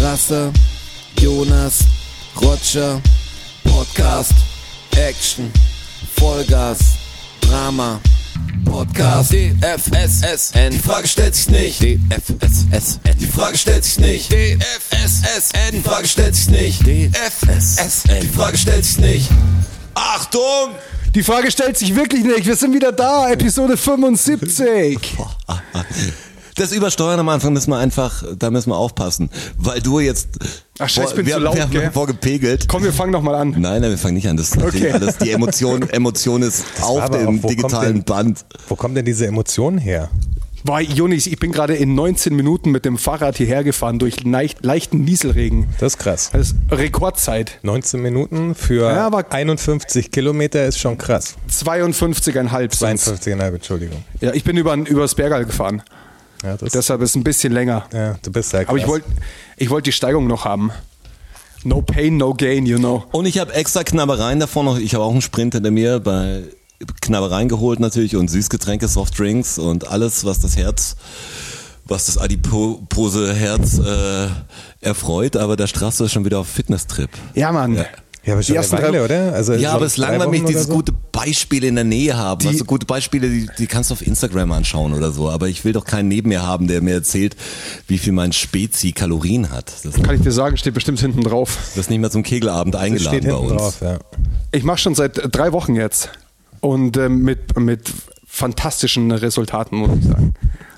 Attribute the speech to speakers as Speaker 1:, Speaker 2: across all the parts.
Speaker 1: Rasse, Jonas, Roger, Podcast, Action, Vollgas, Drama, Podcast, DFSSN, die Frage stellt sich nicht, DFSSN, die Frage stellt sich nicht, DFSSN, die Frage stellt sich nicht, DFSSN, die Frage stellt sich nicht. Achtung!
Speaker 2: Die Frage stellt sich wirklich nicht. Wir sind wieder da, Episode 75.
Speaker 3: Das Übersteuern am Anfang müssen wir einfach, da müssen wir aufpassen, weil du jetzt.
Speaker 2: Ach, scheiße, ich bin
Speaker 3: wir,
Speaker 2: zu laut,
Speaker 3: wir haben
Speaker 2: gell?
Speaker 3: vorgepegelt.
Speaker 2: Komm, wir fangen nochmal an.
Speaker 3: Nein, nein, wir fangen nicht an. Das ist
Speaker 2: Okay.
Speaker 3: natürlich alles. Die Emotion, Emotion ist auf
Speaker 4: aber
Speaker 3: dem
Speaker 4: auch, wo
Speaker 3: digitalen
Speaker 4: kommt denn-
Speaker 3: Band.
Speaker 4: Wo kommen denn diese Emotionen her?
Speaker 2: Boah, Jonis, ich bin gerade in 19 Minuten mit dem Fahrrad hierher gefahren durch leicht, leichten Nieselregen.
Speaker 4: Das ist krass.
Speaker 2: Das ist Rekordzeit.
Speaker 4: 19 Minuten für
Speaker 2: Ja, aber-
Speaker 4: 51 Kilometer ist schon krass.
Speaker 2: 52,5 sonst.
Speaker 4: 52,5, Entschuldigung.
Speaker 2: Ja, ich bin über, übers Bergal gefahren.
Speaker 4: Ja, das,
Speaker 2: Deshalb ist es ein bisschen länger.
Speaker 4: ja, du bist ja krass.
Speaker 2: Aber ich wollte ich wollt die Steigung noch haben. No pain, no gain, you know.
Speaker 3: Und ich habe extra Knabbereien davor noch. Ich habe auch einen Sprint hinter mir bei Knabbereien geholt natürlich und Süßgetränke, Softdrinks und alles, was das Herz, was das adipose Herz äh, erfreut. Aber der Straße ist schon wieder auf Fitnesstrip.
Speaker 2: Ja, Mann.
Speaker 3: Ja.
Speaker 4: Ja, aber schon
Speaker 2: Die
Speaker 4: eine
Speaker 2: ersten
Speaker 4: Weile,
Speaker 2: drei-
Speaker 4: oder? Also
Speaker 3: Ja,
Speaker 4: so
Speaker 3: aber es
Speaker 4: drei
Speaker 3: langweilt mich,
Speaker 4: Wochen oder
Speaker 3: dieses
Speaker 4: so?
Speaker 3: gute Beispiele in der Nähe haben.
Speaker 2: Die-
Speaker 3: Die, also gute Beispiele, die, die kannst du auf Instagram anschauen oder so. Aber ich will doch keinen neben mir haben, der mir erzählt, wie viel mein Spezi Kalorien hat. Das,
Speaker 2: Kann ich dir sagen, steht bestimmt hinten drauf.
Speaker 3: das ist nicht mehr zum Kegelabend
Speaker 4: Das steht
Speaker 3: eingeladen bei
Speaker 4: hinten
Speaker 3: uns.
Speaker 4: drauf, ja.
Speaker 2: Ich mache schon seit äh, drei Wochen jetzt. Und ähm, mit, mit fantastischen Resultaten, muss ich sagen.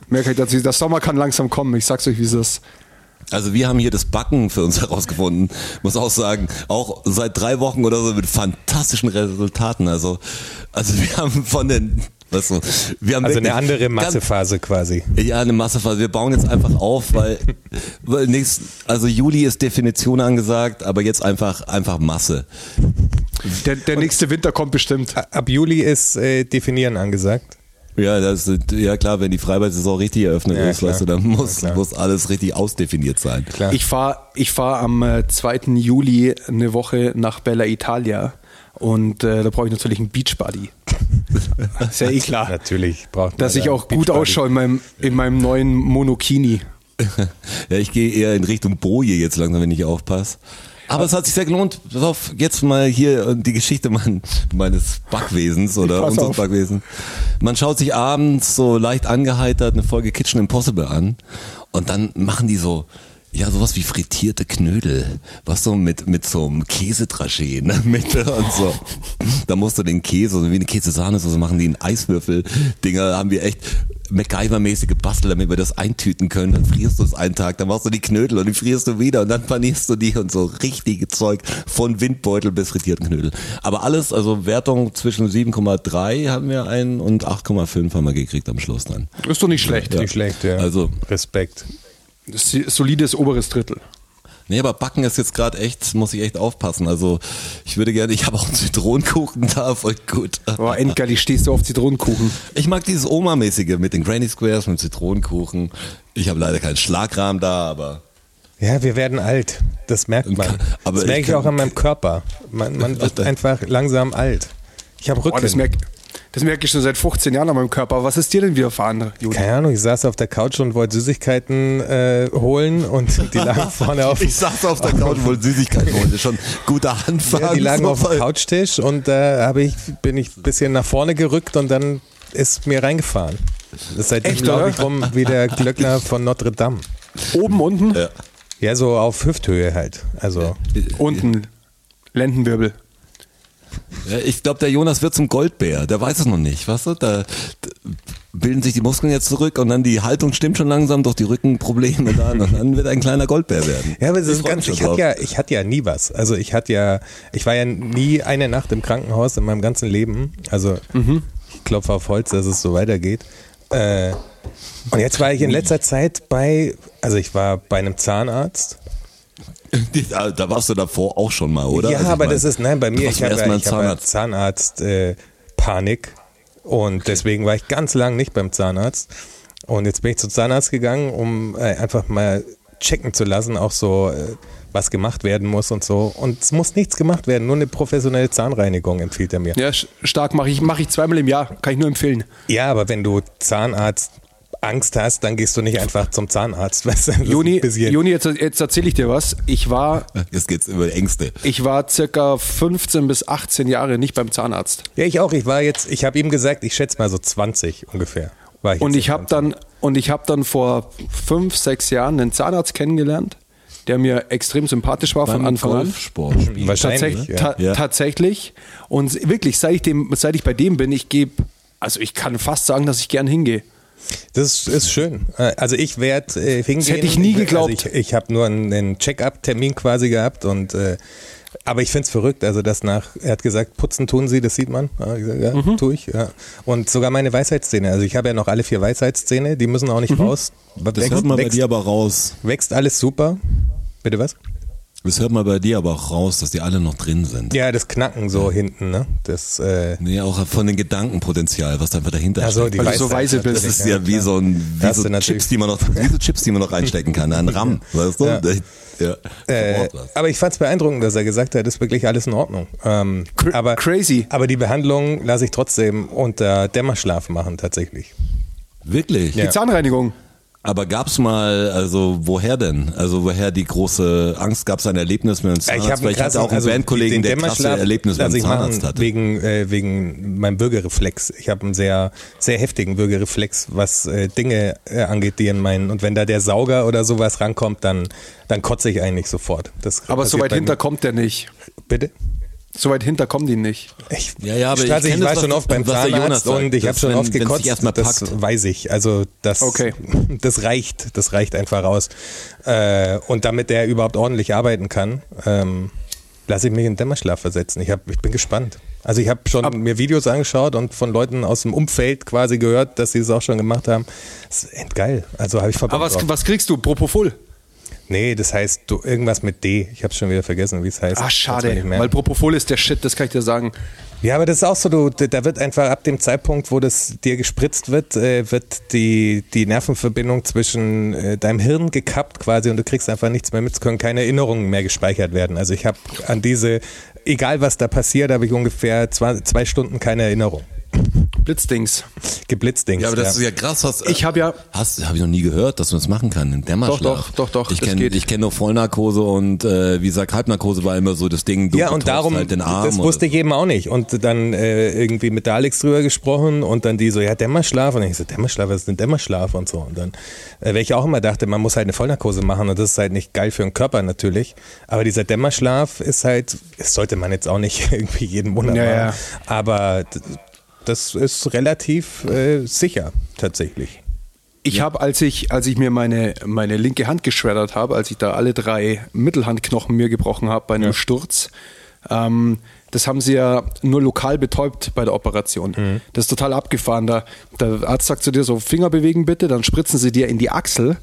Speaker 2: Merke ich, dass ich, der Sommer kann langsam kommen. Ich sag's euch, wie es ist.
Speaker 3: Also wir haben hier das Backen für uns herausgefunden. Muss auch sagen, auch seit drei Wochen oder so mit fantastischen Resultaten. Also, also wir haben von den, weißt du, wir haben
Speaker 4: Also
Speaker 3: wirklich
Speaker 4: eine andere
Speaker 3: ganz-
Speaker 4: Massephase quasi.
Speaker 3: Ja, eine Massephase. Wir bauen jetzt einfach auf, weil, weil nächst, also Juli ist Definition angesagt, aber jetzt einfach, einfach Masse.
Speaker 2: Der, der nächste Winter kommt bestimmt.
Speaker 4: Ab Juli ist äh, Definieren angesagt.
Speaker 3: Ja, das ist, ja klar, wenn die Freibad-Saison richtig eröffnet
Speaker 4: Ja,
Speaker 3: ist,
Speaker 4: klar.
Speaker 3: weißt du, dann muss,
Speaker 4: Ja, klar.
Speaker 3: muss alles richtig ausdefiniert sein.
Speaker 4: Ja.
Speaker 2: Ich fahre ich fahr am äh, 2. Juli eine Woche nach Bella Italia. Und äh, da brauche ich natürlich einen Beachbody. Ist ja eh klar.
Speaker 4: Natürlich braucht
Speaker 2: Dass
Speaker 4: man
Speaker 2: ich
Speaker 4: da
Speaker 2: auch gut
Speaker 4: Beachbody.
Speaker 2: ausschaue in meinem, in meinem neuen Monokini.
Speaker 3: Ja, ich gehe eher in Richtung Boje jetzt langsam, wenn ich aufpasse. Aber es hat sich sehr gelohnt. Pass auf, jetzt mal hier äh, die Geschichte mein, meines Backwesens oder
Speaker 2: Pass
Speaker 3: unseres
Speaker 2: auf.
Speaker 3: Backwesens. Man schaut sich abends so leicht angeheitert eine Folge Kitchen Impossible an und dann machen die so, ja, sowas wie frittierte Knödel. Was so mit, mit so einem Käsedraschee in der Mitte und so. Da musst du den Käse, so wie eine Käsesahne, so machen die in Eiswürfel-Dinger, da haben wir echt MacGyver-mäßig gebastelt, damit wir das eintüten können. Dann frierst du es einen Tag, dann machst du die Knödel und die frierst du wieder und dann panierst du die und so richtige Zeug von Windbeutel bis frittierten Knödel. Aber alles, also Wertung zwischen 7,3 haben wir einen und 8,5 haben wir gekriegt am Schluss dann.
Speaker 2: Ist doch nicht schlecht.
Speaker 4: Nicht schlecht, ja.
Speaker 3: Also-
Speaker 4: Respekt.
Speaker 2: Si- Solides oberes Drittel.
Speaker 3: Nee, aber Backen ist jetzt gerade echt, muss ich echt aufpassen. Also ich würde gerne, ich habe auch einen Zitronenkuchen da, voll gut.
Speaker 2: Aber endgeil, ich stehst du auf Zitronenkuchen.
Speaker 3: Ich mag dieses Oma-mäßige mit den Granny Squares, mit dem Zitronenkuchen. Ich habe leider keinen Schlagrahmen da, aber
Speaker 4: Ja, wir werden alt. Das merkt
Speaker 3: Und
Speaker 4: man.
Speaker 3: kann- aber
Speaker 4: das merke
Speaker 3: ich
Speaker 4: ich,
Speaker 3: kann-
Speaker 4: auch an meinem Körper. Man, man wird
Speaker 3: Warte.
Speaker 4: einfach langsam alt. Ich habe
Speaker 2: Oh,
Speaker 4: Rücken.
Speaker 2: das merke das merk ich schon seit 15 Jahren an meinem Körper. Was ist dir denn widerfahren, Juli?
Speaker 4: Keine Ahnung, ich saß auf der Couch und wollte Süßigkeiten äh, holen und die lagen vorne auf,
Speaker 3: ich saß auf der Couch und wollte Süßigkeiten holen. Das ist schon ein guter Anfang.
Speaker 4: ja, die lagen
Speaker 3: So,
Speaker 4: auf dem Couchtisch und da habe ich, bin ich ein bisschen nach vorne gerückt und dann ist mir reingefahren. Das ist seitdem
Speaker 2: Echt,
Speaker 4: laufe
Speaker 2: oder?
Speaker 4: ich rum wie der Glöckner von Notre Dame.
Speaker 2: Oben, unten?
Speaker 3: Ja.
Speaker 4: Ja, so auf Hüfthöhe halt. Also
Speaker 2: Unten. Lendenwirbel.
Speaker 3: Ja, Ich glaube, der Jonas wird zum Goldbär. Der weiß es noch nicht, weißt du? Da da bilden sich die Muskeln jetzt zurück und dann die Haltung stimmt schon langsam, doch die Rückenprobleme dann und dann wird er ein kleiner Goldbär werden.
Speaker 4: Ja, aber es
Speaker 3: Ich
Speaker 4: ist
Speaker 3: freu
Speaker 4: ganz,
Speaker 3: mich
Speaker 4: ich
Speaker 3: schon
Speaker 4: hatte
Speaker 3: drauf.
Speaker 4: ja, ich hatte ja nie was. Also ich hatte ja, ich war ja nie eine Nacht im Krankenhaus in meinem ganzen Leben. Also ich klopfe auf Holz, dass es so weitergeht. Äh, und jetzt war ich in letzter Zeit bei, also ich war bei einem Zahnarzt.
Speaker 3: Da, ah, da warst du davor auch schon mal, oder?
Speaker 4: Ja,
Speaker 3: Also ich
Speaker 4: aber
Speaker 3: mein,
Speaker 4: das ist, ne- nein, bei
Speaker 3: du
Speaker 4: mir,
Speaker 3: warst
Speaker 4: ich habe
Speaker 3: erstmal
Speaker 4: ja,
Speaker 3: einen
Speaker 4: ich habe ja
Speaker 3: Zahnarzt.
Speaker 4: Zahnarzt äh, Panik und deswegen war ich ganz lang nicht beim Zahnarzt. Und jetzt bin ich zum Zahnarzt gegangen, um äh, einfach mal checken zu lassen, auch so, äh, was gemacht werden muss und so. Und es muss nichts gemacht werden, nur eine professionelle Zahnreinigung empfiehlt er mir.
Speaker 2: Ja, sch- stark mache ich, mache ich zweimal im Jahr. Kann ich nur empfehlen.
Speaker 4: Ja, aber wenn du Zahnarzt Angst hast, dann gehst du nicht einfach zum Zahnarzt. Weißt du? Das ist
Speaker 2: Juni,
Speaker 4: ein bisschen-
Speaker 2: Juni jetzt, jetzt erzähle ich dir was. Ich war,
Speaker 5: Jetzt geht's über Ängste.
Speaker 2: ich war circa 15 bis 18 Jahre nicht beim Zahnarzt.
Speaker 4: Ja, ich auch. Ich war jetzt, ich habe ihm gesagt, ich schätze mal so 20 ungefähr. War
Speaker 2: Und
Speaker 4: jetzt
Speaker 2: ich habe dann, und ich habe dann vor fünf, sechs Jahren einen Zahnarzt kennengelernt, der mir extrem sympathisch war von
Speaker 5: Beim
Speaker 2: Anfang an.
Speaker 5: Golfsport spielen.
Speaker 4: Wahrscheinlich.
Speaker 2: Tatsächlich,
Speaker 4: Ja.
Speaker 2: ta
Speaker 5: Ja.
Speaker 2: tatsächlich. Und wirklich, seit ich, dem, seit ich bei dem bin, ich gebe, also ich kann fast sagen, dass ich gern hingehe.
Speaker 4: Das ist schön. Äh, Also ich werde äh, hingehen. Das
Speaker 2: hätte ich nie geglaubt.
Speaker 4: Also ich ich habe nur einen, einen Check-up-Termin quasi gehabt und äh, aber ich finde es verrückt, also das nach, er hat gesagt, putzen tun sie, das sieht man. Ja, ich sag, ja, tue ich. Ja. Und sogar meine Weisheitszähne, also ich habe ja noch alle vier Weisheitszähne, die müssen auch nicht raus.
Speaker 5: Das hört man bei dir aber raus.
Speaker 4: wächst alles super. Bitte was?
Speaker 5: Das hört man bei dir aber auch raus, dass die alle noch drin sind.
Speaker 4: Ja, das Knacken so hinten, ne? Das, äh,
Speaker 5: Nee, auch von dem Gedankenpotenzial, was da einfach dahinter
Speaker 4: also
Speaker 5: steckt.
Speaker 4: die
Speaker 2: Weil du so weise
Speaker 4: natürlich,
Speaker 5: Das ist ja, wie
Speaker 4: klar.
Speaker 5: so ein wie
Speaker 4: Hast
Speaker 5: so
Speaker 4: du natürlich-
Speaker 5: Chips, die man noch, wie so Chips, die man noch reinstecken kann, ne? ein RAM, weißt du?
Speaker 4: Ja.
Speaker 5: Ja.
Speaker 4: Äh,
Speaker 5: Sofort was.
Speaker 4: aber ich fand es beeindruckend, dass er gesagt hat, ist wirklich alles in Ordnung. Ähm,
Speaker 2: Cra-
Speaker 4: aber,
Speaker 2: crazy.
Speaker 4: Aber die Behandlung lasse ich trotzdem unter Dämmerschlaf machen, tatsächlich.
Speaker 5: Wirklich?
Speaker 4: Ja.
Speaker 2: Die Zahnreinigung.
Speaker 5: Aber gab's mal, also woher denn? Also woher die große Angst? Gab's ein Erlebnis mit einem Zahnarzt?
Speaker 4: hab
Speaker 5: Weil ich hatte auch einen
Speaker 4: also
Speaker 5: Bandkollegen,
Speaker 4: den
Speaker 5: der krasse
Speaker 4: Dämmerschlaf
Speaker 5: Erlebnis mit
Speaker 4: lasse
Speaker 5: einem
Speaker 4: ich machen
Speaker 5: Zahnarzt hatte.
Speaker 4: Wegen, äh, wegen meinem Würgereflex. Ich habe einen sehr, sehr heftigen Würgereflex, was äh, Dinge äh, angeht, die in meinen. Und wenn da der Sauger oder sowas rankommt, dann, dann kotze ich eigentlich sofort. Das
Speaker 2: Aber so
Speaker 4: passiert
Speaker 2: weit
Speaker 4: bei
Speaker 2: hinter
Speaker 4: mir.
Speaker 2: kommt der nicht.
Speaker 4: Bitte?
Speaker 2: So weit hinter kommen die nicht.
Speaker 4: Ich,
Speaker 5: Ja, ja, aber ich
Speaker 4: Straße, ich,
Speaker 5: kenn das,
Speaker 4: war
Speaker 5: was-
Speaker 4: schon oft beim
Speaker 5: was der Jonas
Speaker 4: Zahnarzt
Speaker 5: sagt,
Speaker 4: und ich
Speaker 5: dass
Speaker 4: habe schon
Speaker 5: wenn-
Speaker 4: oft
Speaker 5: wenn es dich
Speaker 4: gekotzt.
Speaker 5: erstmal
Speaker 4: Das
Speaker 5: packt.
Speaker 4: weiß ich. Also das,
Speaker 2: Okay.
Speaker 4: das reicht. Das reicht einfach raus. Äh, und damit er überhaupt ordentlich arbeiten kann, ähm, lasse ich mich in Dämmerschlaf versetzen. Ich, hab, ich bin gespannt. Also ich habe schon mir Videos angeschaut und von Leuten aus dem Umfeld quasi gehört, dass sie es auch schon gemacht haben. Das ist echt geil. Also habe ich verpasst.
Speaker 2: Aber was, was kriegst du? Propofol?
Speaker 4: Nee, das heißt du, irgendwas mit D. Ich habe schon wieder vergessen, wie es heißt.
Speaker 2: Ah,
Speaker 4: Kann's mir
Speaker 2: schade.
Speaker 4: nicht merken.
Speaker 2: Weil Propofol ist der Shit, das kann ich dir sagen.
Speaker 4: Ja, aber das ist auch so, du, da wird einfach ab dem Zeitpunkt, wo das dir gespritzt wird, äh, wird die, die Nervenverbindung zwischen äh, deinem Hirn gekappt quasi und du kriegst einfach nichts mehr mit, es können keine Erinnerungen mehr gespeichert werden. Also ich habe an diese, egal was da passiert, habe ich ungefähr zwei, zwei Stunden keine Erinnerung.
Speaker 2: Blitzdings.
Speaker 4: Geblitzdings.
Speaker 5: Ja, aber das ist ja krass, was.
Speaker 2: Ich hab ja-
Speaker 5: Hast, habe ich noch nie gehört, dass man das machen kann, im Dämmerschlaf.
Speaker 2: Doch, doch, doch, doch,
Speaker 5: Ich
Speaker 2: das
Speaker 5: kenne
Speaker 2: geht.
Speaker 5: kenn nur Vollnarkose und, äh, wie gesagt, Halbnarkose war immer so das Ding, du
Speaker 4: Ja, und
Speaker 5: betäubst
Speaker 4: darum,
Speaker 5: halt den Arm.
Speaker 4: das wusste ich eben auch nicht. Und dann äh, irgendwie mit der Alex drüber gesprochen und dann die so, ja, Dämmerschlaf. Und ich so, Dämmerschlaf, was ist denn Dämmerschlaf und so. Und dann, äh, weil ich auch immer dachte, man muss halt eine Vollnarkose machen und das ist halt nicht geil für den Körper natürlich. Aber dieser Dämmerschlaf ist halt, das sollte man jetzt auch nicht irgendwie jeden Monat
Speaker 2: Ja, ja.
Speaker 4: machen. Aber d- das ist relativ äh, sicher tatsächlich.
Speaker 2: Ich habe, als ich, als ich mir meine, meine linke Hand geschreddert habe, als ich da alle drei Mittelhandknochen mir gebrochen habe bei einem Sturz, ähm, das haben sie ja nur lokal betäubt bei der Operation. Das ist total abgefahren. Da, der Arzt sagt zu dir so, Finger bewegen bitte, dann spritzen sie dir in die Achsel,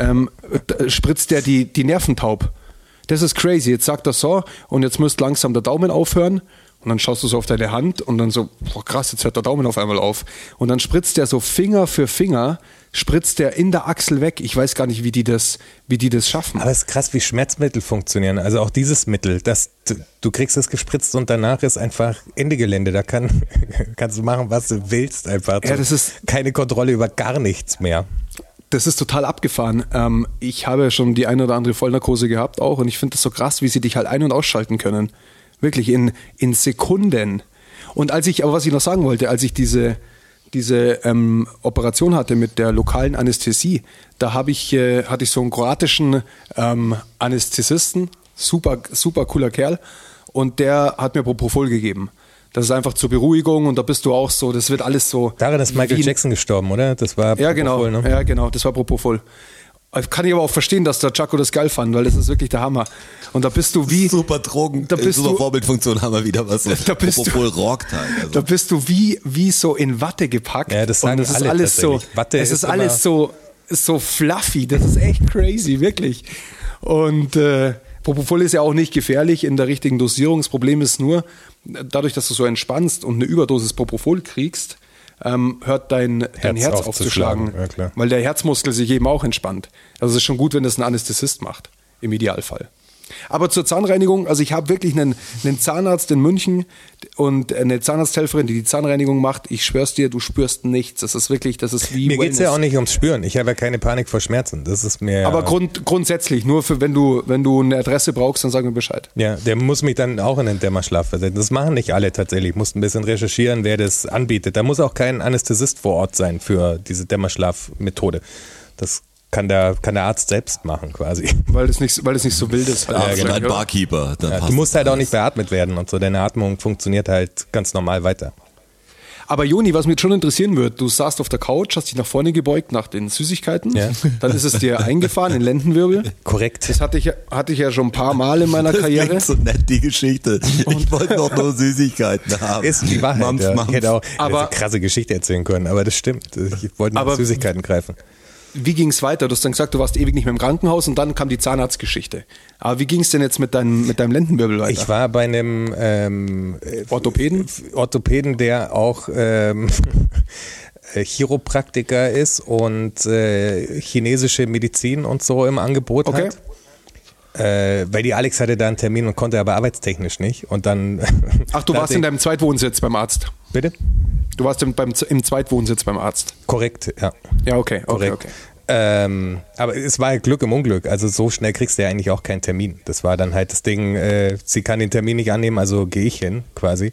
Speaker 2: ähm, d- spritzt der die, die Nerven taub. Das ist crazy. Jetzt sagt er so und jetzt müsst langsam der Daumen aufhören. Und dann schaust du so auf deine Hand und dann so, boah, krass, jetzt hört der Daumen auf einmal auf. Und dann spritzt der so Finger für Finger, spritzt der in der Achsel weg. Ich weiß gar nicht, wie die das, wie die das schaffen.
Speaker 4: Aber es ist krass, wie Schmerzmittel funktionieren. Also auch dieses Mittel, das, du, du kriegst es gespritzt und danach ist einfach Ende Gelände. Da kann, kannst du machen, was du willst einfach.
Speaker 2: Ja, das ist-
Speaker 4: keine Kontrolle über gar nichts mehr.
Speaker 2: Das ist total abgefahren. Ähm, ich habe ja schon die eine oder andere Vollnarkose gehabt auch und ich finde das so krass, wie sie dich halt ein- und ausschalten können. Wirklich in, in Sekunden. Und als ich, aber was ich noch sagen wollte, als ich diese, diese ähm, Operation hatte mit der lokalen Anästhesie, da habe ich, äh, hatte ich so einen kroatischen ähm, Anästhesisten, super, super cooler Kerl, und der hat mir Propofol gegeben. Das ist einfach zur Beruhigung und da bist du auch so, das wird alles so.
Speaker 4: Daran ist Michael
Speaker 2: wie in-
Speaker 4: Jackson gestorben, oder? Das war
Speaker 2: ja, genau.
Speaker 4: Propofol, ne?
Speaker 2: Ja, genau. Das war Propofol. Kann ich aber auch verstehen, dass der Chaco das geil fand, weil das ist wirklich der Hammer. Und da bist du wie.
Speaker 5: Super Drogen,
Speaker 3: äh,
Speaker 2: Da bist
Speaker 5: super
Speaker 2: du-
Speaker 5: Vorbildfunktion haben wir wieder was.
Speaker 2: Da bist du-
Speaker 5: Propofol rockt halt.
Speaker 3: also.
Speaker 2: Da bist du wie, wie so in Watte gepackt.
Speaker 4: Ja, das sagen
Speaker 2: Und das
Speaker 4: alle
Speaker 2: ist alles so.
Speaker 4: tatsächlich. Watte
Speaker 2: es
Speaker 4: ist
Speaker 2: ist, alles so,
Speaker 4: immer-
Speaker 2: so fluffy. Das ist echt crazy, wirklich. Und äh, Propofol ist ja auch nicht gefährlich in der richtigen Dosierung. Das Problem ist nur, dadurch, dass du so entspannst und eine Überdosis Propofol kriegst, ähm, hört dein, dein
Speaker 4: Herz
Speaker 2: Herz
Speaker 4: aufzuschlagen.
Speaker 2: aufzuschlagen,
Speaker 4: Ja, klar.
Speaker 2: weil der Herzmuskel sich eben auch entspannt. Also es ist schon gut, wenn das ein Anästhesist macht, im Idealfall. Aber zur Zahnreinigung, also ich habe wirklich einen, einen Zahnarzt in München und eine Zahnarzthelferin, die die Zahnreinigung macht. Ich schwör's dir, du spürst nichts. Das ist wirklich, das ist wie
Speaker 4: Mir geht's
Speaker 2: Wellness.
Speaker 4: ja auch nicht ums Spüren. Ich habe ja keine Panik vor Schmerzen. Das ist mir.
Speaker 2: Aber grund, grundsätzlich, nur für wenn du, wenn du eine Adresse brauchst, dann sag mir Bescheid.
Speaker 4: ja, der muss mich dann auch in den Dämmerschlaf versetzen. Das machen nicht alle tatsächlich. Ich muss ein bisschen recherchieren, wer das anbietet. Da muss auch kein Anästhesist vor Ort sein für diese Dämmerschlafmethode. Das kann der, kann der Arzt selbst machen quasi.
Speaker 2: Weil es nicht, weil es nicht so wild ist.
Speaker 3: Ja,
Speaker 4: genau.
Speaker 3: ein Barkeeper. Dann
Speaker 4: Ja,
Speaker 3: passt
Speaker 4: du musst halt auch nicht
Speaker 3: alles.
Speaker 4: beatmet werden und so. Deine Atmung funktioniert halt ganz normal weiter.
Speaker 2: Aber Joni, was mich jetzt schon interessieren wird, du saßt auf der Couch, hast dich nach vorne gebeugt nach den Süßigkeiten,
Speaker 4: Ja.
Speaker 2: dann ist es dir eingefahren in den Lendenwirbel.
Speaker 4: Korrekt.
Speaker 2: Das hatte ich, ja- hatte ich ja schon ein paar Mal in meiner
Speaker 3: Das
Speaker 2: Karriere.
Speaker 3: klingt so nett, die Geschichte. ich wollte doch nur Süßigkeiten haben.
Speaker 4: Ist die Wahrheit.
Speaker 3: Mampf,
Speaker 4: ja. Genau.
Speaker 3: Mampf.
Speaker 4: Ich hätte auch
Speaker 2: Aber-
Speaker 4: eine krasse Geschichte erzählen können, aber das stimmt. Ich wollte nach
Speaker 2: Aber-
Speaker 4: Süßigkeiten greifen.
Speaker 2: Wie ging es weiter? Du hast dann gesagt, du warst ewig nicht mehr im Krankenhaus und dann kam die Zahnarztgeschichte. Aber wie ging es denn jetzt mit deinem, mit deinem Lendenwirbel weiter?
Speaker 4: Ich war bei einem ähm, äh,
Speaker 2: Orthopäden?
Speaker 4: Orthopäden, der auch ähm, äh, Chiropraktiker ist und äh, chinesische Medizin und so im Angebot
Speaker 2: Okay.
Speaker 4: hat. Äh, weil die Alex hatte da einen Termin und konnte aber arbeitstechnisch nicht. Und dann.
Speaker 2: Ach, du
Speaker 4: dachte
Speaker 2: warst in
Speaker 4: ich-
Speaker 2: deinem Zweitwohnsitz beim Arzt.
Speaker 4: Bitte?
Speaker 2: Du warst im, beim, im Zweitwohnsitz beim Arzt.
Speaker 4: Korrekt, ja.
Speaker 2: Ja, okay, okay,
Speaker 4: Korrekt.
Speaker 2: okay.
Speaker 4: Ähm, aber es war halt Glück im Unglück. Also so schnell kriegst du ja eigentlich auch keinen Termin. Das war dann halt das Ding, äh, sie kann den Termin nicht annehmen, also gehe ich hin quasi.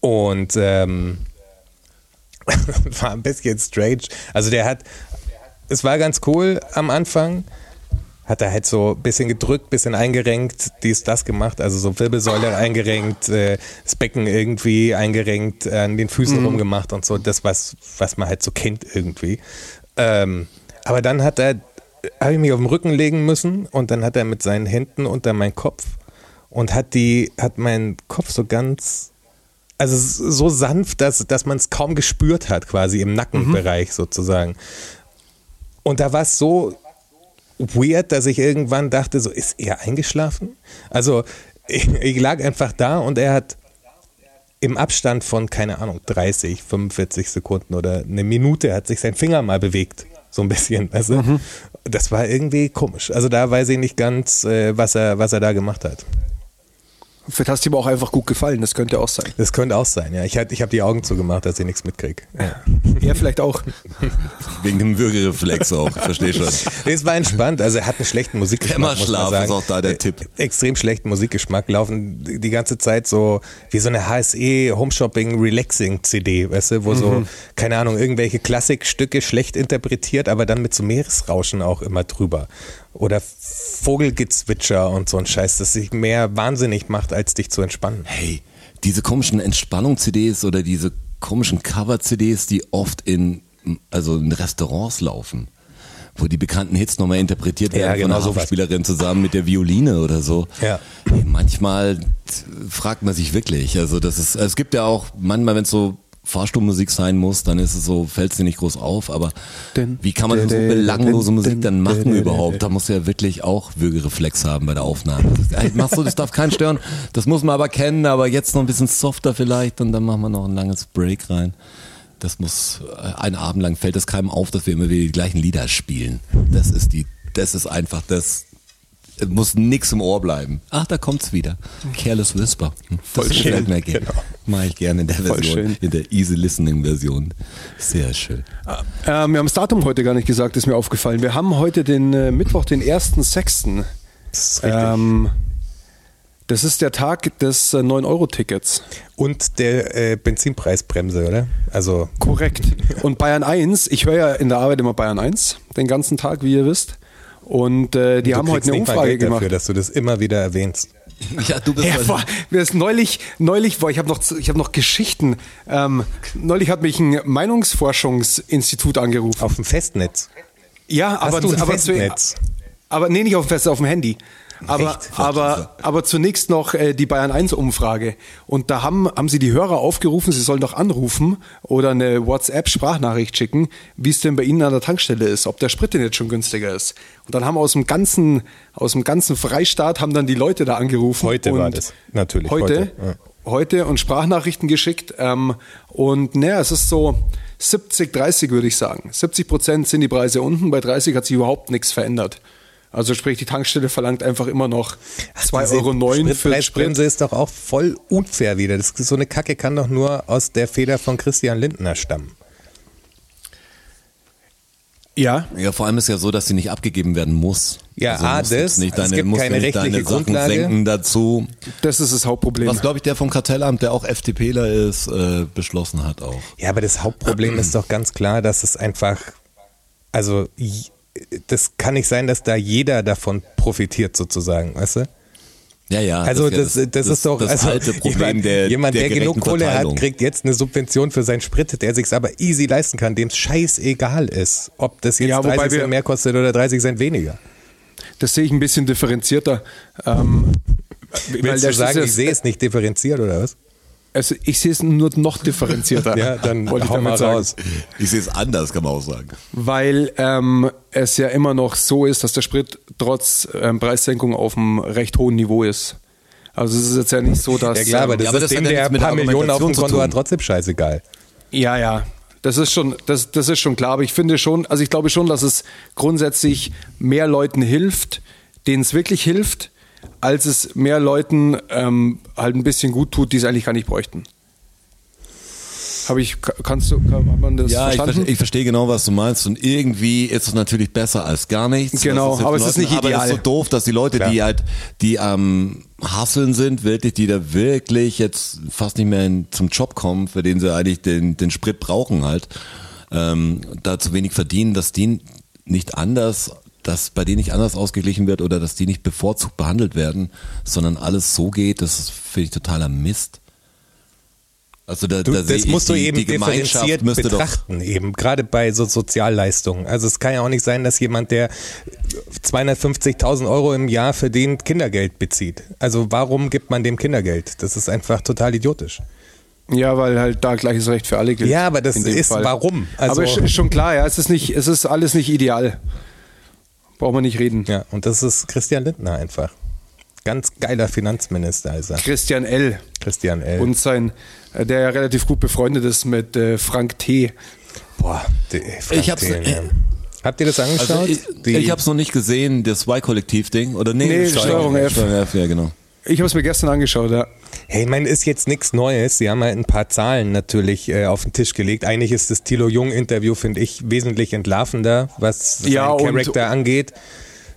Speaker 4: Und ähm, war ein bisschen strange. Also der hat, es war ganz cool am Anfang. Hat er halt so ein bisschen gedrückt, bisschen eingerenkt, dies, das gemacht, also so Wirbelsäule eingerenkt, äh, das Becken irgendwie eingerenkt, an den Füßen
Speaker 2: Mhm.
Speaker 4: rumgemacht und so, das, was, was man halt so kennt irgendwie. Ähm, aber dann hat er, habe ich mich auf den Rücken legen müssen und dann hat er mit seinen Händen unter meinen Kopf und hat die, hat meinen Kopf so ganz also es ist so sanft, dass, dass man es kaum gespürt hat, quasi im Nackenbereich sozusagen. Und da war es so weird, dass ich irgendwann dachte, so ist er eingeschlafen? Also ich, ich lag einfach da und er hat im Abstand von, keine Ahnung, 30, 45 Sekunden oder eine Minute hat sich sein Finger mal bewegt. So ein bisschen. Also, Das war irgendwie komisch. Also da weiß ich nicht ganz, äh, was, er, was er da gemacht hat.
Speaker 2: Vielleicht hast du ihm auch einfach gut gefallen, das könnte auch sein.
Speaker 4: Das könnte auch sein, ja. Ich, hab- ich habe die Augen zugemacht, dass ich nichts mitkriege. Ja.
Speaker 2: Er vielleicht auch.
Speaker 3: Wegen dem Würgereflex auch, verstehe schon.
Speaker 4: Nee, es war entspannt. Also er hat einen schlechten Musikgeschmack. muss man
Speaker 3: Dämmerschlaf
Speaker 4: sagen. Äh,
Speaker 3: ist auch da der Tipp.
Speaker 4: Extrem schlechten Musikgeschmack. Laufen die ganze Zeit so wie so eine HSE Home Shopping Relaxing CD, weißt du, wo
Speaker 3: Mhm.
Speaker 4: so, keine Ahnung, irgendwelche Klassikstücke schlecht interpretiert, aber dann mit so Meeresrauschen auch immer drüber. Oder Vogelgezwitscher und so ein Scheiß, das sich mehr wahnsinnig macht, als dich zu entspannen.
Speaker 3: Hey, diese komischen Entspannung-CDs oder diese komischen Cover-CDs, die oft in, also in Restaurants laufen, wo die bekannten Hits nochmal interpretiert
Speaker 4: Ja,
Speaker 3: werden
Speaker 4: genau
Speaker 3: von der
Speaker 4: sowas.
Speaker 3: Hafenspielerin zusammen mit der Violine oder so.
Speaker 4: Ja.
Speaker 3: Hey, manchmal t- fragt man sich wirklich, also das ist, es gibt ja auch manchmal, wenn es so Fahrstuhlmusik sein muss, dann ist es so, fällt es dir nicht groß auf, aber
Speaker 2: Dün,
Speaker 3: wie kann man
Speaker 2: dün,
Speaker 3: so
Speaker 2: dün,
Speaker 3: belanglose
Speaker 2: dün,
Speaker 3: Musik dann
Speaker 2: dün,
Speaker 3: machen
Speaker 2: dün, dün,
Speaker 3: überhaupt? Da musst du ja wirklich auch Würgereflex haben bei der Aufnahme. Das ist- Ey, Machst du, das darf keinen stören. Das muss man aber kennen, aber jetzt noch ein bisschen softer vielleicht und dann machen wir noch ein langes Break rein. Das muss, äh, einen Abend lang fällt es keinem auf, dass wir immer wieder die gleichen Lieder spielen. Das ist die, das ist einfach das, es muss nix im Ohr bleiben. Ach, da kommt's wieder. Careless Whisper. Hm,
Speaker 4: Voll
Speaker 3: das
Speaker 4: schön,
Speaker 3: gefällt mir gerne.
Speaker 4: genau.
Speaker 3: Mach ich gerne in der
Speaker 2: Voll
Speaker 3: Version,
Speaker 2: schön.
Speaker 3: in der Easy Listening Version. Sehr schön.
Speaker 2: Ähm, wir haben das Datum heute gar nicht gesagt, ist mir aufgefallen. Wir haben heute den äh, Mittwoch, den 1.6.
Speaker 4: Das ist richtig.
Speaker 2: Ähm, das ist der Tag des äh, 9-Euro-Tickets.
Speaker 4: Und der äh, Benzinpreisbremse, oder? Also
Speaker 2: Korrekt. Und Bayern 1, ich höre ja in der Arbeit immer Bayern 1 den ganzen Tag, wie ihr wisst. Und äh, die
Speaker 4: du
Speaker 2: haben heute
Speaker 4: kriegst
Speaker 2: eine
Speaker 4: nicht mal
Speaker 2: Umfrage
Speaker 4: Geld
Speaker 2: gemacht.
Speaker 4: dafür, dass du das immer wieder erwähnst.
Speaker 3: Ja, du bist
Speaker 2: Ja,
Speaker 3: also-
Speaker 2: boah, mir ist neulich, neulich, boah, ich habe noch, ich hab noch Geschichten. Ähm, neulich hat mich ein Meinungsforschungsinstitut angerufen.
Speaker 4: Auf dem Festnetz.
Speaker 2: Ja,
Speaker 4: Hast
Speaker 2: aber,
Speaker 4: du ein
Speaker 2: aber,
Speaker 4: Festnetz?
Speaker 2: aber nee, nicht auf dem Festnetz, auf dem Handy. Aber,
Speaker 3: Echt?
Speaker 2: aber, aber zunächst noch äh, die Bayern 1 Umfrage. Und da haben, haben sie die Hörer aufgerufen, sie sollen doch anrufen oder eine WhatsApp-Sprachnachricht schicken, wie es denn bei ihnen an der Tankstelle ist, ob der Sprit denn jetzt schon günstiger ist. Und dann haben aus dem ganzen, aus dem ganzen Freistaat haben dann die Leute da angerufen.
Speaker 4: Heute
Speaker 2: und
Speaker 4: war das, natürlich,
Speaker 2: Heute,
Speaker 4: heute, ja.
Speaker 2: heute und Sprachnachrichten geschickt. Ähm, und naja, es ist so 70, 30 würde ich sagen. 70 Prozent sind die Preise unten, bei 30 hat sich überhaupt nichts verändert. Also sprich, die Tankstelle verlangt einfach immer noch 2,09
Speaker 4: Diese
Speaker 2: Euro für den Sprit.
Speaker 4: Spritpreisbremse ist doch auch voll unfair wieder. Das, so eine Kacke kann doch nur aus der Feder von Christian Lindner stammen.
Speaker 2: Ja,
Speaker 3: Ja, vor allem ist ja so, dass sie nicht abgegeben werden muss. Also
Speaker 4: Ja, A,
Speaker 3: musst jetzt
Speaker 4: das,
Speaker 3: Nicht
Speaker 4: es
Speaker 3: deine,
Speaker 4: gibt
Speaker 3: musst
Speaker 4: keine
Speaker 3: nicht deine
Speaker 4: rechtliche
Speaker 3: Sachen
Speaker 4: Grundlage. Genau.
Speaker 3: senken dazu.
Speaker 2: das ist das Hauptproblem.
Speaker 3: Was, glaube ich, der vom Kartellamt, der auch FDPler ist, äh, beschlossen hat auch.
Speaker 4: Ja, aber das Hauptproblem ist doch ganz klar, dass es einfach, also j- das kann nicht sein, dass da jeder davon profitiert sozusagen, weißt du?
Speaker 3: Ja, ja.
Speaker 4: Also
Speaker 3: wär
Speaker 4: das, das, ist doch
Speaker 3: das
Speaker 4: also
Speaker 3: alte Problem
Speaker 4: jemand,
Speaker 3: der
Speaker 4: jemand, der,
Speaker 3: gerechten
Speaker 4: genug Kohle
Speaker 3: Verteilung.
Speaker 4: hat, kriegt jetzt eine Subvention für seinen Sprit, der sich's aber easy leisten kann, dem scheißegal ist, ob das jetzt
Speaker 2: Ja, wobei
Speaker 4: 30
Speaker 2: wir-
Speaker 4: Cent mehr kostet oder 30 Cent weniger.
Speaker 2: das sehe ich ein bisschen differenzierter. Ähm,
Speaker 4: Willst du
Speaker 2: das
Speaker 4: sagen,
Speaker 2: ist
Speaker 4: ich sehe es nicht differenziert oder was?
Speaker 2: Also ich sehe es nur noch differenzierter.
Speaker 4: Ja, dann
Speaker 2: wollte ich
Speaker 4: hau
Speaker 2: damit
Speaker 4: mal
Speaker 2: sagen.
Speaker 4: raus.
Speaker 3: Ich sehe es anders, kann man auch sagen.
Speaker 2: Weil ähm, es ja immer noch so ist, dass der Sprit trotz ähm, Preissenkung auf einem recht hohen Niveau ist. Also es ist jetzt ja nicht so, dass
Speaker 4: Ja klar, aber
Speaker 2: ähm,
Speaker 4: das
Speaker 3: aber
Speaker 4: ist
Speaker 3: das
Speaker 4: dem,
Speaker 3: hat ja
Speaker 4: der
Speaker 3: nichts mit
Speaker 4: paar
Speaker 3: der
Speaker 4: Millionen auf dem
Speaker 3: Argumentation zu
Speaker 4: Konto
Speaker 3: tun.
Speaker 4: hat, trotzdem scheißegal.
Speaker 2: Ja, ja. Das ist schon, das, das ist schon klar. Aber ich finde schon, also ich glaube schon, dass es grundsätzlich mehr Leuten hilft, denen es wirklich hilft, als es mehr Leuten ähm, halt ein bisschen gut tut, die es eigentlich gar nicht bräuchten. Habe ich, ka- kannst du, kann, hat man das
Speaker 3: Ja, ich,
Speaker 2: verstanden?
Speaker 3: verste- ich verstehe genau, was du meinst. Und irgendwie ist es natürlich besser als gar nichts.
Speaker 2: Genau,
Speaker 3: Das jetzt
Speaker 2: aber es ist
Speaker 3: Leuten-
Speaker 2: nicht
Speaker 3: Aber es ist
Speaker 2: ideal.
Speaker 3: so doof, dass die Leute, die halt, die am Hasseln sind, wirklich, die da wirklich jetzt fast nicht mehr in, zum Job kommen, für den sie eigentlich den, den Sprit brauchen halt, ähm, da zu wenig verdienen, dass die nicht anders, dass bei denen nicht anders ausgeglichen wird oder dass die nicht bevorzugt behandelt werden, sondern alles so geht, das finde ich totaler Mist. Also da,
Speaker 4: Du,
Speaker 3: da sehe
Speaker 4: das
Speaker 3: ich
Speaker 4: musst du
Speaker 3: die,
Speaker 4: eben
Speaker 3: die Gemeinschaft
Speaker 4: differenziert
Speaker 3: müsste doch
Speaker 4: betrachten, eben gerade bei so Sozialleistungen. Also es kann ja auch nicht sein, dass jemand, der 250.000 Euro im Jahr verdient, Kindergeld bezieht. Also warum gibt man dem Kindergeld? Das ist einfach total idiotisch.
Speaker 2: Ja, weil halt da gleiches Recht für alle gilt.
Speaker 4: Ja, aber das
Speaker 2: in dem
Speaker 4: ist- warum? Also-
Speaker 2: Also aber ist schon klar, ja, es ist nicht, es ist alles nicht ideal. Braucht man nicht reden.
Speaker 4: Ja, und das ist Christian Lindner einfach. Ganz geiler Finanzminister ist er.
Speaker 2: Christian L.
Speaker 4: Christian L.
Speaker 2: und sein, äh, der ja relativ gut befreundet ist mit äh, Frank T.
Speaker 4: boah, die,
Speaker 3: Ich hab's-
Speaker 4: Frank Thelen, ja. Habt ihr das angeschaut?
Speaker 3: Also ich,
Speaker 4: Die-
Speaker 3: ich habe es noch nicht gesehen, das Y-Kollektiv-Ding. Oder nee,
Speaker 2: Nee, Steuerung F.
Speaker 3: Steuerung F, ja, genau.
Speaker 2: Ich habe es mir gestern angeschaut, ja.
Speaker 4: Hey, ich meine, ist jetzt nichts Neues. Sie haben halt ein paar Zahlen natürlich äh, auf den Tisch gelegt. Eigentlich ist das Thilo Jung-Interview, finde ich, wesentlich entlarvender, was
Speaker 2: Ja,
Speaker 4: seinen
Speaker 2: und-
Speaker 4: Charakter angeht.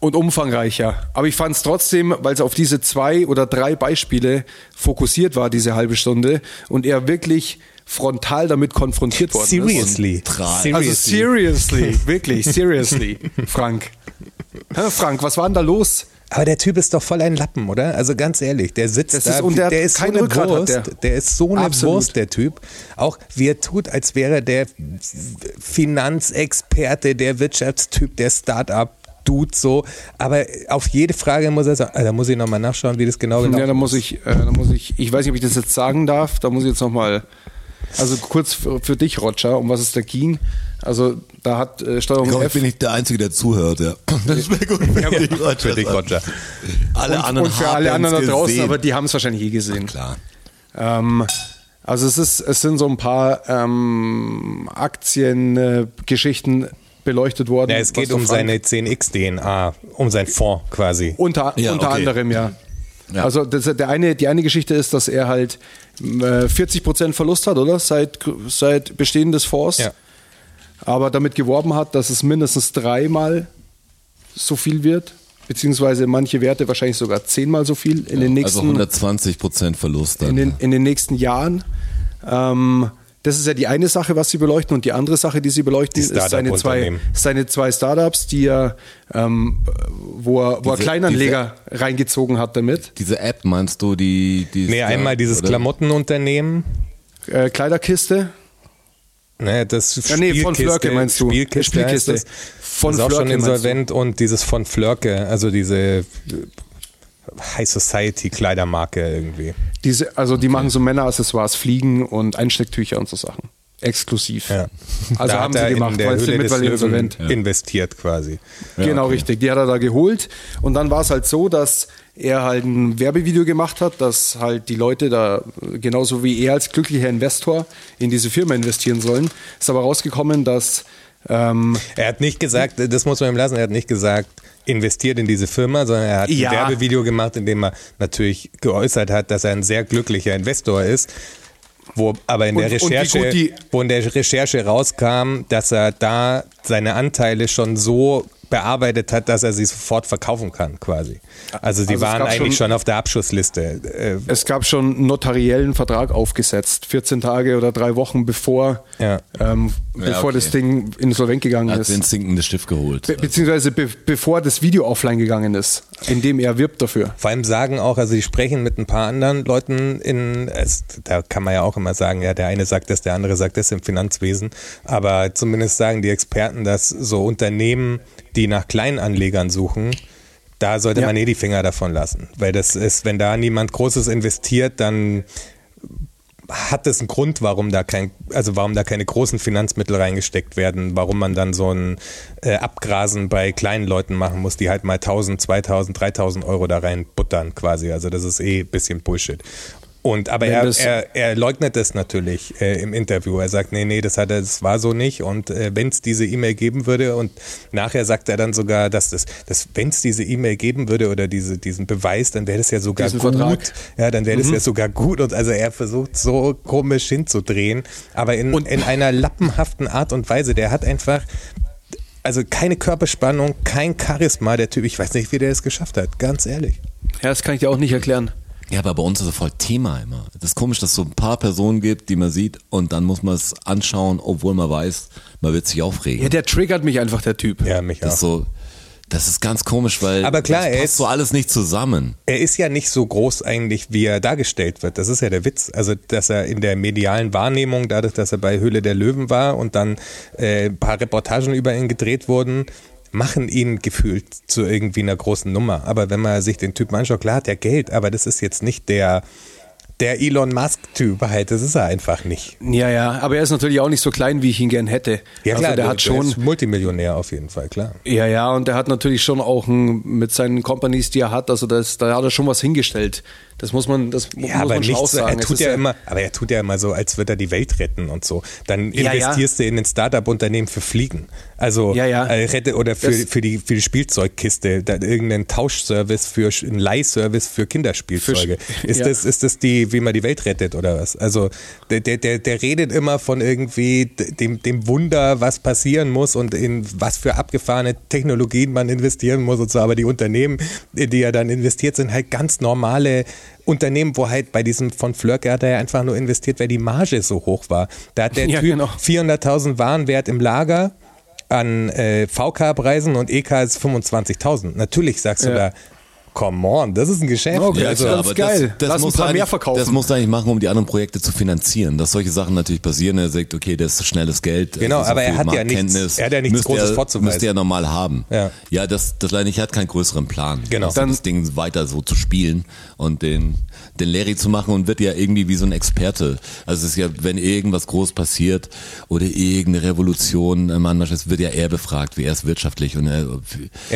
Speaker 2: Und umfangreicher. Aber ich fand es trotzdem, weil es auf diese zwei oder drei Beispiele fokussiert war, diese halbe Stunde, und er wirklich frontal damit konfrontiert worden ist.
Speaker 4: Seriously.
Speaker 3: Tra-
Speaker 2: Also seriously, wirklich, seriously, Frank. Hä, Frank, was war denn da los?
Speaker 4: Aber der Typ ist doch voll ein Lappen, oder? Also ganz ehrlich, der sitzt
Speaker 2: Das
Speaker 4: da,
Speaker 2: ist- und der hat
Speaker 4: der ist
Speaker 2: kein
Speaker 4: so eine
Speaker 2: Rückgrat hat
Speaker 4: Wurst,
Speaker 2: der.
Speaker 4: der. ist so eine
Speaker 2: Absolut.
Speaker 4: Wurst, der Typ. Auch wie er tut, als wäre der Finanzexperte, der Wirtschaftstyp, der Start-up. Dude so, aber auf jede Frage muss er sagen, ah, da muss ich nochmal nachschauen, wie das genau genau
Speaker 2: Ja, da muss ich, äh, da muss ich, ich weiß nicht, ob ich das jetzt sagen darf, da muss ich jetzt nochmal, also kurz für, für dich, Roger, um was es da ging. Also da hat äh, Steuerung
Speaker 3: Ich glaube, ich
Speaker 2: F.
Speaker 3: bin nicht der Einzige, der zuhört. Ja. Das wäre gut für,
Speaker 4: Ja,
Speaker 3: dich, Roger.
Speaker 4: für dich, Roger.
Speaker 3: Alle
Speaker 2: und,
Speaker 3: anderen
Speaker 2: und für
Speaker 3: haben
Speaker 2: alle anderen da
Speaker 3: es
Speaker 2: draußen,
Speaker 3: gesehen.
Speaker 2: aber die haben es wahrscheinlich eh gesehen.
Speaker 3: Klar.
Speaker 2: Ähm, also es ist, es sind so ein paar ähm, Aktiengeschichten äh, Geschichten beleuchtet worden.
Speaker 4: Ja, es
Speaker 2: was
Speaker 4: geht
Speaker 2: der
Speaker 4: um
Speaker 2: Frank-
Speaker 4: seine 10x-DNA, um seinen Fonds quasi.
Speaker 2: Unter,
Speaker 3: Ja,
Speaker 2: unter
Speaker 3: okay.
Speaker 2: anderem, ja.
Speaker 3: Ja.
Speaker 2: Also das, der eine, die eine Geschichte ist, dass er halt äh, 40 Prozent Verlust hat, oder? Seit, seit Bestehen des Fonds.
Speaker 4: Ja.
Speaker 2: Aber damit geworben hat, dass es mindestens dreimal so viel wird, beziehungsweise manche Werte wahrscheinlich sogar zehnmal so viel in den
Speaker 3: Also
Speaker 2: nächsten
Speaker 3: 120 Prozent Verlust. Dann.
Speaker 2: in den, in den nächsten Jahren. Ähm, das ist ja die eine Sache, was sie beleuchten. Und die andere Sache, die sie beleuchten,
Speaker 4: Die
Speaker 2: ist seine zwei,
Speaker 4: Startup-Unternehmen.
Speaker 2: seine zwei Startups, die er, ähm, wo er, wo er
Speaker 3: Diese-
Speaker 2: Kleinanleger reingezogen hat damit.
Speaker 3: Diese App meinst du, die... die
Speaker 4: Nee, einmal dieses
Speaker 3: oder?
Speaker 4: Klamottenunternehmen.
Speaker 2: Äh, Kleiderkiste.
Speaker 4: Ne, das
Speaker 2: Ja, nee, von
Speaker 4: Spielkiste-
Speaker 2: Flörke meinst du.
Speaker 4: Spielkiste,
Speaker 2: Spielkiste.
Speaker 4: Heißt das.
Speaker 2: Von
Speaker 4: ist auch schon
Speaker 2: Flörke meinst du.
Speaker 4: insolvent und dieses von Flörke, also diese äh, High Society Kleidermarke irgendwie.
Speaker 2: Diese, also die machen so Männeraccessoires, Fliegen und Einstecktücher und so Sachen. Exklusiv.
Speaker 4: Ja.
Speaker 2: Also
Speaker 4: Da
Speaker 2: haben
Speaker 4: hat
Speaker 2: sie
Speaker 4: er in
Speaker 2: gemacht,
Speaker 4: der
Speaker 2: weil sie
Speaker 4: Höhle des
Speaker 2: mittlerweile
Speaker 4: Löwen
Speaker 2: insolvent.
Speaker 4: investiert quasi.
Speaker 2: genau richtig. Die hat er da geholt. Und dann war es halt so, dass er halt ein Werbevideo gemacht hat, dass halt die Leute da äh, genauso wie er als glücklicher Investor in diese Firma investieren sollen. Ist aber rausgekommen, dass Ähm,
Speaker 4: Er hat nicht gesagt, das muss man ihm lassen, er hat nicht gesagt, investiert in diese Firma, sondern er hat
Speaker 2: Ja.
Speaker 4: ein Werbevideo gemacht, in dem er natürlich geäußert hat, dass er ein sehr glücklicher Investor ist. Wo aber in der
Speaker 2: Und- und wie
Speaker 4: Recherche,
Speaker 2: gut die-
Speaker 4: wo in der Recherche rauskam, dass er da seine Anteile schon so bearbeitet hat, dass er sie sofort verkaufen kann, quasi. Also sie
Speaker 2: Also es
Speaker 4: waren
Speaker 2: gab
Speaker 4: eigentlich
Speaker 2: schon-
Speaker 4: schon auf der Abschussliste. Äh,
Speaker 2: es gab schon einen notariellen Vertrag aufgesetzt, 14 Tage oder drei Wochen bevor,
Speaker 4: Ja.
Speaker 2: ähm, bevor
Speaker 3: okay.
Speaker 2: das Ding insolvent gegangen
Speaker 3: Hat
Speaker 2: ist.
Speaker 3: den sinkenden Stift geholt.
Speaker 2: Be beziehungsweise be bevor das Video offline gegangen ist, indem er wirbt dafür.
Speaker 4: Vor allem sagen auch, also sie sprechen mit ein paar anderen Leuten in, es, da kann man ja auch immer sagen, ja, der eine sagt das, der andere sagt das im Finanzwesen, aber zumindest sagen die Experten, dass so Unternehmen, die nach Kleinanlegern suchen, da sollte
Speaker 2: Ja.
Speaker 4: man eh die Finger davon lassen, weil das ist, wenn da niemand Großes investiert, dann hat es einen Grund, warum da kein, also warum da keine großen Finanzmittel reingesteckt werden, warum man dann so ein äh, Abgrasen bei kleinen Leuten machen muss, die halt mal 1000, 2000, 3000 Euro da rein buttern quasi. Also das ist eh ein bisschen Bullshit. Und aber
Speaker 2: Wenn
Speaker 4: er,
Speaker 2: das-
Speaker 4: er, er leugnet das natürlich äh, im Interview. Er sagt, nee, nee, das hat er, das war so nicht. Und äh, wenn es diese E-Mail geben würde, und nachher sagt er dann sogar, dass das, dass wenn es diese E-Mail geben würde oder diese, diesen Beweis, dann wäre das ja sogar
Speaker 2: Diesen
Speaker 4: gut.
Speaker 2: Vertrag.
Speaker 4: Ja, dann wäre das ja sogar gut. Und also er versucht so komisch hinzudrehen, aber in, in einer lappenhaften Art und Weise. Der hat einfach, also keine Körperspannung, kein Charisma, der Typ. Ich weiß nicht, wie der es geschafft hat, ganz ehrlich.
Speaker 2: Ja, das kann ich dir auch nicht erklären.
Speaker 3: Ja, aber bei uns ist es voll Thema immer. Das ist komisch, dass es so ein paar Personen gibt, die man sieht und dann muss man es anschauen, obwohl man weiß, man wird sich aufregen.
Speaker 2: Ja, der triggert mich einfach, der Typ.
Speaker 4: Ja, mich
Speaker 3: das, ist so, das ist ganz komisch, weil
Speaker 4: Aber klar,
Speaker 3: das
Speaker 4: er
Speaker 3: passt
Speaker 4: ist-
Speaker 3: so alles nicht zusammen.
Speaker 4: Er ist ja nicht so groß eigentlich, wie er dargestellt wird. Das ist ja der Witz. Also, dass er in der medialen Wahrnehmung, dadurch, dass er bei Höhle der Löwen war und dann äh, ein paar Reportagen über ihn gedreht wurden, machen ihn gefühlt zu irgendwie einer großen Nummer. Aber wenn man sich den Typen anschaut, klar hat er Geld, aber das ist jetzt nicht der, der Elon Musk-Typ halt. Das ist er einfach nicht.
Speaker 2: Ja, ja, aber er ist natürlich auch nicht so klein, wie ich ihn gern hätte.
Speaker 4: Ja, klar,
Speaker 2: also der
Speaker 4: du-
Speaker 2: hat
Speaker 4: du
Speaker 2: schon,
Speaker 4: Ist Multimillionär auf jeden Fall, klar.
Speaker 2: ja, ja, und der hat natürlich schon auch ein, mit seinen Companies, die er hat, also das, da hat er schon was hingestellt. Das muss man, das mu-
Speaker 4: Ja,
Speaker 2: muss
Speaker 4: aber
Speaker 2: man schon
Speaker 4: nicht
Speaker 2: auch
Speaker 4: so, er
Speaker 2: sagen. Es
Speaker 4: tut
Speaker 2: ist
Speaker 4: ja immer, aber er tut ja immer so, als würde er die Welt retten und so. Dann
Speaker 2: Ja, ja.
Speaker 4: investierst du in ein Startup-Unternehmen für Fliegen. Also
Speaker 2: Ja, ja.
Speaker 4: Äh, rette oder für,
Speaker 2: Das-
Speaker 4: für, die, für die Spielzeugkiste, da, irgendeinen Tauschservice für Sch- einen Leihservice für Kinderspielzeuge.
Speaker 2: Für Sch-
Speaker 4: ist,
Speaker 2: ja.
Speaker 4: das, ist das die, wie man die Welt rettet oder was? Also der, der, der, der redet immer von irgendwie d- dem, dem Wunder, was passieren muss und in was für abgefahrene Technologien man investieren muss und so, aber die Unternehmen, in die er dann investiert, sind halt ganz normale Unternehmen, wo halt bei diesem von Flörke hat er ja einfach nur investiert, weil die Marge so hoch war. Da hat der
Speaker 2: Ja,
Speaker 4: Typ
Speaker 2: genau.
Speaker 4: 400.000 Warenwert im Lager an äh, VK-Preisen und EK ist 25.000. Natürlich sagst du
Speaker 2: Ja.
Speaker 4: da, come on, das ist ein Geschäft.
Speaker 2: Okay,
Speaker 4: also,
Speaker 2: das ist
Speaker 3: aber
Speaker 2: geil.
Speaker 3: Das,
Speaker 2: Lass ein
Speaker 3: das, muss
Speaker 2: paar
Speaker 3: er
Speaker 2: mehr
Speaker 3: eigentlich-
Speaker 2: verkaufen.
Speaker 3: das muss er eigentlich machen, um die anderen Projekte zu finanzieren. Dass solche Sachen natürlich passieren. Er sagt, okay, das ist schnelles Geld.
Speaker 4: Genau,
Speaker 3: also so
Speaker 4: aber er
Speaker 3: viel
Speaker 4: hat ja nichts-
Speaker 3: Marktkenntnis,
Speaker 4: er hat ja nichts
Speaker 3: müsste
Speaker 4: Großes
Speaker 3: er,
Speaker 4: vorzuweisen.
Speaker 3: Müsste er normal haben.
Speaker 4: Ja.
Speaker 3: ja das, das leider nicht. Er hat keinen größeren Plan.
Speaker 4: Genau.
Speaker 3: Also das Ding weiter so zu spielen und den, den Larry zu machen und wird ja irgendwie wie so ein Experte. Also es ist ja, wenn irgendwas groß passiert oder irgendeine Revolution, äh, man, manchmal wird ja er befragt, wie er es wirtschaftlich und äh, er,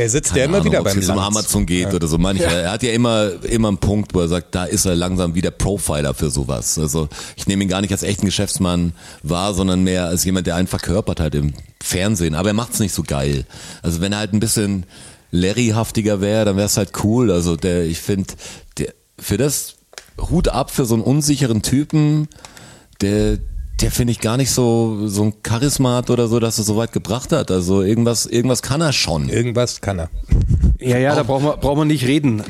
Speaker 4: Er sitzt
Speaker 3: keine
Speaker 4: ja immer
Speaker 3: Ahnung,
Speaker 4: wieder
Speaker 3: ob's
Speaker 4: beim
Speaker 3: jetzt um
Speaker 4: Lanz.
Speaker 3: Amazon geht oder so. Manchmal. Er hat ja immer, immer einen Punkt, wo er sagt, da ist er langsam wieder Profiler für sowas. Also ich nehme ihn gar nicht als echten Geschäftsmann wahr, sondern mehr als jemand, der einen verkörpert halt im Fernsehen. Aber er macht's nicht so geil. Also wenn er halt ein bisschen Larry-haftiger wäre, dann wäre es halt cool. Also der, ich finde, der für das Hut ab für so einen unsicheren Typen, der der finde ich gar nicht so so ein Charisma hat oder so, dass er so weit gebracht hat. Also irgendwas irgendwas kann er schon.
Speaker 4: Irgendwas kann er.
Speaker 2: Ja, ja, da brauchen wir, brauchen wir nicht reden.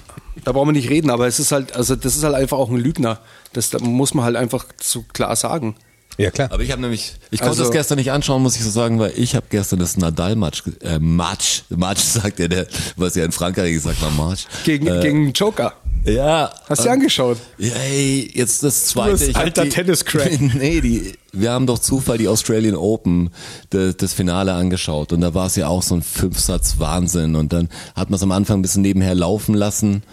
Speaker 2: Da brauchen wir nicht reden, aber es ist halt, also das ist halt einfach auch ein Lügner. Das da muss man halt einfach so klar sagen.
Speaker 4: Ja, klar.
Speaker 3: Aber ich habe nämlich, ich konnte
Speaker 2: Also-
Speaker 3: das gestern nicht anschauen, muss ich so sagen, weil ich habe gestern das Nadal-Match, ge- äh, Match, Match sagt ja der, was ja in Frankreich gesagt war, Match.
Speaker 2: Gegen,
Speaker 3: äh,
Speaker 2: gegen einen Joker.
Speaker 3: ja.
Speaker 2: Hast du dir
Speaker 3: äh,
Speaker 2: angeschaut?
Speaker 3: Yay, jetzt das zweite.
Speaker 2: bist
Speaker 3: Ich hab
Speaker 2: alter
Speaker 3: die-
Speaker 2: Tennis-Crack.
Speaker 3: nee, die, wir haben doch Zufall die Australian Open, das, das Finale angeschaut. Und da war es ja auch so ein Fünfsatz-Wahnsinn. Und dann hat man es am Anfang ein bisschen nebenher laufen lassen.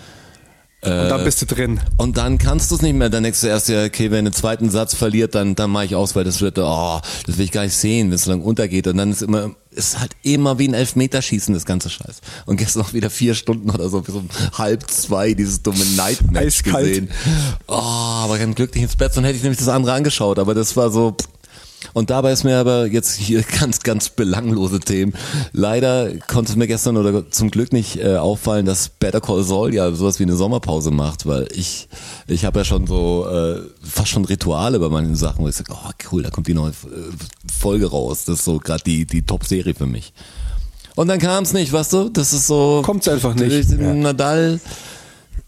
Speaker 2: Und
Speaker 3: äh,
Speaker 2: da bist du drin.
Speaker 3: Und dann kannst du es nicht mehr. Dann denkst du erst, ja, okay, wenn du den zweiten Satz verliert, dann, dann mache ich aus, weil das wird, oh, das will ich gar nicht sehen, wenn es so lang untergeht. Und dann ist immer, ist halt immer wie ein Elfmeterschießen, das ganze Scheiß. Und gestern noch wieder vier Stunden oder so, bis um halb zwei dieses dumme Nightmatch
Speaker 2: Eiskalt.
Speaker 3: Ah, gesehen. Oh, aber kein Glück nicht ins Bett, sonst hätte ich nämlich das andere angeschaut. Aber das war so, pff. Und dabei ist mir aber jetzt hier ganz, ganz belanglose Themen. Leider konnte es mir gestern oder zum Glück nicht äh, auffallen, dass Better Call Saul ja sowas wie eine Sommerpause macht, weil ich, ich habe ja schon so äh, fast schon Rituale bei manchen Sachen, wo ich sage, oh cool, da kommt die neue äh, Folge raus. Das ist so gerade die, die Top-Serie für mich. Und dann kam es nicht, weißt du? Das ist so.
Speaker 2: Kommt's einfach nicht.
Speaker 3: Durch- Nadal,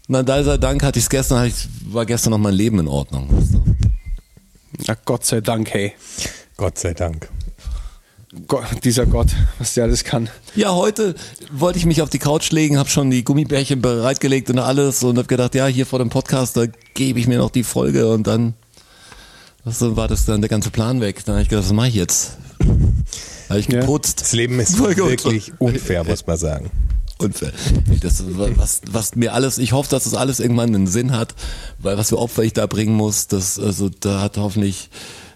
Speaker 3: Nadal sei Dank hatte ich es gestern, hatte ich, war gestern noch mein Leben in Ordnung. weißt du?
Speaker 2: Na Gott sei Dank, hey.
Speaker 4: Gott sei Dank.
Speaker 2: Gott, dieser Gott, was der alles kann.
Speaker 3: Ja, heute wollte ich mich auf die Couch legen, habe schon die Gummibärchen bereitgelegt und alles und habe gedacht, ja, hier vor dem Podcast, da gebe ich mir noch die Folge und dann was so, war das dann der ganze Plan weg. Dann habe ich gedacht, was mache ich jetzt? Habe ich
Speaker 2: Ja.
Speaker 3: geputzt.
Speaker 4: Das Leben ist
Speaker 3: Voll gut.
Speaker 4: wirklich unfair, muss man sagen.
Speaker 3: Unfair. äh, Das, was, was mir alles, ich hoffe, dass das alles irgendwann einen Sinn hat, weil was für Opfer ich da bringen muss, das, also da hat hoffentlich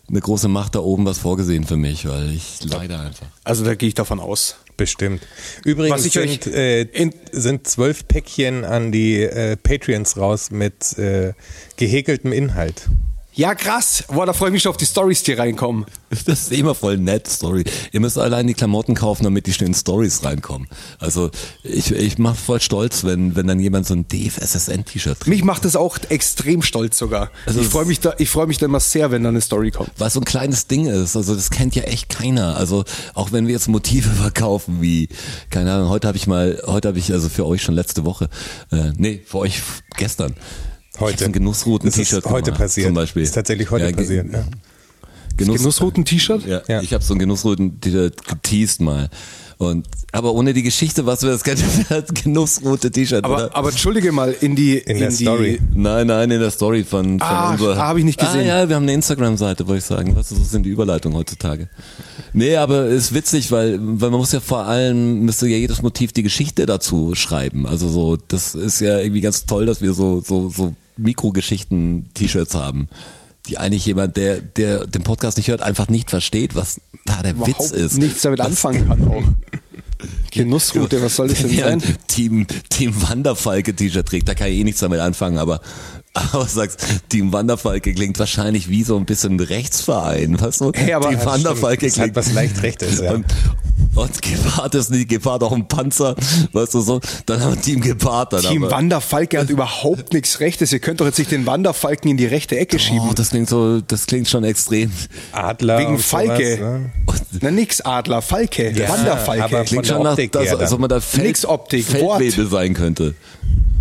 Speaker 3: eine große Macht da oben was vorgesehen für mich, weil ich leider einfach.
Speaker 2: Also da gehe ich davon aus.
Speaker 4: Bestimmt. Übrigens
Speaker 2: Was ich euch
Speaker 4: sind, äh,
Speaker 2: in-
Speaker 4: sind zwölf Päckchen an die äh, Patreons raus mit äh, gehäkeltem Inhalt.
Speaker 2: Ja, krass. Boah, da freue ich mich schon auf die Stories, die reinkommen.
Speaker 3: Das ist immer voll nett, Story. Ihr müsst allein die Klamotten kaufen, damit die schönen Stories reinkommen. Also ich, ich mach voll stolz, wenn, wenn dann jemand so ein DFSSN-T-Shirt trägt.
Speaker 2: Mich macht das auch extrem stolz sogar.
Speaker 3: Also
Speaker 2: ich
Speaker 3: es-
Speaker 2: freue mich, da, ich freu mich dann mal sehr, wenn da eine Story kommt.
Speaker 3: Was so ein kleines Ding ist, also das kennt ja echt keiner. Also auch wenn wir jetzt Motive verkaufen, wie, keine Ahnung, heute habe ich mal, heute habe ich also für euch schon letzte Woche, äh, nee, für euch f- gestern.
Speaker 4: Heute.
Speaker 3: Ein Genussrouten-T-Shirt
Speaker 4: Das ist heute
Speaker 3: gemacht,
Speaker 4: passiert.
Speaker 3: Zum Beispiel.
Speaker 4: Ist tatsächlich heute
Speaker 3: Ja, ge-
Speaker 4: passiert. ne? Ja.
Speaker 3: Genuss,
Speaker 2: Genussrouten-T-Shirt?
Speaker 3: Ja,
Speaker 4: Ja.
Speaker 3: ich habe so einen Genussrouten geteased mal. Und, aber ohne die Geschichte, was wir das ganze Genussroute-T-Shirt,
Speaker 2: Aber,
Speaker 3: oder?
Speaker 2: aber entschuldige mal, in die...
Speaker 4: In der
Speaker 2: die,
Speaker 4: Story.
Speaker 3: Nein, nein, in der Story von, von
Speaker 2: Ah,
Speaker 3: unserer.
Speaker 2: ah, hab ich nicht gesehen.
Speaker 3: Ah, ja, wir haben eine Instagram-Seite, würde ich sagen. Was so sind die Überleitungen heutzutage? Nee, aber ist witzig, weil, weil man muss ja vor allem, müsste ja jedes Motiv die Geschichte dazu schreiben. Also so, das ist ja irgendwie ganz toll, dass wir so, so, so Mikrogeschichten-T-Shirts haben. Die eigentlich jemand, der, der den Podcast nicht hört, einfach nicht versteht, was da der
Speaker 2: überhaupt
Speaker 3: Witz ist.
Speaker 2: nichts damit
Speaker 3: Was-
Speaker 2: anfangen kann auch. Genussroute, was soll das denn
Speaker 3: Wenn ihr ein
Speaker 2: sein?
Speaker 3: Team, Team Wanderfalke-T-Shirt trägt, da kann ich eh nichts damit anfangen, aber, aber sagst, Team Wanderfalke klingt wahrscheinlich wie so ein bisschen Rechtsverein, weißt du?
Speaker 2: Hey, aber-
Speaker 3: Team
Speaker 2: Ja,
Speaker 3: Wanderfalke
Speaker 4: Das hat
Speaker 3: klingt.
Speaker 4: was leicht Rechtes. Ja.
Speaker 3: und, und Gepard ist nicht Gepard, auch ein Panzer, weißt du so? Dann haben wir Team Gepard. Dann
Speaker 2: Team
Speaker 3: aber,
Speaker 2: Wanderfalke hat überhaupt nichts Rechtes. Ihr könnt doch jetzt nicht den Wanderfalken in die rechte Ecke
Speaker 3: Oh,
Speaker 2: schieben.
Speaker 3: das klingt so, das klingt schon extrem.
Speaker 4: Adler
Speaker 2: Wegen
Speaker 4: und
Speaker 2: Falke.
Speaker 4: Sowas, ne?
Speaker 2: Na nix, Adler, Falke,
Speaker 4: Ja,
Speaker 2: Wanderfalke.
Speaker 4: aber- Von
Speaker 3: Klingt
Speaker 4: der
Speaker 3: schon nach,
Speaker 4: Optik
Speaker 3: dass,
Speaker 4: her dann.
Speaker 3: als ob man da Feld,
Speaker 2: Nix Optik,
Speaker 3: Feldwebel sein könnte.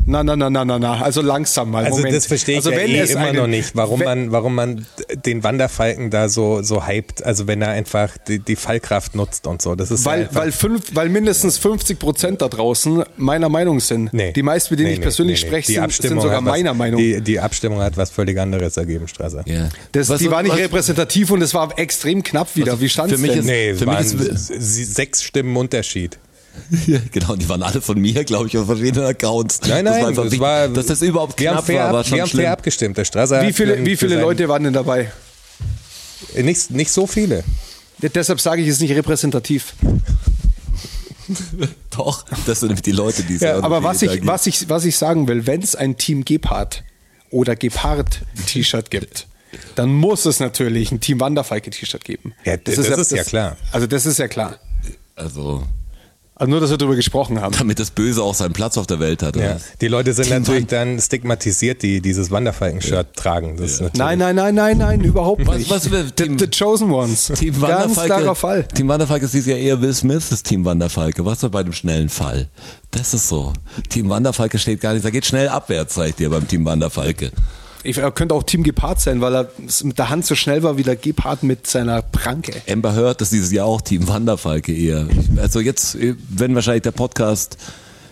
Speaker 2: Na, na, na, na, na, na. Also langsam mal.
Speaker 4: Also
Speaker 2: Moment.
Speaker 4: das verstehe ich
Speaker 2: also
Speaker 4: ja eh
Speaker 2: es
Speaker 4: immer
Speaker 2: einen-
Speaker 4: noch nicht, warum
Speaker 2: wenn-
Speaker 4: man, warum man den Wanderfalken da so, so hypt. Also wenn er einfach die, die Fallkraft nutzt und so. Das ist ja
Speaker 2: Weil,
Speaker 4: einfach,
Speaker 2: weil, fünf, weil mindestens 50 Prozent da draußen meiner Meinung sind.
Speaker 4: Nee.
Speaker 2: Die meisten, mit denen
Speaker 4: Nee,
Speaker 2: ich
Speaker 4: nee,
Speaker 2: persönlich
Speaker 4: nee, nee.
Speaker 2: spreche,
Speaker 4: Die
Speaker 2: sind, sind
Speaker 4: Abstimmung
Speaker 2: sogar
Speaker 4: hat was,
Speaker 2: meiner Meinung.
Speaker 4: Die, die Abstimmung hat was völlig anderes ergeben, Strasser.
Speaker 3: Ja.
Speaker 2: das,
Speaker 3: Was-
Speaker 2: die war nicht
Speaker 3: was-
Speaker 2: repräsentativ und es war extrem knapp wieder.
Speaker 3: Was-
Speaker 2: Wie stand's
Speaker 3: für mich
Speaker 2: denn?
Speaker 3: ist-
Speaker 4: Nee,
Speaker 3: Für
Speaker 4: für
Speaker 3: mich
Speaker 4: waren s-
Speaker 3: ist-
Speaker 4: s- sechs Stimmen Unterschied.
Speaker 3: Ja, genau, die waren alle von mir, glaube ich, auf verschiedenen Accounts.
Speaker 4: Nein,
Speaker 3: das
Speaker 4: nein,
Speaker 3: war einfach
Speaker 4: das
Speaker 3: wichtig.
Speaker 4: war,
Speaker 3: dass das überhaupt
Speaker 4: wir haben
Speaker 3: knapp
Speaker 4: fair,
Speaker 3: war,
Speaker 4: ab-
Speaker 3: war schon
Speaker 4: Wir haben
Speaker 3: schlimm.
Speaker 4: fair abgestimmt. Der Strasser
Speaker 2: wie
Speaker 4: hat für-
Speaker 2: viele, wie
Speaker 4: für
Speaker 2: viele
Speaker 4: seinen-
Speaker 2: Leute waren denn dabei?
Speaker 4: Nicht, nicht so viele.
Speaker 2: Ja, Deshalb sage ich, es ist nicht repräsentativ.
Speaker 3: Doch, das sind nämlich die Leute, die es
Speaker 4: Ja,
Speaker 3: hören,
Speaker 2: Aber
Speaker 3: die
Speaker 2: was
Speaker 3: da
Speaker 2: ich,
Speaker 3: gehen.
Speaker 2: was, ich, was ich sagen will, wenn es ein Team Gebhardt oder Gebhardt-T-Shirt gibt, dann muss es natürlich ein Team Wanderfalke-T-Shirt geben.
Speaker 4: Ja, das ist ja klar.
Speaker 2: Also das ist ja klar.
Speaker 3: Also,
Speaker 2: Also nur, dass wir darüber gesprochen haben.
Speaker 3: damit das Böse auch seinen Platz auf der Welt hat. oder
Speaker 4: Ja.
Speaker 3: was?
Speaker 4: Die Leute sind
Speaker 3: Die
Speaker 4: natürlich
Speaker 3: waren-
Speaker 4: dann stigmatisiert, die dieses Wanderfalken-Shirt tragen. Das ist natürlich-
Speaker 2: Nein, nein, nein, nein, nein, überhaupt
Speaker 3: Was-
Speaker 2: nicht.
Speaker 3: was will Team-
Speaker 2: the, the Chosen Ones.
Speaker 3: Team
Speaker 2: Ganz
Speaker 3: Wanderfalke,
Speaker 2: klarer Fall.
Speaker 3: Team Wanderfalke ist dieses Jahr eher Will Smith, das Team Wanderfalke. Was da bei dem schnellen Fall? Das ist so. Team Wanderfalke steht gar nicht, da geht schnell abwärts, sag ich dir, beim Team Wanderfalke.
Speaker 2: Ich, er könnte auch Team Gepard sein, weil er s- mit der Hand so schnell war wie der Gepard mit seiner Pranke.
Speaker 3: Amber Heard ist dieses Jahr auch Team Wanderfalke eher. Also jetzt, wenn wahrscheinlich der Podcast,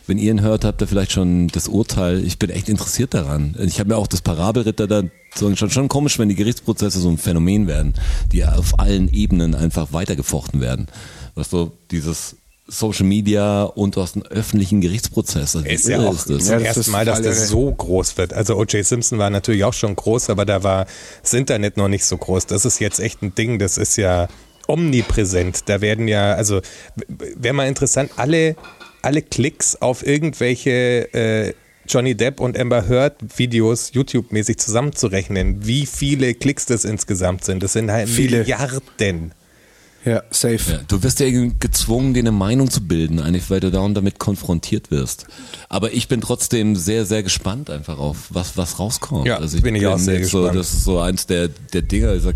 Speaker 3: wenn ihr ihn hört, habt ihr vielleicht schon das Urteil. Ich bin echt interessiert daran. Ich habe mir auch das Parabelritter da so- schon, schon komisch, wenn die Gerichtsprozesse so ein Phänomen werden, die ja auf allen Ebenen einfach weitergefochten werden. Was so dieses Social Media und aus dem öffentlichen Gerichtsprozess. Also wie
Speaker 4: Ist ja
Speaker 3: irre
Speaker 4: auch
Speaker 3: ist
Speaker 4: zum
Speaker 3: das?
Speaker 2: Ja, das ist
Speaker 4: ersten Mal, dass
Speaker 2: total irre.
Speaker 4: das so groß wird. Also O.J. Simpson war natürlich auch schon groß, aber da war das Internet noch nicht so groß. Das ist jetzt echt ein Ding, das ist ja omnipräsent. Da werden ja, also w- wäre mal interessant, alle, alle Klicks auf irgendwelche äh, Johnny Depp und Amber Heard Videos YouTube-mäßig zusammenzurechnen, wie viele Klicks das insgesamt sind. Das sind halt
Speaker 2: Viele.
Speaker 4: Milliarden.
Speaker 2: Ja, safe.
Speaker 3: Ja, du wirst ja gezwungen, dir eine Meinung zu bilden, eigentlich, weil du da und damit konfrontiert wirst. Aber ich bin trotzdem sehr, sehr gespannt einfach auf, was, was rauskommt. Also
Speaker 4: Ja, bin ich auch sehr
Speaker 3: jetzt So,
Speaker 4: gespannt.
Speaker 3: das ist so eins der, der Dinger, ich sag,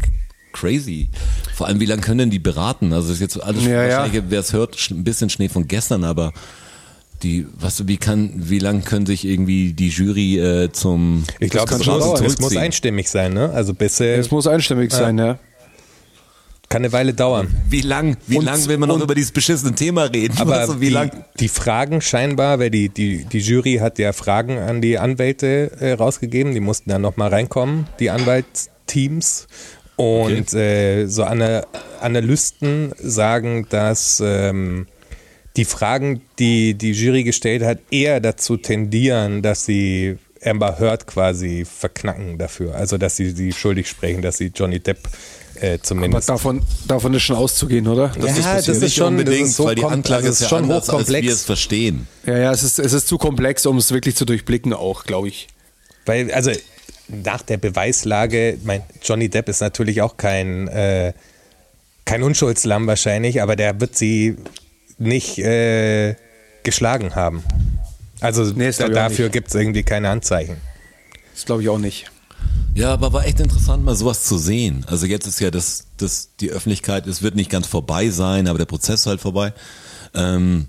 Speaker 3: crazy. Vor allem, wie lange können denn die beraten? Also ist jetzt alles,
Speaker 2: Ja, ja.
Speaker 3: wahrscheinlich, wer es hört, sch- ein bisschen Schnee von gestern, aber die, was, wie kann, wie lang können sich irgendwie die Jury äh, zum,
Speaker 4: Ich glaube,
Speaker 2: kann
Speaker 4: es,
Speaker 2: schon
Speaker 4: muss-
Speaker 2: dauern.
Speaker 4: es muss
Speaker 3: Zurückziehen.
Speaker 4: einstimmig sein, ne? Also bisher
Speaker 2: Es muss einstimmig sein, ja.
Speaker 4: kann eine Weile dauern.
Speaker 3: wie lang, wie
Speaker 2: Und-
Speaker 3: lang will man noch
Speaker 2: und-
Speaker 3: über dieses beschissene Thema reden?
Speaker 4: Aber
Speaker 3: Weißt du, wie
Speaker 4: die,
Speaker 3: lang?
Speaker 4: die Fragen scheinbar, weil die, die, die Jury hat ja Fragen an die Anwälte äh, rausgegeben, die mussten dann nochmal reinkommen, die Anwaltsteams. Und äh, so Ana Analysten sagen, dass ähm, die Fragen, die die Jury gestellt hat, eher dazu tendieren, dass sie Amber Heard quasi verknacken dafür. Also, dass sie sie schuldig sprechen, dass sie Johnny Depp äh,
Speaker 2: Aber
Speaker 4: zumindest
Speaker 2: davon, davon ist schon auszugehen, oder? Dass
Speaker 4: Ja,
Speaker 2: passiert.
Speaker 4: das ist schon-
Speaker 3: unbedingt,
Speaker 4: das ist so
Speaker 3: weil die
Speaker 4: kom-
Speaker 3: Anklage
Speaker 4: also
Speaker 3: ist,
Speaker 4: ist
Speaker 3: ja
Speaker 4: schon
Speaker 3: anders, als
Speaker 4: hochkomplex.
Speaker 3: wir es verstehen.
Speaker 2: ja, ja, es ist, es ist zu komplex, um es wirklich zu durchblicken auch, glaube ich.
Speaker 4: Weil, also nach der Beweislage, mein Johnny Depp ist natürlich auch kein, äh, kein Unschuldslamm wahrscheinlich, aber der wird sie nicht äh, geschlagen haben. Also
Speaker 2: Nee, das
Speaker 4: da,
Speaker 2: glaub ich auch
Speaker 4: dafür
Speaker 2: nicht.
Speaker 4: gibt es irgendwie keine Anzeichen.
Speaker 2: Das glaube ich auch nicht.
Speaker 3: Ja, aber war echt interessant, mal sowas zu sehen. Also jetzt ist ja das, das die Öffentlichkeit, es wird nicht ganz vorbei sein, aber der Prozess ist halt vorbei. Ähm,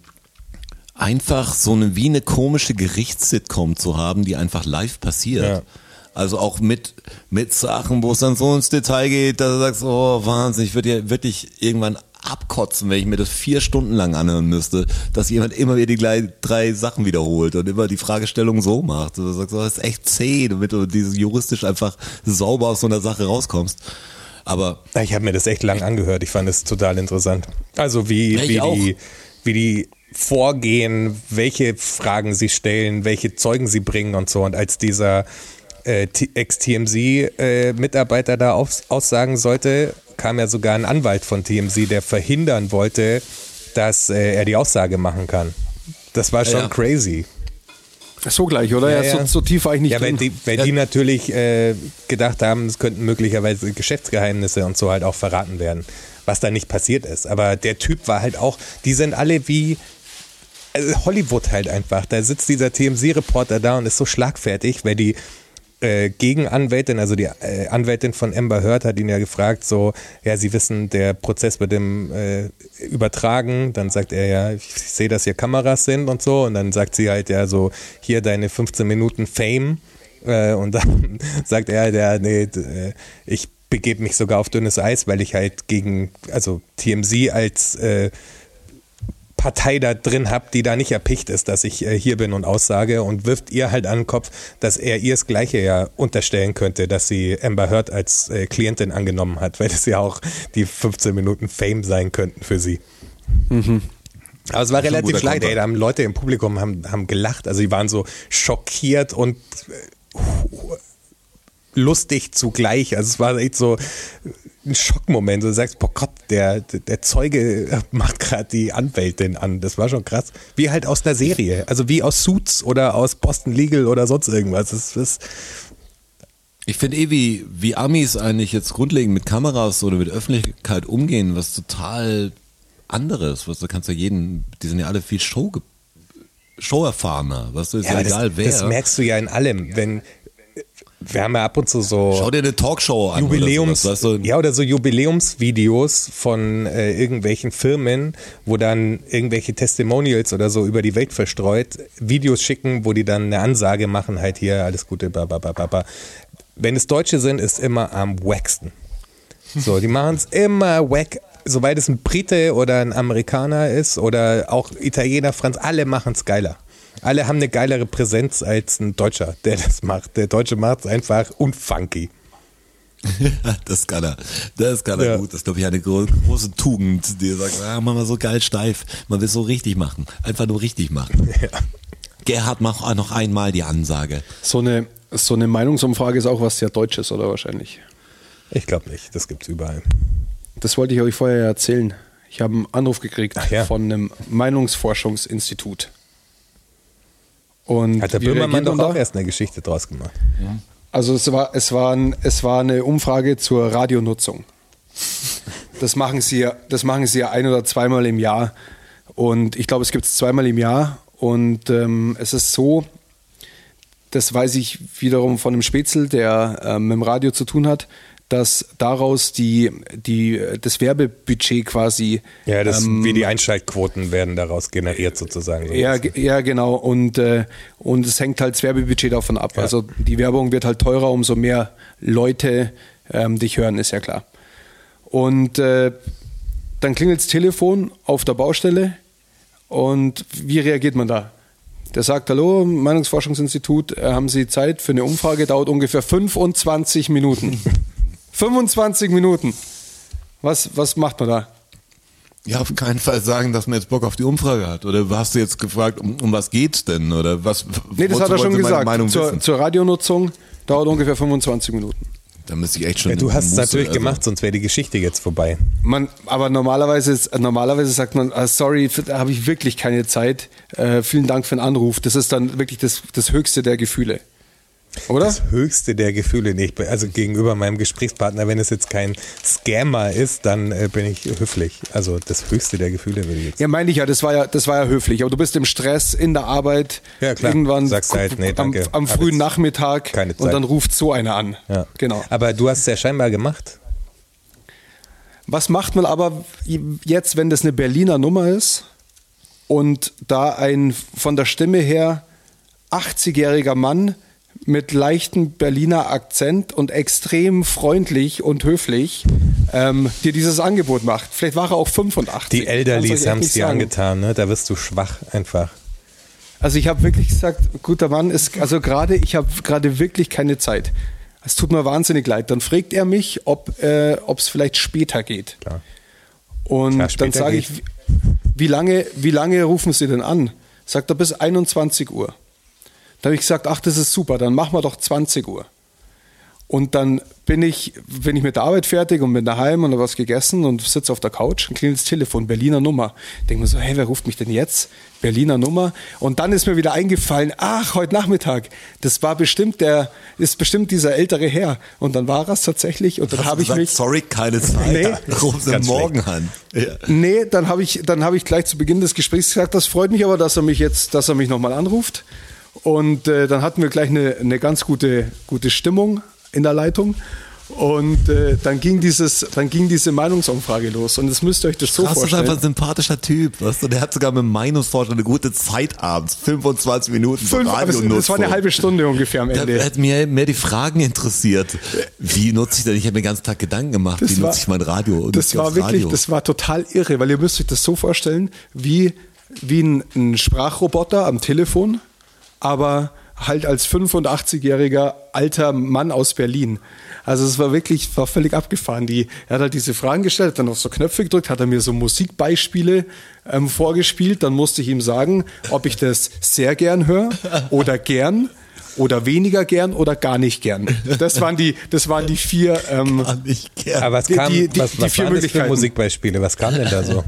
Speaker 3: einfach so eine wie eine komische Gerichtssitcom zu haben, die einfach live passiert.
Speaker 4: Ja.
Speaker 3: Also auch mit, mit Sachen, wo es dann so ins Detail geht, dass du sagst, oh Wahnsinn, ich würde ja wirklich irgendwann abkotzen, wenn ich mir das vier Stunden lang anhören müsste, dass jemand immer wieder die gleich drei Sachen wiederholt und immer die Fragestellung so macht. Und du sagst, oh, das ist echt zäh, damit du dieses juristisch einfach sauber aus so einer Sache rauskommst. Aber
Speaker 4: Ich habe mir das echt lang angehört. Ich fand es total interessant. Also wie,
Speaker 3: Ja, ich
Speaker 4: wie,
Speaker 3: auch.
Speaker 4: die, wie die vorgehen, welche Fragen sie stellen, welche Zeugen sie bringen und so. Und als dieser äh, T- Ex-TMZ-Mitarbeiter äh, da aus aussagen sollte, kam ja sogar ein Anwalt von TMZ, der verhindern wollte, dass äh, er die Aussage machen kann. Das war schon
Speaker 3: Ja.
Speaker 4: crazy.
Speaker 2: So gleich, oder? Ja,
Speaker 4: Ja, ja.
Speaker 2: So, so tief war ich nicht
Speaker 4: Ja, weil
Speaker 2: drin.
Speaker 4: die, weil die natürlich äh, gedacht haben, es könnten möglicherweise Geschäftsgeheimnisse und so halt auch verraten werden, was da nicht passiert ist. Aber der Typ war halt auch, die sind alle wie also Hollywood halt einfach. Da sitzt dieser TMZ-Reporter da und ist so schlagfertig, weil die äh, Gegenanwältin, also die äh, Anwältin von Amber Heard hat ihn ja gefragt, so, ja, Sie wissen, der Prozess wird dem äh, übertragen, dann sagt er ja, ich sehe, dass hier Kameras sind und so und dann sagt sie halt ja so, hier deine 15 Minuten Fame äh, und dann sagt er, ja, nee, d- äh, ich begebe mich sogar auf dünnes Eis, weil ich halt gegen, also TMZ als äh, Partei da drin habe, die da nicht erpicht ist, dass ich äh, hier bin und aussage und wirft ihr halt an den Kopf, dass er ihr das Gleiche ja unterstellen könnte, dass sie Amber Heard als äh, Klientin angenommen hat, weil das ja auch die 15 Minuten Fame sein könnten für sie. Aber es war
Speaker 3: Mhm. ein
Speaker 4: relativ
Speaker 3: guter
Speaker 4: schlecht,
Speaker 3: Konter.
Speaker 4: ey, da haben Leute im Publikum haben, haben gelacht, also die waren so schockiert und äh, lustig zugleich, also es war echt so ein Schockmoment. Du sagst, boah Gott, der, der Zeuge macht gerade die Anwältin an. Das war schon krass. Wie halt aus einer Serie. Also wie aus Suits oder aus Boston Legal oder sonst irgendwas. Das, das,
Speaker 3: Ich finde eh, wie, wie Amis eigentlich jetzt grundlegend mit Kameras oder mit Öffentlichkeit umgehen, was total anderes. Was du kannst ja jeden, die sind ja alle viel Show, ge- Showerfahrener. Weißt du, ist ja,
Speaker 4: aber
Speaker 3: egal
Speaker 4: das,
Speaker 3: wer.
Speaker 4: das merkst du ja in allem. Wenn, wir haben ja ab und zu so.
Speaker 3: Schau dir eine Talkshow an.
Speaker 4: Jubiläums,
Speaker 3: Oder sowas, weißt du?
Speaker 4: ja oder so Jubiläumsvideos von äh, irgendwelchen Firmen, wo dann irgendwelche Testimonials oder so über die Welt verstreut Videos schicken, wo die dann eine Ansage machen, halt hier alles Gute, ba ba ba ba ba. Wenn es Deutsche sind, ist immer am wacksten. So, die machen es immer wack. Soweit es ein Brite oder ein Amerikaner ist oder auch Italiener, Franz, alle machen es geiler. Alle haben eine geilere Präsenz als ein Deutscher, der das macht. Der Deutsche macht es einfach unfunky.
Speaker 3: das kann er. Das kann er
Speaker 4: Ja.
Speaker 3: gut. Das ist, glaube ich, eine gro große Tugend, die sagt, ah, mach mal so geil steif. Man will es so richtig machen. Einfach nur richtig machen. Gerhard, mach auch noch einmal die Ansage.
Speaker 2: so, eine, so eine Meinungsumfrage ist auch was sehr Deutsches, oder wahrscheinlich?
Speaker 4: Ich glaube nicht, das gibt's überall.
Speaker 2: Das wollte ich euch vorher ja erzählen. Ich habe einen Anruf gekriegt
Speaker 4: Ach ja.
Speaker 2: von einem Meinungsforschungsinstitut. Und
Speaker 4: Hat der
Speaker 2: wie
Speaker 4: Böhmermann
Speaker 2: reagiert
Speaker 4: doch
Speaker 2: man
Speaker 4: auch
Speaker 2: da?
Speaker 4: erst eine Geschichte draus gemacht.
Speaker 2: Also es war, es war, ein, es war eine Umfrage zur Radionutzung. Das machen sie ja, das machen sie ja ein oder zweimal im Jahr. Und ich glaube, es gibt es zweimal im Jahr. Und ähm, es ist so, das weiß ich wiederum von einem Spätzl, der ähm, mit dem Radio zu tun hat, dass daraus die, die, das Werbebudget quasi
Speaker 4: Ja, das,
Speaker 2: ähm,
Speaker 4: wie die Einschaltquoten werden daraus generiert sozusagen. So ein
Speaker 2: ja,
Speaker 4: bisschen.
Speaker 2: ge- ja, genau. Und, äh, und es hängt halt das Werbebudget davon ab.
Speaker 4: Ja.
Speaker 2: Also die Werbung wird halt teurer, umso mehr Leute ähm, dich hören, ist ja klar. Und äh, dann klingelt das Telefon auf der Baustelle. Und wie reagiert man da? Der sagt, hallo, Meinungsforschungsinstitut, äh, haben Sie Zeit für eine Umfrage? Dauert ungefähr 25 Minuten. 25 Minuten. Was, was macht man da?
Speaker 3: Ja, auf keinen Fall sagen, dass man jetzt Bock auf die Umfrage hat. Oder hast du jetzt gefragt, um, um was geht's denn? Oder was?
Speaker 2: Nee, das
Speaker 3: wozu
Speaker 2: hat er
Speaker 3: wollen
Speaker 2: schon
Speaker 3: Sie meine Meinung
Speaker 2: gesagt. Zur,
Speaker 3: wissen?
Speaker 2: zur Radionutzung dauert ungefähr 25 Minuten.
Speaker 3: da müsste ich echt schon.
Speaker 4: Ja, du
Speaker 3: in die
Speaker 4: hast es
Speaker 3: Muße,
Speaker 4: natürlich
Speaker 3: also.
Speaker 4: gemacht, sonst wäre die Geschichte jetzt vorbei.
Speaker 2: Man, aber normalerweise, ist, normalerweise sagt man, ah, sorry, f- da habe ich wirklich keine Zeit. Äh, vielen Dank für den Anruf. Das ist dann wirklich das, das Höchste der Gefühle. Oder?
Speaker 4: Das höchste der Gefühle nicht. Also gegenüber meinem Gesprächspartner, wenn es jetzt kein Scammer ist, dann äh, bin ich höflich. Also das höchste der Gefühle würde ich jetzt.
Speaker 2: ja, meine ich ja, das war ja, das war ja höflich. Aber du bist im Stress, in der Arbeit,
Speaker 4: Ja, klar.
Speaker 2: irgendwann
Speaker 4: Sagst halt, nee,
Speaker 2: am,
Speaker 4: danke,
Speaker 2: am
Speaker 4: hab
Speaker 2: frühen
Speaker 4: jetzt
Speaker 2: Nachmittag
Speaker 4: keine Zeit.
Speaker 2: und dann ruft so einer an.
Speaker 4: Ja.
Speaker 2: Genau.
Speaker 4: Aber du hast es ja scheinbar gemacht.
Speaker 2: Was macht man aber jetzt, wenn das eine Berliner Nummer ist und da ein von der Stimme her 80-jähriger Mann mit leichtem Berliner Akzent und extrem freundlich und höflich ähm, dir dieses Angebot macht? Vielleicht war er auch 85.
Speaker 4: Die
Speaker 2: Kann's euch
Speaker 4: Elderlies
Speaker 2: echt
Speaker 4: haben es
Speaker 2: nicht
Speaker 4: dir
Speaker 2: sagen.
Speaker 4: angetan, ne? Da wirst du schwach einfach.
Speaker 2: Also ich habe wirklich gesagt, guter Mann, ist, also gerade, ich habe gerade wirklich keine Zeit. Es tut mir wahnsinnig leid. Dann fragt er mich, ob äh, es vielleicht später geht.
Speaker 4: Klar.
Speaker 2: Und
Speaker 4: Klar,
Speaker 2: dann
Speaker 4: später
Speaker 2: sage ich, wie- wie lange, wie lange rufen Sie denn an? Sagt er bis 21 Uhr. Dann habe ich gesagt, ach, das ist super, dann machen wir doch 20 Uhr. Und dann bin ich, bin ich mit der Arbeit fertig und bin daheim und habe was gegessen und sitze auf der Couch und klingelt das Telefon, Berliner Nummer. Denke mir so, hey, wer ruft mich denn jetzt? Berliner Nummer. Und dann ist mir wieder eingefallen, ach, heute Nachmittag, das war bestimmt der, ist bestimmt dieser ältere Herr. Und dann war er es tatsächlich und dann
Speaker 5: Hast du
Speaker 2: habe ich
Speaker 5: gesagt,
Speaker 2: mich.
Speaker 5: Sorry, keine Zeit.
Speaker 2: Nee.
Speaker 5: Ruf sie
Speaker 4: Ganz
Speaker 5: morgen an. Ja.
Speaker 2: Nee, dann habe ich, dann habe ich gleich zu Beginn des Gesprächs gesagt, das freut mich aber, dass er mich jetzt, dass er mich nochmal anruft. Und äh, dann hatten wir gleich eine, eine ganz gute, gute Stimmung in der Leitung. Und äh, dann ging dieses, dann ging diese Meinungsumfrage los. Und das müsst ihr euch das so
Speaker 5: Krass, das ist
Speaker 2: vorstellen.
Speaker 5: einfach ein sympathischer Typ. Weißt du? Der hat sogar mit dem Meinungsforscher eine gute Zeit abends. 25 Minuten
Speaker 2: Fünf, aber es, das war eine halbe Stunde ungefähr am
Speaker 5: Da
Speaker 2: Ende.
Speaker 5: hat mir mehr die Fragen interessiert. Wie nutze ich denn? Ich habe mir den ganzen Tag Gedanken gemacht, wie
Speaker 2: war-
Speaker 5: nutze ich mein Radio? Und
Speaker 2: Das war wirklich, das war total irre, weil ihr müsst euch das so vorstellen, wie, wie ein, ein Sprachroboter am Telefon, aber halt als 85-jähriger alter Mann aus Berlin. Also es war wirklich, war völlig abgefahren. Die, er hat halt diese Fragen gestellt, hat dann auf so Knöpfe gedrückt, hat er mir so Musikbeispiele ähm, vorgespielt, dann musste ich ihm sagen, ob ich das sehr gern höre oder gern oder weniger gern oder gar nicht gern. Das waren die, das waren die vier ähm,
Speaker 5: ich gern.
Speaker 4: Aber was
Speaker 2: Die-
Speaker 4: kam,
Speaker 2: die- die-
Speaker 4: was,
Speaker 2: die
Speaker 4: was
Speaker 2: vier
Speaker 4: waren das für
Speaker 2: Möglichkeiten.
Speaker 4: Musikbeispiele? Was kam denn da so?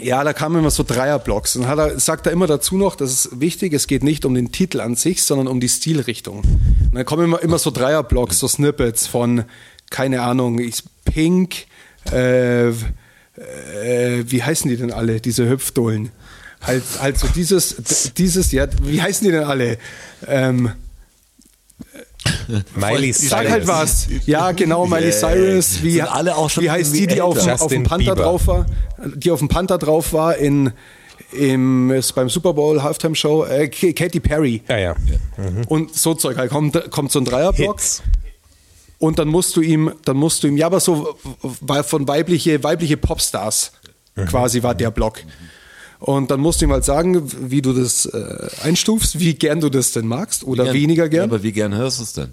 Speaker 2: Ja, da kamen immer so Dreierblocks. Und hat er, sagt er immer dazu noch, das ist wichtig, es geht nicht um den Titel an sich, sondern um die Stilrichtung. Und dann kommen immer, immer so Dreierblocks, so Snippets von, keine Ahnung, ich, Pink, äh, äh, wie heißen die denn alle, diese Hüpfdullen? Halt, halt so dieses, dieses, ja, wie heißen die denn alle? Ähm,
Speaker 4: Miley Cyrus.
Speaker 2: sag halt was. Ja, genau, Miley
Speaker 5: Yeah.
Speaker 2: Cyrus. Wie,
Speaker 5: Sind alle auch schon
Speaker 2: wie heißt die,
Speaker 5: irgendwie
Speaker 2: die auf, dem-
Speaker 4: älter.
Speaker 2: auf dem
Speaker 4: Justin
Speaker 2: Panther
Speaker 4: Bieber.
Speaker 2: drauf war? Die auf dem Panther drauf war in, im, ist beim Super Bowl Halftime Show. Äh, K- Katy Perry.
Speaker 4: Ja, ja.
Speaker 2: Und so Zeug. Halt kommt, kommt so ein Dreierblock.
Speaker 4: Hits.
Speaker 2: Und dann musst du ihm, dann musst du ihm, ja, aber so weil von weibliche, weibliche Popstars quasi war der Block. Und dann musst du ihm halt sagen, wie du das äh, einstufst, wie gern du das denn magst oder weniger gern.
Speaker 5: aber wie gern hörst du es denn?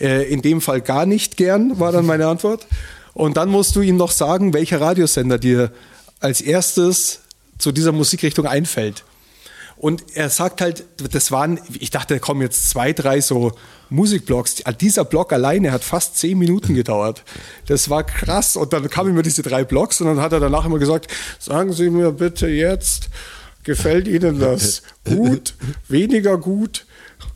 Speaker 2: Äh, in dem Fall gar nicht gern, war dann meine Antwort. Und dann musst du ihm noch sagen, welcher Radiosender dir als erstes zu dieser Musikrichtung einfällt. Und er sagt halt, das waren, ich dachte, da kommen jetzt zwei, drei so Musikblogs. Ah, Dieser Blog alleine hat fast zehn Minuten gedauert. Das war krass. Und dann kamen immer diese drei Blogs und dann hat er danach immer gesagt, sagen Sie mir bitte jetzt,
Speaker 6: Gefällt Ihnen das? Gut, weniger gut,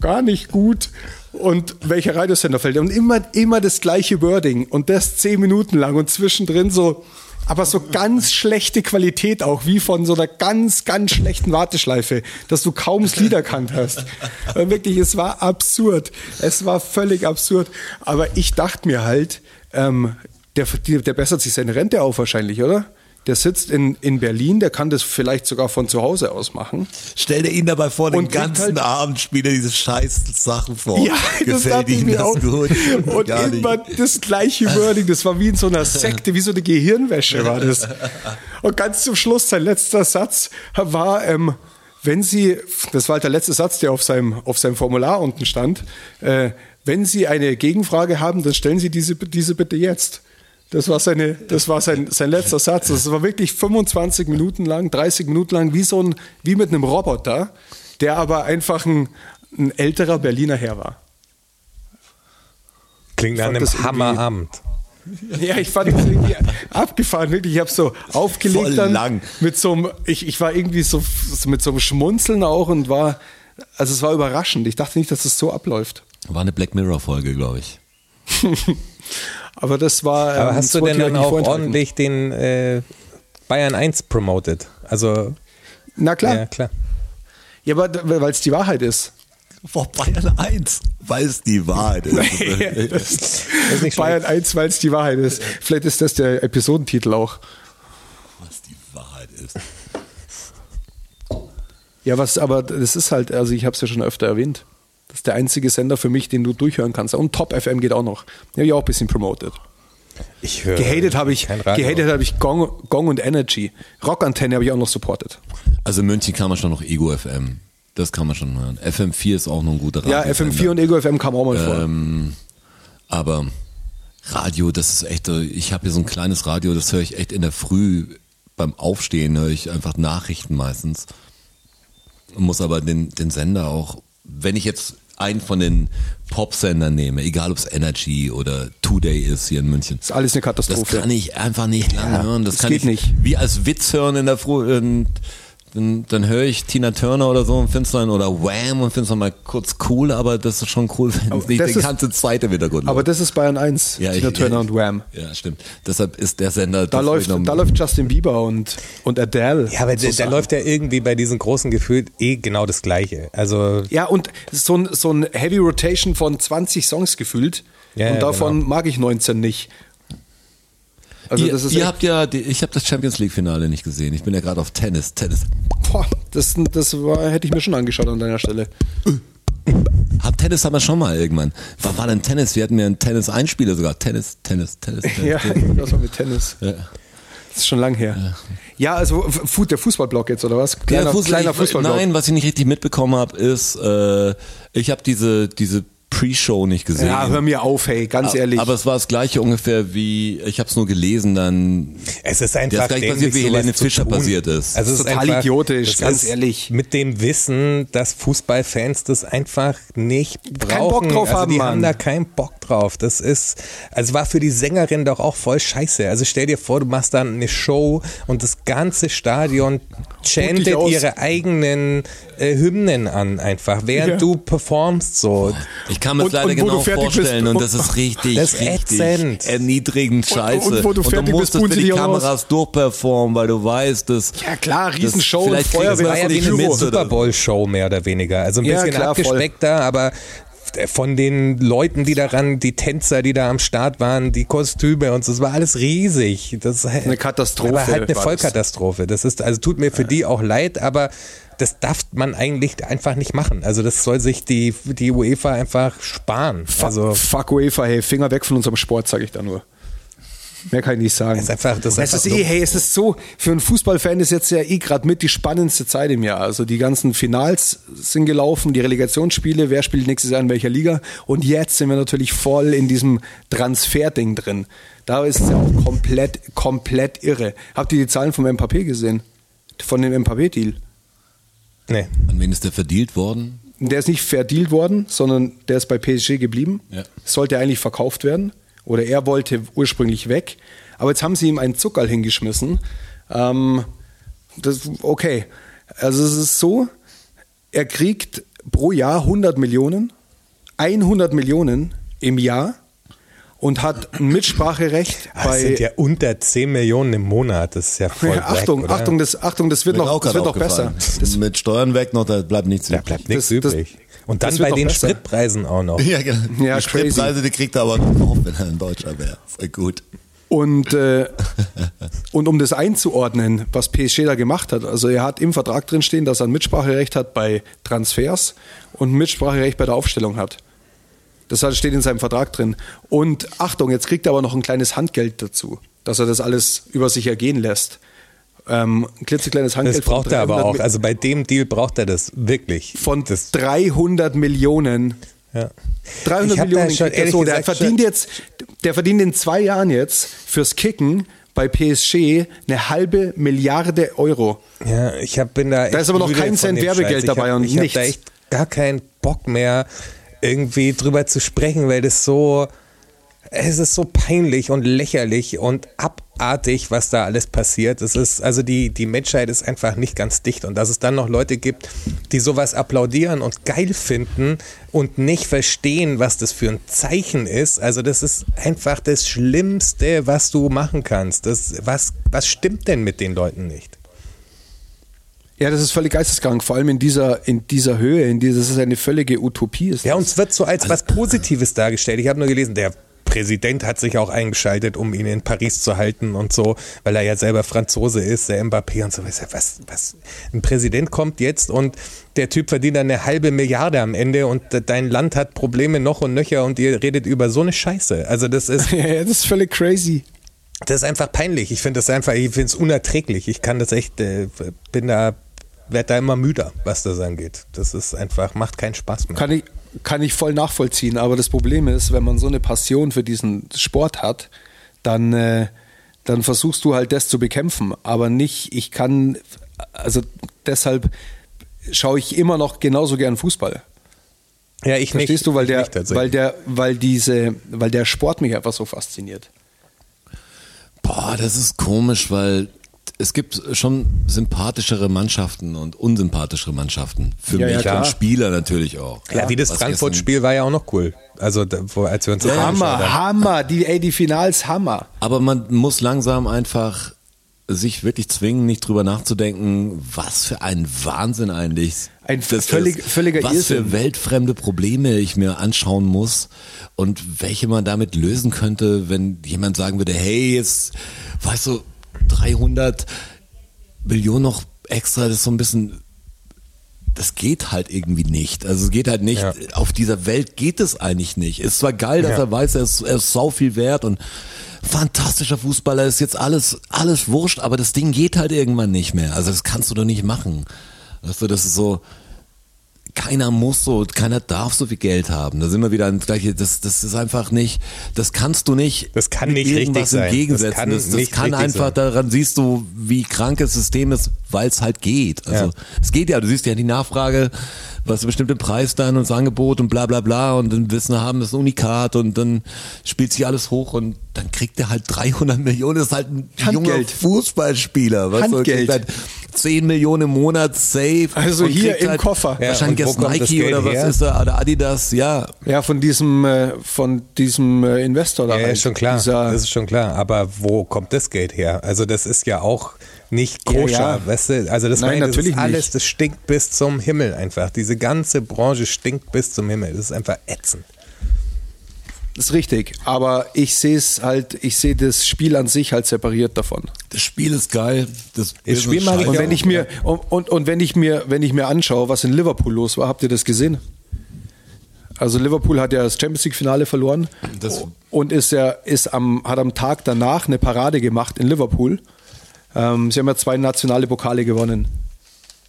Speaker 6: gar nicht gut.
Speaker 2: Und welcher Radiosender fällt? Und immer, immer das gleiche Wording. Und das zehn Minuten lang und zwischendrin so, aber so ganz schlechte Qualität auch, wie von so einer ganz, ganz schlechten Warteschleife, dass du kaum das Lied erkannt hast. Und wirklich, es war absurd. Es war völlig absurd. Aber ich dachte mir halt, ähm, der, der bessert sich seine Rente auf wahrscheinlich, oder? Der sitzt in, in Berlin, der kann das vielleicht sogar von zu Hause aus machen.
Speaker 3: Stell dir ihn dabei vor, den
Speaker 2: Und kriegt
Speaker 3: ganzen
Speaker 2: halt-
Speaker 3: Abend spielt er diese scheiß Sachen vor.
Speaker 2: Ja, das dachte
Speaker 3: Gefällt
Speaker 2: ich
Speaker 3: ihm
Speaker 2: mir
Speaker 3: das
Speaker 2: auch.
Speaker 3: gut?
Speaker 2: Und
Speaker 3: Gar nicht.
Speaker 2: immer das gleiche Wording. Das war wie in so einer Sekte, wie so eine Gehirnwäsche war das. Und ganz zum Schluss, sein letzter Satz war, ähm, wenn Sie, das war halt der letzte Satz, der auf seinem, auf seinem Formular unten stand, äh, wenn Sie eine Gegenfrage haben, dann stellen Sie diese, diese bitte jetzt. Das war, seine, das war sein, sein letzter Satz. Das war wirklich 25 Minuten lang, 30 Minuten lang, wie, so ein, wie mit einem Roboter, der aber einfach ein, ein älterer Berliner Herr war.
Speaker 4: Klingt nach
Speaker 2: fand
Speaker 4: einem
Speaker 2: das irgendwie- Ähm,
Speaker 4: Hammerabend.
Speaker 2: Ja, ich fand das irgendwie abgefahren, wirklich. Ich habe so aufgelegt
Speaker 3: Voll
Speaker 2: dann
Speaker 3: lang.
Speaker 2: mit so einem, ich, ich war irgendwie so, so mit so einem Schmunzeln auch und war, also es war überraschend. Ich dachte nicht, dass es so abläuft.
Speaker 3: War eine Black Mirror Folge, glaube ich.
Speaker 2: Aber das war.
Speaker 4: Aber
Speaker 2: ähm, das
Speaker 4: hast du
Speaker 2: wollte ich euch
Speaker 4: denn dann
Speaker 2: nicht
Speaker 4: auch
Speaker 2: vorenthalten.
Speaker 4: ordentlich den äh, Bayern 1 promoted? Also,
Speaker 2: Na klar.
Speaker 4: ja, klar.
Speaker 2: Ja, aber weil es die Wahrheit ist.
Speaker 3: Vor Bayern 1. Weil es die Wahrheit ist.
Speaker 4: ist nicht
Speaker 2: Bayern 1, weil es die Wahrheit ist. Vielleicht ist das der Episodentitel auch.
Speaker 3: Was die Wahrheit ist.
Speaker 2: Ja, was, aber das ist halt, also ich habe es ja schon öfter erwähnt. Das ist der einzige Sender für mich, den du durchhören kannst. Und Top FM geht auch noch. Den habe ich auch ein bisschen promoted.
Speaker 4: Ich
Speaker 3: Äh,
Speaker 4: höre.
Speaker 2: Gehatet habe ich,
Speaker 4: kein Radio.
Speaker 2: gehatet habe ich Gong, Gong und Energy. Rockantenne habe ich auch noch supported.
Speaker 3: Also in München kann man schon noch Ego FM. Das kann man schon hören. FM4 ist auch noch ein guter Radio.
Speaker 2: Ja, FM4 und Ego FM kam auch mal vor.
Speaker 3: Ähm, aber Radio, das ist echt, äh, ich habe hier so ein kleines Radio, das höre ich echt in der Früh beim Aufstehen, höre ich einfach Nachrichten meistens. Muss aber den, den Sender auch, wenn ich jetzt einen von den Pop-Sendern nehme, egal ob es Energy oder Today ist hier in München.
Speaker 2: Ist alles eine
Speaker 3: Das
Speaker 2: Katastrophe.
Speaker 3: kann ich einfach nicht lang hören. Das,
Speaker 2: das
Speaker 3: kann
Speaker 2: geht
Speaker 3: ich
Speaker 2: nicht.
Speaker 3: wie als Witz hören in der Früh. Und dann, dann höre ich Tina Turner oder so und find's dann oder Wham und find's dann mal kurz cool, aber das ist schon cool, wenn es nicht
Speaker 2: das
Speaker 3: die
Speaker 2: ist-
Speaker 3: ganze Zeit im Hintergrund
Speaker 2: aber
Speaker 3: läuft.
Speaker 2: das ist Bayern 1,
Speaker 3: ja,
Speaker 2: Tina
Speaker 3: ich-
Speaker 2: Turner
Speaker 3: ja,
Speaker 2: und Wham.
Speaker 3: Ja, stimmt. Deshalb ist der Sender.
Speaker 2: Da
Speaker 3: das
Speaker 2: läuft,
Speaker 3: will ich noch-
Speaker 2: da läuft Justin Bieber und, und Adele.
Speaker 4: Ja, aber
Speaker 2: So
Speaker 4: da, da
Speaker 2: Sachen.
Speaker 4: läuft ja irgendwie bei diesen großen Gefühlt eh genau das Gleiche. Also,
Speaker 2: Ja, und so ein, so ein Heavy Rotation von 20 Songs gefühlt.
Speaker 4: Ja,
Speaker 2: und
Speaker 4: ja,
Speaker 2: davon
Speaker 4: genau.
Speaker 2: mag ich 19 nicht. Also
Speaker 3: ihr,
Speaker 2: das ist
Speaker 3: ihr
Speaker 2: echt-
Speaker 3: habt ja, die, ich habe das Champions League Finale nicht gesehen. Ich bin ja gerade auf Tennis. Tennis.
Speaker 2: boah, das, das war, hätte ich mir schon angeschaut an deiner Stelle.
Speaker 3: Hab Tennis haben wir schon mal irgendwann. Wann war denn Tennis? Wir hatten ja einen Tennis-Einspieler sogar. Tennis, Tennis, Tennis. Tennis
Speaker 2: Ja,
Speaker 3: Tennis.
Speaker 2: das war mit Tennis.
Speaker 3: Ja.
Speaker 2: Das ist schon lang her. Ja, also F- Fu- der Fußballblock jetzt, oder was? Kleiner,
Speaker 3: Ja, Fuß-
Speaker 2: kleiner
Speaker 3: ich-
Speaker 2: Fußballblock.
Speaker 3: Nein, was ich nicht richtig mitbekommen habe, ist, äh, ich habe diese, diese Pre-Show nicht gesehen.
Speaker 2: ja, hör mir auf, hey, ganz
Speaker 3: A-
Speaker 2: ehrlich.
Speaker 3: Aber es war das gleiche ungefähr wie, ich habe es nur gelesen, dann
Speaker 4: es ist einfach.
Speaker 3: gleich passiert,
Speaker 4: dämlich,
Speaker 3: wie
Speaker 4: sowas
Speaker 3: Helene
Speaker 4: zu
Speaker 3: Fischer
Speaker 4: tun.
Speaker 3: passiert ist.
Speaker 4: Also, es ist
Speaker 2: total
Speaker 4: einfach,
Speaker 2: idiotisch,
Speaker 4: das
Speaker 2: ganz
Speaker 4: ist
Speaker 2: ehrlich.
Speaker 4: Mit dem Wissen, dass Fußballfans das einfach nicht brauchen.
Speaker 2: Keinen Bock drauf
Speaker 4: also,
Speaker 2: haben,
Speaker 4: die
Speaker 2: Mann.
Speaker 4: haben da keinen Bock drauf. Das ist, also war für die Sängerin doch auch voll scheiße. Also stell dir vor, du machst dann eine Show und das ganze Stadion chantet
Speaker 2: aus.
Speaker 4: ihre eigenen äh, Hymnen an einfach, während
Speaker 2: Ja.
Speaker 4: du performst so.
Speaker 3: ich kann mir
Speaker 2: Und-
Speaker 3: das leider
Speaker 2: und wo
Speaker 3: genau
Speaker 2: du fertig bist-
Speaker 3: vorstellen und das ist richtig,
Speaker 4: Das ist
Speaker 3: richtig
Speaker 4: ätzend.
Speaker 3: erniedrigend
Speaker 2: Und- und
Speaker 3: scheiße.
Speaker 2: wo du fertig bist,
Speaker 3: musstest
Speaker 2: buhen
Speaker 3: du
Speaker 2: sie
Speaker 3: die
Speaker 2: dich auch noch
Speaker 3: Kameras durchperformen, weil du weißt, dass...
Speaker 2: ja klar,
Speaker 3: dass-
Speaker 2: Riesenshow und
Speaker 3: vielleicht kriegen sie
Speaker 2: Feuerwehr
Speaker 3: das
Speaker 4: war ja
Speaker 2: von
Speaker 4: wie
Speaker 3: nicht
Speaker 4: eine
Speaker 3: mit oder
Speaker 4: Super Bowl Show mehr oder weniger. Also ein
Speaker 2: Ja,
Speaker 4: bisschen
Speaker 2: klar, voll.
Speaker 4: abgespeckter, aber von den Leuten, die daran, die Tänzer, die da am Start waren, die Kostüme und so, es war alles riesig. Das ist halt-
Speaker 2: Eine Katastrophe
Speaker 4: Aber halt eine
Speaker 2: war
Speaker 4: Vollkatastrophe. Das ist, also tut mir für die auch leid, aber das darf man eigentlich einfach nicht machen. Also das soll sich die, die UEFA einfach sparen. Also
Speaker 2: also, Fuck UEFA, hey, Finger weg von unserem Sport, sage ich da nur. Mehr kann ich nicht sagen.
Speaker 4: ist einfach- das
Speaker 2: es
Speaker 4: ist
Speaker 2: ist
Speaker 4: einfach
Speaker 2: eh, hey, es ist so, für einen Fußballfan ist jetzt ja eh gerade mit die spannendste Zeit im Jahr. Also die ganzen Finals sind gelaufen, die Relegationsspiele, wer spielt nächstes Jahr in welcher Liga. Und jetzt sind wir natürlich voll in diesem Transferding drin. Da ist es ja auch komplett, komplett irre. Habt ihr die Zahlen vom Mbappé gesehen? Von dem Mbappé-Deal?
Speaker 4: nee.
Speaker 3: An wen ist der verdealt worden?
Speaker 2: Der ist nicht verdealt worden, sondern der ist bei PSG geblieben.
Speaker 3: Ja.
Speaker 2: Sollte eigentlich verkauft werden. Oder er wollte ursprünglich weg. Aber jetzt haben sie ihm einen Zuckerl hingeschmissen. Ähm, das, okay. Also es ist so, er kriegt pro Jahr 100 Millionen, 100 Millionen im Jahr und hat ein Mitspracherecht
Speaker 3: Ah,
Speaker 4: Das
Speaker 2: bei
Speaker 4: sind ja unter 10 Millionen im Monat. Das ist ja voll.
Speaker 2: Ja, Achtung,
Speaker 4: wack, oder?
Speaker 2: Achtung, das, Achtung, das wird
Speaker 3: Mir
Speaker 2: noch,
Speaker 3: auch
Speaker 2: das
Speaker 3: grad
Speaker 2: wird noch
Speaker 3: aufgefallen.
Speaker 2: besser.
Speaker 3: Mit Steuern weg noch, da bleibt nichts
Speaker 4: Da
Speaker 3: übrig.
Speaker 4: bleibt nichts
Speaker 2: das- das-
Speaker 4: übrig. Und dann
Speaker 2: das wird
Speaker 4: bei
Speaker 2: doch
Speaker 4: den
Speaker 2: besser.
Speaker 4: Spritpreisen auch noch.
Speaker 3: Ja, genau.
Speaker 2: Ja,
Speaker 3: die
Speaker 2: crazy.
Speaker 3: Spritpreise, die kriegt er aber noch auf, wenn er ein Deutscher wäre. Voll gut.
Speaker 2: Und, äh, und um das einzuordnen, was PSG da gemacht hat, also er hat im Vertrag drinstehen, dass er ein Mitspracherecht hat bei Transfers und ein Mitspracherecht bei der Aufstellung hat. Das heißt, steht in seinem Vertrag drin. Und Achtung, jetzt kriegt er aber noch ein kleines Handgeld dazu, dass er das alles über sich ergehen lässt. Ähm, ein klitzekleines Handgeld.
Speaker 4: Das braucht
Speaker 2: von
Speaker 4: er aber
Speaker 2: 300
Speaker 4: auch.
Speaker 2: Mi-
Speaker 4: Also bei dem Deal braucht er das wirklich.
Speaker 2: von
Speaker 4: das,
Speaker 2: 300 Millionen
Speaker 4: ja.
Speaker 2: 300
Speaker 4: Ich hab da
Speaker 2: Millionen
Speaker 4: schon
Speaker 2: kriegt er
Speaker 4: ehrlich
Speaker 2: so. Der
Speaker 4: gesagt
Speaker 2: verdient
Speaker 4: schon-
Speaker 2: jetzt, der verdient in zwei Jahren jetzt fürs Kicken bei PSG eine halbe Milliarde Euro.
Speaker 4: Ja, ich hab, bin da.
Speaker 2: Da ist aber noch kein Cent Werbegeld dabei
Speaker 4: ich
Speaker 2: und
Speaker 4: Ich
Speaker 2: nichts.
Speaker 4: habe da echt gar keinen Bock mehr, irgendwie drüber zu sprechen, weil das so. Es ist so peinlich und lächerlich und abartig, was da alles passiert. Es ist, also die, die Menschheit ist einfach nicht ganz dicht. Und dass es dann noch Leute gibt, die sowas applaudieren und geil finden und nicht verstehen, was das für ein Zeichen ist. Also das ist einfach das Schlimmste, was du machen kannst. Das, was, was stimmt denn mit den Leuten nicht?
Speaker 2: Ja, das ist völlig geisteskrank, vor allem in dieser, in dieser Höhe, in dieser, das ist eine völlige Utopie. Ist
Speaker 4: Ja,
Speaker 2: das.
Speaker 4: und es wird so
Speaker 2: Also,
Speaker 4: als was
Speaker 2: äh,
Speaker 4: Positives dargestellt. Ich habe nur gelesen, der Präsident hat sich auch eingeschaltet, um ihn in Paris zu halten und so, weil er ja selber Franzose ist, der Mbappé und so. Ich sag, Was, was? Ein Präsident kommt jetzt und der Typ verdient dann eine halbe Milliarde am Ende und de- dein Land hat Probleme noch und nöcher und ihr redet über so eine Scheiße. Also das ist,
Speaker 2: Ja, ja, das ist völlig crazy.
Speaker 4: das ist einfach peinlich. Ich finde das einfach, ich finde es unerträglich. Ich kann das echt, äh, bin da, werde da immer müder, was das angeht. Das ist einfach, macht keinen Spaß mehr.
Speaker 2: Kann ich, kann ich voll nachvollziehen, aber das Problem ist, wenn man so eine Passion für diesen Sport hat, dann, äh, dann versuchst du halt das zu bekämpfen, aber nicht, ich kann, also deshalb schaue ich immer noch genauso gern Fußball.
Speaker 4: Ja, ich
Speaker 2: Verstehst
Speaker 4: nicht.
Speaker 2: du, weil
Speaker 4: Ich
Speaker 2: der,
Speaker 4: nicht tatsächlich.
Speaker 2: weil der, weil diese, weil der Sport mich einfach so fasziniert.
Speaker 3: Boah, das ist komisch, weil es gibt schon sympathischere Mannschaften und unsympathischere Mannschaften. Für
Speaker 2: Ja, ja,
Speaker 3: mich
Speaker 2: klar.
Speaker 3: und Spieler natürlich auch.
Speaker 4: Ja, wie das
Speaker 3: Was
Speaker 4: Frankfurt-Spiel war ja auch noch cool. Also, da, wo, als wir uns das angeschaut
Speaker 2: Hammer,
Speaker 4: haben.
Speaker 2: Hammer, die, ey, die Finals, Hammer.
Speaker 3: Aber man muss langsam einfach sich wirklich zwingen, nicht drüber nachzudenken, was für ein Wahnsinn eigentlich.
Speaker 2: Ein völlig- völliger
Speaker 3: Was
Speaker 2: Irrsinn.
Speaker 3: für weltfremde Probleme ich mir anschauen muss und welche man damit lösen könnte, wenn jemand sagen würde, hey, jetzt, weißt du, 300 Millionen noch extra, das ist so ein bisschen, das geht halt irgendwie nicht. Also es geht halt nicht,
Speaker 4: Ja.
Speaker 3: auf dieser Welt geht es eigentlich nicht. Ist zwar geil, dass er weiß, er ist, er ist sau viel wert und fantastischer Fußballer ist jetzt alles, alles wurscht, aber das Ding geht halt irgendwann nicht mehr. Also das kannst du doch nicht machen. Weißt du, das ist so, keiner muss so, keiner darf so viel Geld haben. Da sind wir wieder ins gleiche, das, das ist einfach nicht, das kannst du nicht.
Speaker 4: Das kann
Speaker 3: mit
Speaker 4: nicht richtig
Speaker 3: irgendwas
Speaker 4: sein. Das
Speaker 3: entgegensetzen. Das
Speaker 4: kann
Speaker 3: kann, das, das
Speaker 4: nicht
Speaker 3: kann
Speaker 4: richtig
Speaker 3: einfach,
Speaker 4: sein.
Speaker 3: daran siehst du, wie krank das System ist, weil es halt geht. Also
Speaker 4: Ja.
Speaker 3: es geht ja, du siehst ja die Nachfrage, was bestimmt den Preis dann und das Angebot und bla bla bla und dann wissen wir, haben das Unikat und dann spielt sich alles hoch und dann kriegt er halt 300 Millionen, ist halt ein junger
Speaker 2: Handgeld.
Speaker 3: Fußballspieler. Weißt du,
Speaker 2: Handgeld.
Speaker 3: kriegt halt 10 Millionen im Monat safe.
Speaker 2: Also
Speaker 3: und
Speaker 2: hier
Speaker 3: kriegt
Speaker 2: im Koffer.
Speaker 4: Ja,
Speaker 3: wahrscheinlich
Speaker 4: und wo
Speaker 3: jetzt
Speaker 4: kommt das
Speaker 3: Nike
Speaker 4: Geld
Speaker 3: oder was
Speaker 4: her?
Speaker 3: ist da, oder Adidas, ja.
Speaker 2: Ja, von diesem, äh, von diesem äh, Investor da.
Speaker 4: Ja, ja,
Speaker 2: halt.
Speaker 4: ist schon klar.
Speaker 2: Dieser,
Speaker 4: Das ist schon klar. Aber wo kommt das Geld her? Also, das ist ja auch nicht
Speaker 2: Ja,
Speaker 4: koscher.
Speaker 2: ja.
Speaker 4: Weißt du? Also, das,
Speaker 2: Nein,
Speaker 4: meine, das
Speaker 2: natürlich
Speaker 4: ist alles,
Speaker 2: nicht.
Speaker 4: das stinkt bis zum Himmel einfach. Diese ganze Branche stinkt bis zum Himmel. Das ist einfach ätzend.
Speaker 2: ist richtig. Aber ich sehe es halt, ich sehe das Spiel an sich halt separiert davon.
Speaker 3: Das Spiel ist geil. Das Business
Speaker 4: Spiel mag ich
Speaker 3: scheiße.
Speaker 2: Und
Speaker 4: Ja,
Speaker 2: wenn ich mir und, und, und wenn ich mir wenn ich mir anschaue, was in Liverpool los war, habt ihr das gesehen? Also Liverpool hat ja das Champions League Finale verloren
Speaker 3: Das-
Speaker 2: und ist ja ist am hat am Tag danach eine Parade gemacht in Liverpool. Ähm, sie haben ja zwei nationale Pokale gewonnen.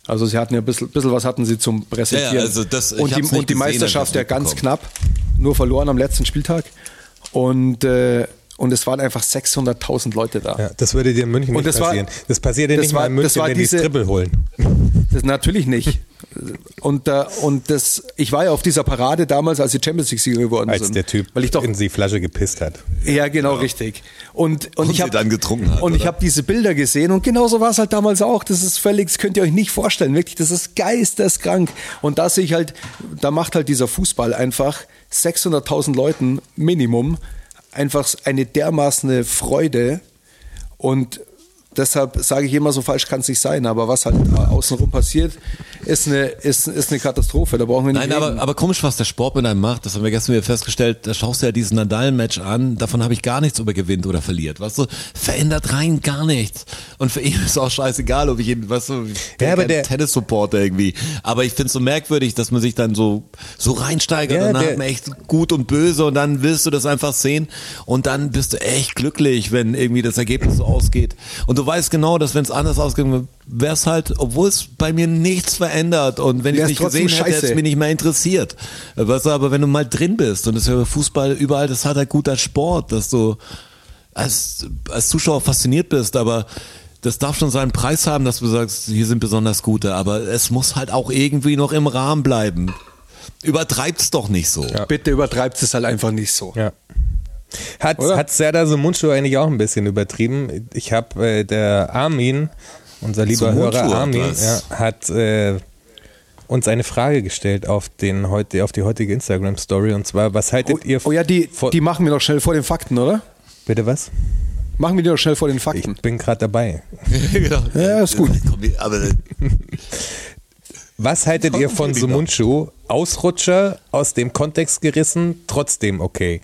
Speaker 2: Also sie hatten ja ein bisschen, bisschen was hatten sie zum Präsentieren.
Speaker 3: Ja, ja, also das- ich
Speaker 2: und die,
Speaker 3: hab's nicht
Speaker 2: und die
Speaker 3: gesehen,
Speaker 2: Meisterschaft
Speaker 3: hab
Speaker 2: ja
Speaker 3: ich
Speaker 2: ganz
Speaker 3: mitbekommen.
Speaker 2: knapp, nur verloren am letzten Spieltag. Und, äh, und es waren einfach 600.000 Leute da.
Speaker 4: Ja, das würde dir in München
Speaker 2: Und
Speaker 4: nicht
Speaker 2: das war-
Speaker 4: passieren. das passiert dir
Speaker 2: das
Speaker 4: nicht
Speaker 2: war-
Speaker 4: mal in
Speaker 2: das
Speaker 4: München,
Speaker 2: war
Speaker 4: wenn die
Speaker 2: diese-
Speaker 4: Stribbel holen.
Speaker 2: Das natürlich nicht. Und, da, und das, ich war ja auf dieser Parade damals, als die Champions League-Sieger geworden
Speaker 4: Als
Speaker 2: sind.
Speaker 4: der Typ
Speaker 2: Also, Weil ich doch,
Speaker 4: in die Flasche gepisst hat.
Speaker 2: ja, genau, richtig. Und, und,
Speaker 3: Und
Speaker 2: ich
Speaker 3: sie
Speaker 2: habe
Speaker 3: dann getrunken hat,
Speaker 2: Und ich
Speaker 3: oder?
Speaker 2: habe diese Bilder gesehen und genauso war es halt damals auch. Das ist völlig, das könnt ihr euch nicht vorstellen. Wirklich, das ist geisteskrank. Und da sehe ich halt, da macht halt dieser Fußball einfach 600.000 Leuten Minimum einfach eine dermaßen Freude. Und deshalb sage ich immer, so falsch kann es nicht sein. Aber was halt da außenrum passiert, ist eine, ist, ist eine Katastrophe. Da brauchen wir nicht
Speaker 3: Nein,
Speaker 2: reden.
Speaker 3: aber, aber komisch, was der Sport mit einem macht. Das haben wir gestern wieder festgestellt. Da schaust du ja diesen Nadal-Match an. Davon habe ich gar nichts, ob er gewinnt oder verliert. Weißt du, verändert rein gar nichts. Und für ihn ist auch scheißegal, ob ich ihn, weißt du, ich bin
Speaker 4: aber
Speaker 3: kein
Speaker 4: der-
Speaker 3: Tennis-Supporter irgendwie. Aber ich finde es so merkwürdig, dass man sich dann so, so reinsteigert.
Speaker 4: Ja,
Speaker 3: und dann
Speaker 4: der-
Speaker 3: hat man echt gut und böse und dann willst du das einfach sehen. Und dann bist du echt glücklich, wenn irgendwie das Ergebnis so ausgeht. Und du weißt genau, dass wenn es anders ausgegangen wäre, es halt, obwohl es bei mir nichts verändert und wenn ich
Speaker 2: Wär's
Speaker 3: es nicht
Speaker 2: trotzdem
Speaker 3: gesehen hätte, hätte es
Speaker 2: scheiße.
Speaker 3: mir nicht mehr interessiert. Weißt du, aber wenn du mal drin bist und das ist ja Fußball überall, das hat halt guter Sport, dass du als, als Zuschauer fasziniert bist, aber das darf schon seinen Preis haben, dass du sagst, hier sind besonders gute, aber es muss halt auch irgendwie noch im Rahmen bleiben. Übertreib's doch nicht so.
Speaker 2: bitte übertreibt es halt einfach nicht so.
Speaker 4: Ja. Hat,
Speaker 2: Oder?
Speaker 4: hat Serdar so Mundschuh eigentlich auch ein bisschen übertrieben? Ich habe äh, der Armin, unser lieber
Speaker 3: Sumuncu
Speaker 4: Hörer
Speaker 3: hat
Speaker 4: Armin,
Speaker 3: das.
Speaker 4: ja, hat äh, uns eine Frage gestellt auf, den, heute, auf die heutige Instagram-Story und zwar, was haltet
Speaker 2: Oh,
Speaker 4: ihr
Speaker 2: oh ja, die,
Speaker 4: vor-
Speaker 2: die machen wir doch schnell vor den Fakten, oder?
Speaker 4: Bitte was?
Speaker 2: Machen wir die doch schnell vor den
Speaker 4: Ich
Speaker 2: Fakten.
Speaker 4: bin gerade dabei.
Speaker 3: Genau.
Speaker 2: Ja, ist gut.
Speaker 3: Aber
Speaker 4: Was haltet ihr von
Speaker 3: Konnten wir
Speaker 4: Sumunchu? Ausrutscher, aus dem Kontext gerissen, trotzdem okay.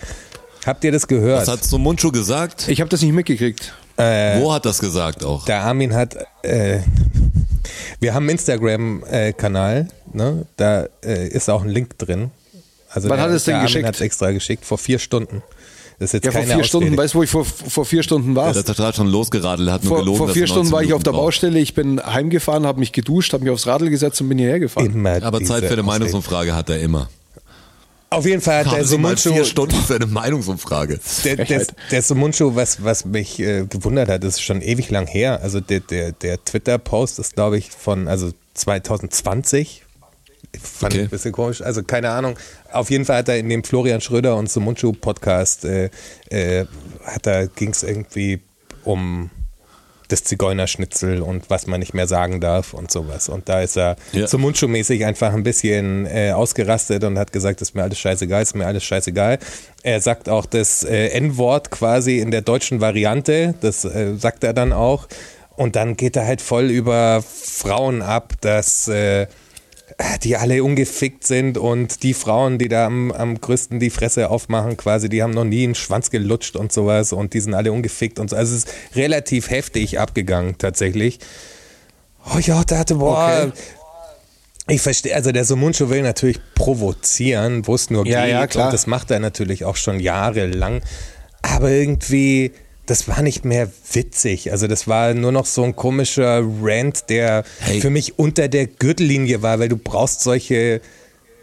Speaker 4: Habt ihr das gehört?
Speaker 3: was
Speaker 2: Also.
Speaker 3: hat Sumunchu gesagt?
Speaker 2: Ich habe das nicht mitgekriegt. Äh.
Speaker 3: Wo hat das gesagt auch?
Speaker 4: Der Armin hat, äh, wir haben einen Instagram-Kanal, ne? da äh, ist auch ein Link drin. Also
Speaker 2: Wann
Speaker 4: der,
Speaker 2: hat es denn
Speaker 4: der Armin
Speaker 2: geschickt?
Speaker 4: hat es extra geschickt, vor vier Stunden. Das ist jetzt
Speaker 2: Ja, vor
Speaker 4: keine
Speaker 2: vier
Speaker 4: Ausrede.
Speaker 2: Stunden, weißt du, wo ich vor, vor vier Stunden war?
Speaker 3: Der hat gerade schon losgeradelt, hat nur
Speaker 2: vor,
Speaker 3: gelogen.
Speaker 2: vor
Speaker 3: dass
Speaker 2: vier
Speaker 3: er
Speaker 2: Stunden
Speaker 3: 19
Speaker 2: war ich auf der
Speaker 3: Minuten braucht.
Speaker 2: Baustelle, ich bin heimgefahren, habe mich geduscht, habe mich aufs Radl gesetzt und bin hierher gefahren.
Speaker 4: Immer
Speaker 3: Aber Zeit
Speaker 4: diese
Speaker 3: für eine
Speaker 4: Ausrede.
Speaker 3: Meinungsumfrage hat er immer.
Speaker 4: Auf jeden Fall hat der
Speaker 3: Haben Sie mal
Speaker 4: Sumunchu,
Speaker 3: vier Stunden für eine Meinungsumfrage.
Speaker 4: der, der, der Sumunchu, was, was mich äh, gewundert hat, ist schon ewig lang her. Also der, der, der Twitter-Post ist, glaube ich, von also 2020. Fand
Speaker 3: Okay.
Speaker 4: ich ein bisschen komisch. Also keine Ahnung. Auf jeden Fall hat er in dem Florian Schröder und Sumunchu Podcast äh, äh, hat er ging es irgendwie um das Zigeunerschnitzel und was man nicht mehr sagen darf und sowas. Und da ist er
Speaker 3: Ja.
Speaker 4: zum Mundschuh-mäßig einfach ein bisschen äh, ausgerastet und hat gesagt, ist mir alles scheißegal, ist mir alles scheißegal. Er sagt auch das äh, N-Wort quasi in der deutschen Variante, das äh, sagt er dann auch. Und dann geht er halt voll über Frauen ab, dass äh, die alle ungefickt sind und die Frauen, die da am, am größten die Fresse aufmachen, quasi, die haben noch nie einen Schwanz gelutscht und sowas und die sind alle ungefickt und so. Also es ist relativ heftig abgegangen tatsächlich. Oh ja, da hatte, boah, ich verstehe, also der Sumuncho will natürlich provozieren, wo es nur
Speaker 2: Ja,
Speaker 4: geht.
Speaker 2: ja, klar.
Speaker 4: Und das macht er natürlich auch schon jahrelang. Aber irgendwie, das war nicht mehr witzig. Also das war nur noch so ein komischer Rant, der
Speaker 3: Hey.
Speaker 4: für mich unter der Gürtellinie war, weil du brauchst solche,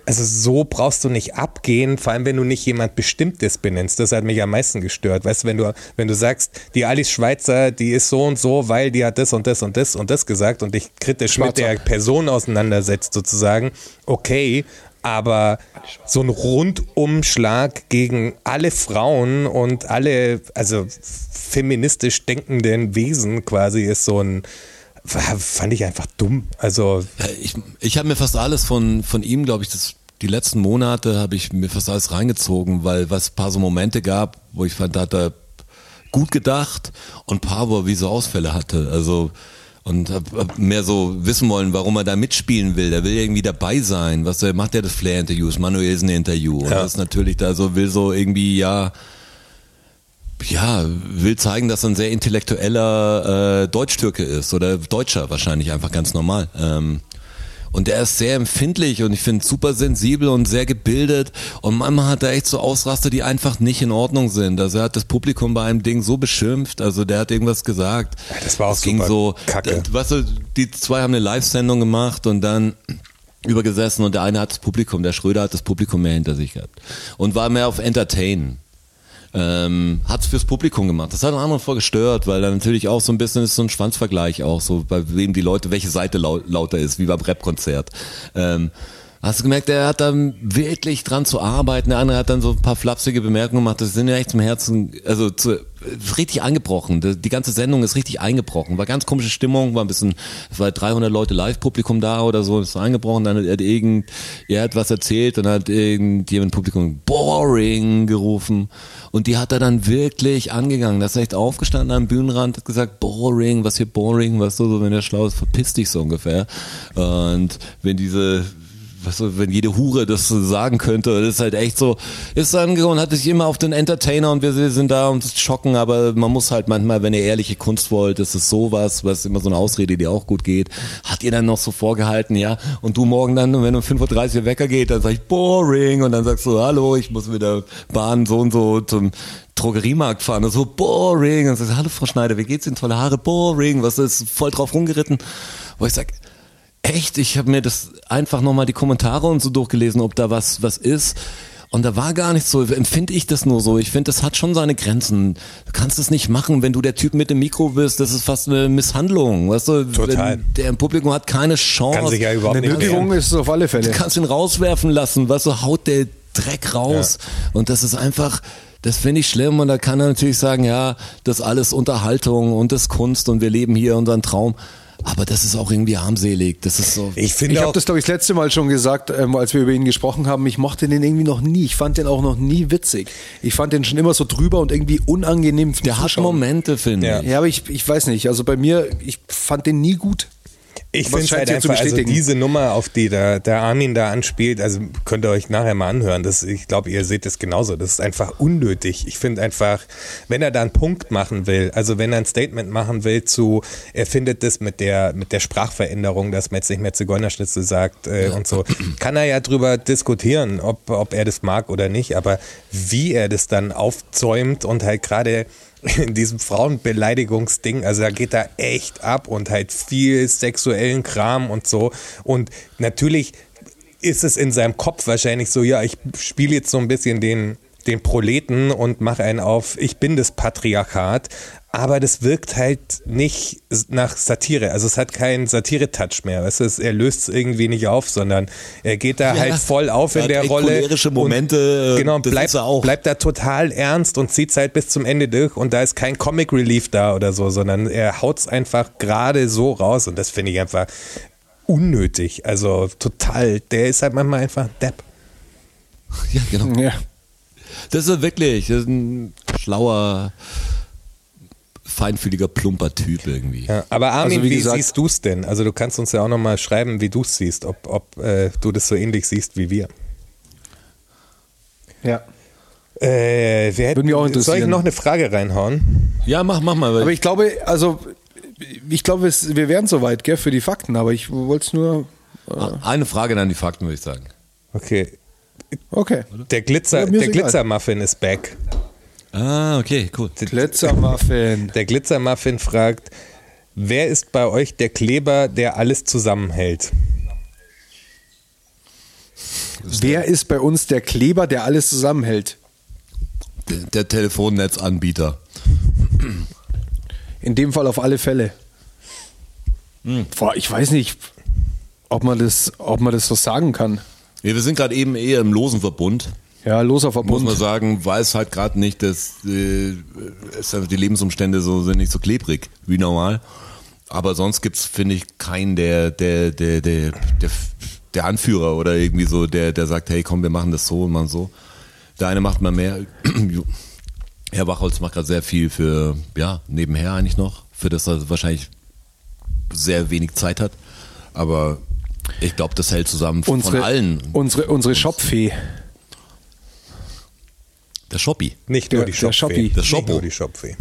Speaker 4: also so brauchst du nicht abgehen, vor allem wenn du nicht jemand Bestimmtes benennst. Das hat mich am meisten gestört. Weißt du, wenn du, wenn du sagst, die Alice Schweizer, die ist so und so, weil die hat das und das und das und das gesagt und dich kritisch mit der Person auseinandersetzt, sozusagen, okay, aber so ein Rundumschlag gegen alle Frauen und alle, also feministisch denkenden Wesen quasi ist so ein, fand ich einfach dumm. Also
Speaker 3: Ja, Ich, ich habe mir fast alles von, von ihm, glaube ich, das, die letzten Monate habe ich mir fast alles reingezogen, weil was paar so Momente gab, wo ich fand, da hat er gut gedacht und paar, wo er wie so Ausfälle hatte. Also und hab, hab mehr so wissen wollen, warum er da mitspielen will. Der will irgendwie dabei sein. Was der macht ja das Flair-Interview, das Manuelsen-Interview. Und
Speaker 4: Ja.
Speaker 3: das ist natürlich da so, will so irgendwie, ja, ja, will zeigen, dass er ein sehr intellektueller äh, Deutsch-Türke ist oder Deutscher wahrscheinlich einfach ganz normal. Ähm, und er ist sehr empfindlich und ich finde super sensibel und sehr gebildet. Und manchmal hat er echt so Ausraster, die einfach nicht in Ordnung sind. Also er hat das Publikum bei einem Ding so beschimpft. Also der hat irgendwas gesagt.
Speaker 4: das war auch
Speaker 3: Es ging
Speaker 4: super
Speaker 3: so.
Speaker 4: kacke.
Speaker 3: d- Weißt du, die zwei haben eine Live-Sendung gemacht und dann übergesessen und der eine hat das Publikum, der Schröder hat das Publikum mehr hinter sich gehabt. Und war mehr auf Entertain. Ähm, hat's fürs Publikum gemacht. Das hat einen anderen vorgestört, weil da natürlich auch so ein bisschen ist so ein Schwanzvergleich auch, so bei wem die Leute, welche Seite lau lauter ist, wie beim Rap-Konzert. Ähm, Hast du gemerkt, er hat dann wirklich dran zu arbeiten. Der andere hat dann so ein paar flapsige Bemerkungen gemacht. Das sind ja echt zum Herzen, also zu, richtig angebrochen. Die ganze Sendung ist richtig eingebrochen. War ganz komische Stimmung, war ein bisschen, es war 300 Leute Live-Publikum da oder so, ist eingebrochen. Dann hat irgend, er hat was erzählt und hat irgendjemand im Publikum boring gerufen. Und die hat er dann wirklich angegangen. Das ist echt aufgestanden am Bühnenrand, hat gesagt, boring, was hier boring, was so, so wenn der schlau ist, verpiss dich so ungefähr. Und wenn diese, was, wenn jede Hure das sagen könnte, das ist halt echt so, ist angekommen und hat sich immer auf den Entertainer und wir sind da und schocken, aber man muss halt manchmal, wenn ihr ehrliche Kunst wollt, das ist sowas, was immer so eine Ausrede, die auch gut geht, hat ihr dann noch so vorgehalten, ja, und du morgen dann, wenn um 5.30 Uhr Wecker geht, dann sag ich boring und dann sagst du, hallo, ich muss mit der Bahn so und so zum Drogeriemarkt fahren, das ist so boring und sagst, hallo Frau Schneider, wie geht's Ihnen, tolle Haare, boring, was ist, voll drauf rumgeritten, wo ich sag, Echt? Ich habe mir das einfach nochmal die Kommentare und so durchgelesen, ob da was, was ist. Und da war gar nichts so, empfinde ich das nur so. Ich finde, das hat schon seine Grenzen. Du kannst es nicht machen, wenn du der Typ mit dem Mikro bist. Das ist fast eine Misshandlung, weißt du?
Speaker 4: Total.
Speaker 3: Wenn der im Publikum hat keine Chance.
Speaker 4: Kann sich ja überhaupt
Speaker 2: Oh, Eine
Speaker 4: nicht
Speaker 2: Nötigung
Speaker 4: wehren.
Speaker 2: ist es auf alle Fälle.
Speaker 3: Du kannst ihn rauswerfen lassen, weißt du, haut der Dreck raus. Und das ist einfach, das finde ich schlimm. Und da kann er natürlich sagen, ja, das alles Unterhaltung und das Kunst und wir leben hier unseren Traum. Aber das ist auch irgendwie armselig. Das ist so.
Speaker 4: Ich finde
Speaker 2: Ich
Speaker 4: auch,
Speaker 2: habe das, glaube ich, das letzte Mal schon gesagt, ähm, als wir über ihn gesprochen haben. Ich mochte den irgendwie noch nie. Ich fand den auch noch nie witzig. Ich fand den schon immer so drüber und irgendwie unangenehm. zum
Speaker 3: Der hat
Speaker 2: Zuschauen.
Speaker 3: Momente, finde
Speaker 4: Ja.
Speaker 3: ich.
Speaker 2: Ja, aber ich, ich weiß nicht. Also bei mir, ich fand den nie gut.
Speaker 4: Ich
Speaker 2: Aber
Speaker 4: finde
Speaker 2: es
Speaker 4: es
Speaker 2: scheint
Speaker 4: halt
Speaker 2: hier zu
Speaker 4: einfach, also
Speaker 2: bestätigen.
Speaker 4: diese Nummer, auf die der, der Armin da anspielt, also könnt ihr euch nachher mal anhören. Das, ich glaube, ihr seht es genauso. Das ist einfach unnötig. Ich finde einfach, wenn er da einen Punkt machen will, also wenn er ein Statement machen will zu, er findet das mit der, mit der Sprachveränderung, dass man jetzt nicht mehr Zigeunerschnitzel sagt äh, und so, kann er ja drüber diskutieren, ob, ob er das mag oder nicht. Aber wie er das dann aufzäumt und halt gerade in diesem Frauenbeleidigungsding, also da geht da echt ab und halt viel sexuellen Kram und so. Und natürlich ist es in seinem Kopf wahrscheinlich so, ja, ich spiele jetzt so ein bisschen den, den Proleten und mache einen auf, ich bin das Patriarchat. Aber das wirkt halt nicht nach Satire. Also es hat keinen Satire-Touch mehr. Weißt du? Es- Er löst es irgendwie nicht auf, sondern er geht da halt voll auf
Speaker 3: Er
Speaker 4: in
Speaker 3: hat
Speaker 4: der
Speaker 3: echt
Speaker 4: Rolle.
Speaker 3: cholerische
Speaker 4: und-
Speaker 3: Momente, äh,
Speaker 4: Genau, und
Speaker 3: das
Speaker 4: bleibt,
Speaker 3: ist er auch.
Speaker 4: bleibt da total ernst und zieht es halt bis zum Ende durch und da ist kein Comic Relief da oder so, sondern er haut es einfach gerade so raus und das finde ich einfach unnötig. Also total, der ist halt manchmal einfach ein Depp.
Speaker 3: Ja, genau.
Speaker 2: Ja.
Speaker 3: Das ist wirklich das ist ein schlauer, feinfühliger, plumper Typ irgendwie.
Speaker 4: Ja, aber Armin,
Speaker 2: Also wie
Speaker 4: wie,
Speaker 2: gesagt-
Speaker 4: siehst du es denn? Also du kannst uns ja auch nochmal schreiben, wie du es siehst, ob, ob äh, du das so ähnlich siehst wie wir.
Speaker 2: ja.
Speaker 4: Äh, wer
Speaker 2: Würde mich auch
Speaker 4: soll ich
Speaker 2: interessieren.
Speaker 4: noch eine Frage reinhauen?
Speaker 3: Ja, mach, mach mal.
Speaker 2: Aber ich glaube, also, ich glaube, es- wir wären soweit, gell, für die Fakten. Aber ich wollte es nur.
Speaker 3: eine Frage dann die Fakten, würde ich sagen.
Speaker 4: Okay.
Speaker 2: Okay.
Speaker 4: Der Glitzer,
Speaker 2: Ja, mir ist
Speaker 4: der
Speaker 2: egal.
Speaker 4: Glitzermuffin ist back.
Speaker 3: Ah, okay, cool.
Speaker 2: Glitzermuffin.
Speaker 4: Der Glitzermuffin fragt, wer ist bei euch der Kleber, der alles zusammenhält?
Speaker 2: Wer ist bei uns der Kleber, der alles zusammenhält?
Speaker 3: Der, der Telefonnetzanbieter.
Speaker 2: In dem Fall auf alle Fälle.
Speaker 3: Hm.
Speaker 2: Boah, ich weiß nicht, ob man das, ob man das so sagen kann.
Speaker 3: Ja, wir sind gerade eben eher im losen Verbund.
Speaker 2: Ja, loser
Speaker 3: Muss
Speaker 2: Verbund.
Speaker 3: man sagen, weiß halt gerade nicht, dass äh, es einfach die Lebensumstände so sind nicht so klebrig wie normal. Aber sonst gibt's, finde ich, keinen, der, der, der, der, der, der Anführer oder irgendwie so, der, der sagt, hey komm, wir machen das so und machen so. Der eine macht mal mehr. Herr Wachholz macht gerade sehr viel für, ja, nebenher eigentlich noch, für das er wahrscheinlich sehr wenig Zeit hat. Aber ich glaube, das hält zusammen
Speaker 2: unsere,
Speaker 3: von allen.
Speaker 2: Unsere, unsere Shopfee.
Speaker 3: Der Shoppi.
Speaker 4: Nicht nur
Speaker 2: Der-
Speaker 4: die
Speaker 2: der Schoppi.
Speaker 4: Shopfee.
Speaker 3: Der
Speaker 4: Nicht
Speaker 3: Schoppo.
Speaker 4: nur die Shopfee.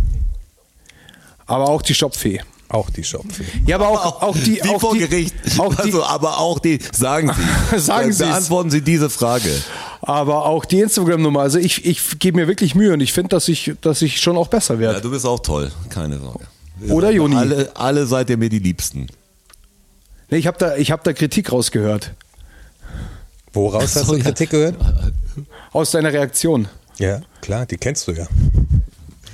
Speaker 2: Aber auch die Shopfee.
Speaker 4: Auch die Shopfee.
Speaker 2: Ja, aber auch, auch die.
Speaker 3: Wie
Speaker 2: auch
Speaker 3: vor
Speaker 2: die,
Speaker 3: Gericht.
Speaker 2: Auch die,
Speaker 3: also, aber auch die, sagen Sie.
Speaker 2: Sagen Sie's.
Speaker 3: Beantworten Sie diese Frage.
Speaker 2: aber auch die Instagram-Nummer. Also ich, ich gebe mir wirklich Mühe und ich finde, dass ich, dass ich schon auch besser
Speaker 3: Ja,
Speaker 2: werde.
Speaker 3: du bist auch toll, keine Sorge.
Speaker 2: Oder, Joni?
Speaker 3: Alle, alle seid ihr mir die Liebsten.
Speaker 2: nee, ich habe da, ich hab da Kritik rausgehört.
Speaker 4: Woraus hast du Kritik gehört?
Speaker 2: Aus deiner Reaktion.
Speaker 4: Ja, klar, die kennst du ja.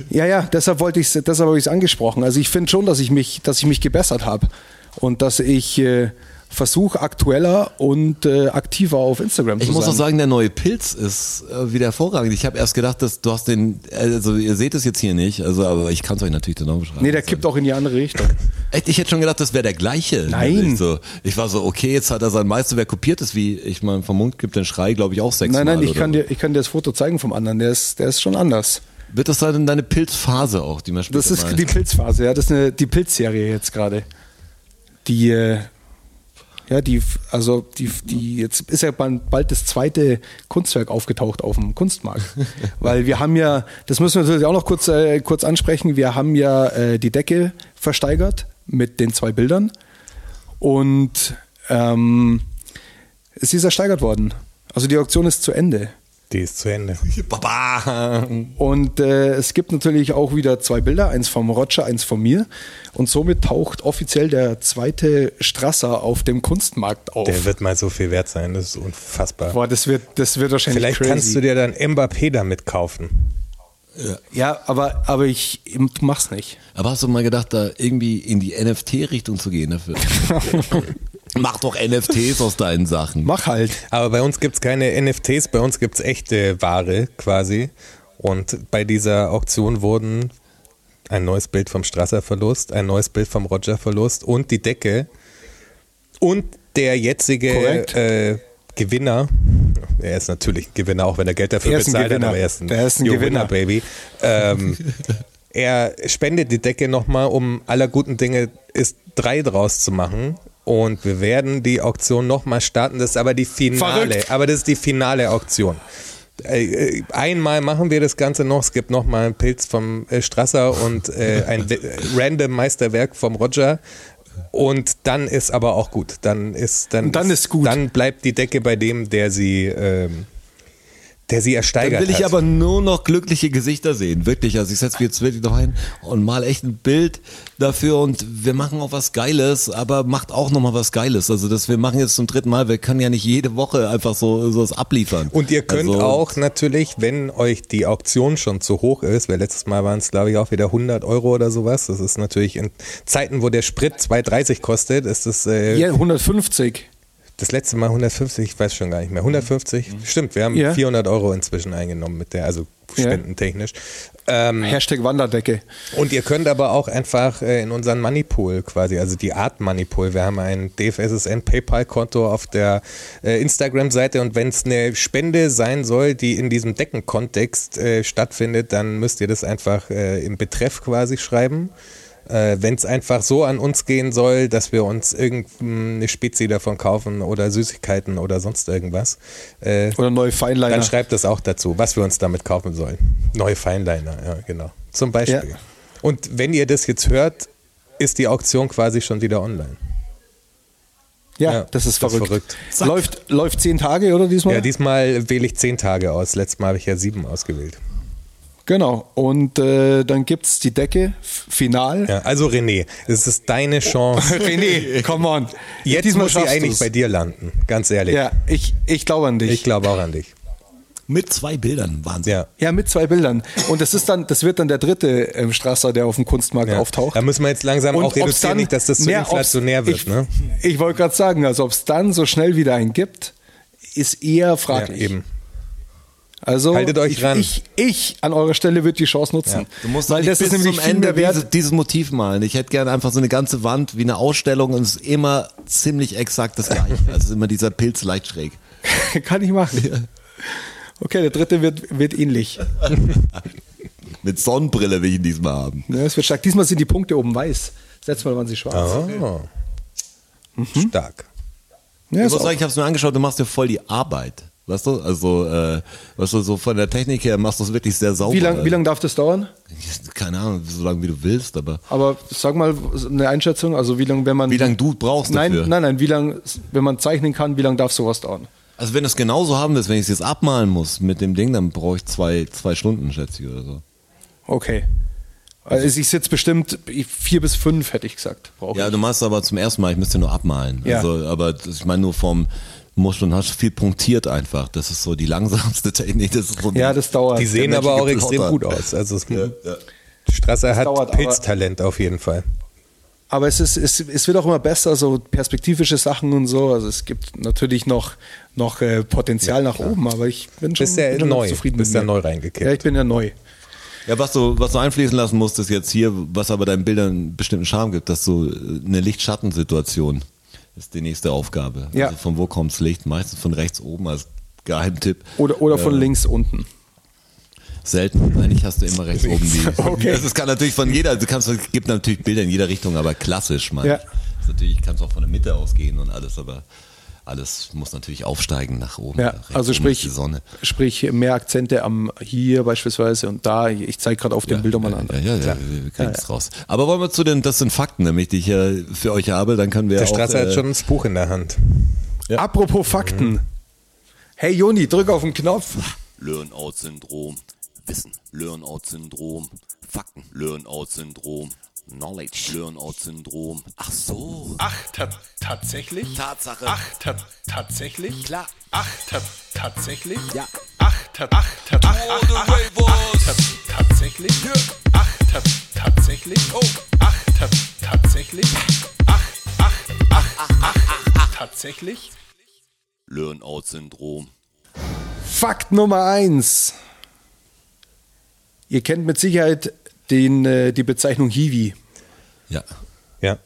Speaker 2: Ja, ja, deshalb wollte ich es, deshalb habe ich es angesprochen. Also ich finde schon, dass ich mich, dass ich mich gebessert habe und dass ich äh, versuche aktueller und äh, aktiver auf Instagram
Speaker 3: Ich
Speaker 2: zu
Speaker 3: muss auch
Speaker 2: sein.
Speaker 3: sagen, der neue Pilz ist äh, wieder hervorragend. Ich habe erst gedacht, dass du hast den, also ihr seht es jetzt hier nicht, also aber ich kann es euch natürlich genau beschreiben.
Speaker 2: nee, der kippt auch in die andere Richtung.
Speaker 3: Echt, ich hätte schon gedacht, das wäre der gleiche.
Speaker 2: Nein.
Speaker 3: Ich, so, ich war so, okay, jetzt hat er sein Meisterwerk kopiert, ist wie ich mal vom Mund gibt, den Schrei, glaube ich, auch sechsmal.
Speaker 2: Nein, nein, ich
Speaker 3: oder
Speaker 2: kann,
Speaker 3: so.
Speaker 2: dir, ich kann dir das Foto zeigen vom anderen. Der ist, der ist schon anders.
Speaker 3: Wird das dann deine Pilzphase auch, die man später
Speaker 2: Das ist
Speaker 3: mal
Speaker 2: die Pilzphase, ja. Das ist eine, die Pilzserie jetzt gerade. Die, äh, ja, die, also die, die, jetzt ist ja bald bald das zweite Kunstwerk aufgetaucht auf dem Kunstmarkt. Weil wir haben ja, das müssen wir natürlich auch noch kurz, äh, kurz ansprechen, wir haben ja äh, die Decke versteigert mit den zwei Bildern. Und ähm, sie ist ersteigert worden. Also die Auktion ist zu Ende.
Speaker 4: Die ist zu Ende.
Speaker 3: Baba!
Speaker 2: Und äh, es gibt natürlich auch wieder zwei Bilder, eins vom Roger, eins von mir. Und somit taucht offiziell der zweite Strasser auf dem Kunstmarkt auf.
Speaker 4: Der wird mal so viel wert sein, das ist unfassbar.
Speaker 2: Boah, das wird, das wird wahrscheinlich
Speaker 4: Vielleicht
Speaker 2: crazy.
Speaker 4: kannst du dir dann Mbappé damit kaufen.
Speaker 2: ja, aber, aber ich du mach's nicht.
Speaker 3: Aber hast du mal gedacht, da irgendwie in die NFT-Richtung zu gehen dafür? Mach doch NFTs aus deinen Sachen.
Speaker 2: Mach halt.
Speaker 4: Aber bei uns gibt's keine NFTs, bei uns gibt's echte Ware quasi. Und bei dieser Auktion wurden ein neues Bild vom Strasser Verlust, ein neues Bild vom Roger Verlust und die Decke und der jetzige
Speaker 2: Korrekt.
Speaker 4: äh, Gewinner. Er ist natürlich ein Gewinner, auch wenn er Geld dafür
Speaker 2: Er ist ein
Speaker 4: bezahlt hat,
Speaker 2: Gewinner.
Speaker 4: aber er ist ein,
Speaker 2: Er ist ein
Speaker 4: You're
Speaker 2: Gewinner.
Speaker 4: winner, Baby. Ähm, er spendet die Decke nochmal, um aller guten Dinge ist drei draus zu machen. Und wir werden die Auktion nochmal starten. Das ist aber die finale.
Speaker 2: Verrückt.
Speaker 4: Aber das ist die finale Auktion. Äh, äh, Einmal machen wir das Ganze noch. Es gibt nochmal einen Pilz vom äh, Strasser und äh, ein We- äh, random Meisterwerk vom Roger. Und dann ist aber auch gut. Dann ist dann,
Speaker 2: Und dann ist gut.
Speaker 4: Dann bleibt die Decke bei dem, der sie, ähm, der sie ersteigert
Speaker 3: Dann will ich
Speaker 4: hat.
Speaker 3: aber nur noch glückliche Gesichter sehen. Wirklich. Also ich setze mich jetzt wirklich noch hin und mal echt ein Bild dafür und wir machen auch was Geiles, aber macht auch nochmal was Geiles. Also das wir machen jetzt zum dritten Mal. Wir können ja nicht jede Woche einfach so so was abliefern.
Speaker 4: Und ihr könnt
Speaker 3: also,
Speaker 4: auch natürlich, wenn euch die Auktion schon zu hoch ist, weil letztes Mal waren es, glaube ich, auch wieder 100 Euro oder sowas. Das ist natürlich in Zeiten, wo der Sprit 2,30 kostet, ist das äh,
Speaker 2: Ja, 150.
Speaker 4: das letzte Mal 150, ich weiß schon gar nicht mehr. 150, stimmt, wir haben
Speaker 2: Ja.
Speaker 4: 400 Euro inzwischen eingenommen mit der, also
Speaker 2: Ja.
Speaker 4: spendentechnisch. Ähm,
Speaker 2: Hashtag Wanderdecke.
Speaker 4: und ihr könnt aber auch einfach äh, in unseren Moneypool quasi, also die Art Moneypool, wir haben ein DFSSN PayPal-Konto auf der äh, Instagram-Seite und wenn es eine Spende sein soll, die in diesem Deckenkontext äh, stattfindet, dann müsst ihr das einfach äh, im Betreff quasi schreiben. Äh, wenn es einfach so an uns gehen soll, dass wir uns irgendeine Spezie davon kaufen oder Süßigkeiten oder sonst irgendwas, äh,
Speaker 2: Oder neue
Speaker 4: dann
Speaker 2: Feinliner.
Speaker 4: schreibt das auch dazu, was wir uns damit kaufen sollen. Neue Feinliner, ja, genau. Zum Beispiel.
Speaker 2: Ja.
Speaker 4: Und wenn ihr das jetzt hört, ist die Auktion quasi schon wieder online.
Speaker 2: ja,
Speaker 4: ja,
Speaker 2: das ist
Speaker 4: das ist
Speaker 2: verrückt.
Speaker 4: verrückt. Zack.
Speaker 2: Läuft, läuft zehn Tage, oder diesmal?
Speaker 4: Ja, diesmal wähle ich zehn Tage aus. Letztes Mal habe ich ja sieben ausgewählt.
Speaker 2: genau. Und äh, dann gibt's die Decke, f- final.
Speaker 4: Ja, also René, es ist deine Chance.
Speaker 2: René, come on.
Speaker 4: Jetzt
Speaker 2: Diesmal
Speaker 4: muss sie
Speaker 2: schaffst
Speaker 4: eigentlich
Speaker 2: du's.
Speaker 4: bei dir landen, ganz ehrlich.
Speaker 2: Ja, ich, ich glaube an dich.
Speaker 4: Ich glaube auch an dich.
Speaker 3: mit zwei Bildern Wahnsinn.
Speaker 4: Ja.
Speaker 2: Ja, mit zwei Bildern. Und das ist dann, das wird dann der dritte ähm, Strasser, der auf dem Kunstmarkt
Speaker 4: Ja.
Speaker 2: auftaucht.
Speaker 4: Da müssen wir jetzt langsam auch
Speaker 2: ob's
Speaker 4: reduzieren, nicht, dass das so
Speaker 2: Ja, ob's-
Speaker 4: inflationär wird.
Speaker 2: Ich,
Speaker 4: ne?
Speaker 2: ich wollte gerade sagen, also ob es dann so schnell wieder einen gibt, ist eher fraglich.
Speaker 4: eben.
Speaker 2: Also
Speaker 4: Haltet euch
Speaker 2: ich,
Speaker 4: ran.
Speaker 2: Ich, ich an eurer Stelle würde die Chance nutzen.
Speaker 3: Du musst
Speaker 2: Weil
Speaker 3: nicht
Speaker 2: das ist
Speaker 3: bis
Speaker 2: nämlich
Speaker 3: zum
Speaker 2: viel
Speaker 3: Ende
Speaker 2: mehr wert.
Speaker 3: Dieses, dieses Motiv malen. Ich hätte gerne einfach so eine ganze Wand wie eine Ausstellung und es ist immer ziemlich exakt das gleiche. Also es ist immer dieser Pilz leicht schräg.
Speaker 2: Kann ich machen. Okay, der dritte wird, wird ähnlich.
Speaker 3: Mit Sonnenbrille will ich ihn diesmal haben.
Speaker 2: Ja, Ne, es wird stark. Diesmal sind die Punkte oben weiß. Das letzte Mal waren sie schwarz.
Speaker 4: Oh. Stark.
Speaker 2: Ja,
Speaker 3: Ich
Speaker 2: ist
Speaker 3: muss
Speaker 2: auch-
Speaker 3: sagen, ich habe es mir angeschaut, du machst dir voll die Arbeit. Weißt du? Also, äh, weißt du, so von der Technik her machst du es wirklich sehr sauber.
Speaker 2: wie lange wie lang darf das dauern?
Speaker 3: Keine Ahnung, so lange wie du willst, aber.
Speaker 2: Aber sag mal eine Einschätzung, also wie lange, wenn man.
Speaker 3: Wie lang du brauchst
Speaker 2: Nein,
Speaker 3: dafür.
Speaker 2: nein, nein, wie lange, wenn man zeichnen kann, wie lange darf sowas dauern?
Speaker 3: Also wenn du es genauso haben willst, wenn ich es jetzt abmalen muss mit dem Ding, dann brauche ich zwei, zwei Stunden, schätze ich, oder so.
Speaker 2: Okay. Also ich sitze bestimmt vier bis fünf, hätte ich gesagt. Brauche
Speaker 3: Ja, du machst aber zum ersten Mal, ich müsste nur abmalen.
Speaker 2: Ja.
Speaker 3: Also, aber das, ich meine nur vom, Muscheln und hast viel punktiert einfach. Das ist so die langsamste Technik. Das ist so die-
Speaker 2: Ja, das dauert.
Speaker 4: Die sehen
Speaker 3: der
Speaker 4: aber auch
Speaker 3: menschliche
Speaker 4: extrem
Speaker 3: Plotter.
Speaker 4: gut aus. Also es, Strasser
Speaker 2: dauert
Speaker 4: hat
Speaker 2: aber-
Speaker 4: Pilztalent auf jeden Fall.
Speaker 2: Aber es, ist, es, es wird auch immer besser, so perspektivische Sachen und so. Also es gibt natürlich noch, noch äh, Potenzial nach oben, aber ich bin schon,
Speaker 4: Bist ja
Speaker 2: bin schon
Speaker 4: neu.
Speaker 2: ganz zufrieden
Speaker 4: Bist
Speaker 2: mit
Speaker 4: ja
Speaker 2: mir.
Speaker 4: neu reingekippt.
Speaker 2: Ja, ich bin ja neu.
Speaker 3: Ja, was du, was du einfließen lassen musst, ist jetzt hier, was aber deinen Bildern einen bestimmten Charme gibt, dass so eine Licht-Schatten-Situation ist die nächste Aufgabe.
Speaker 2: Ja.
Speaker 3: Also von wo kommts Licht? Meistens von rechts oben als Geheimtipp. Äh,
Speaker 2: Oder, oder von links unten.
Speaker 3: Selten. Eigentlich hast du immer rechts oben die.
Speaker 2: Okay.
Speaker 3: Das ist, kann natürlich von jeder, du kannst, es gibt natürlich Bilder in jeder Richtung, aber klassisch, meine
Speaker 2: Ja.
Speaker 3: ich. Ist Natürlich kannst du auch von der Mitte ausgehen und alles, aber alles muss natürlich aufsteigen nach oben.
Speaker 2: Ja,
Speaker 3: Rechts
Speaker 2: also
Speaker 3: oben
Speaker 2: sprich,
Speaker 3: ist um Die Sonne.
Speaker 2: sprich mehr Akzente am hier beispielsweise und da. Ich zeige gerade auf den Bildern mal an.
Speaker 3: Ja, ja, ja, wir kriegen es raus. Aber wollen wir zu den, das sind Fakten, nämlich die ich ja für euch habe, dann können wir
Speaker 4: Der
Speaker 3: auch.
Speaker 4: Strasser
Speaker 3: äh,
Speaker 4: hat schon das Buch in der Hand.
Speaker 2: Apropos
Speaker 3: Mhm.
Speaker 2: Fakten. Hey Joni, drück auf den Knopf.
Speaker 5: Learn-out-Syndrom. Wissen. Learn-out-Syndrom. Fakten. Learn-out-Syndrom. Knowledge. Learn-out-Syndrom. Ach so.
Speaker 2: Ach, tatsächlich?
Speaker 5: Tatsache.
Speaker 2: tatsächlich?
Speaker 5: Klar.
Speaker 2: Ach, tatsächlich?
Speaker 5: Ja.
Speaker 2: Ach, ach, tatsächlich? Ach, tatsächlich? Oh. Ach, tatsächlich? Ach, ach, ach, ach, ach, tatsächlich?
Speaker 5: Learn-out-Syndrom.
Speaker 2: Fakt Nummer eins. Ihr kennt mit Sicherheit den, äh, die Bezeichnung Hiwi
Speaker 3: Ja.
Speaker 4: Ja.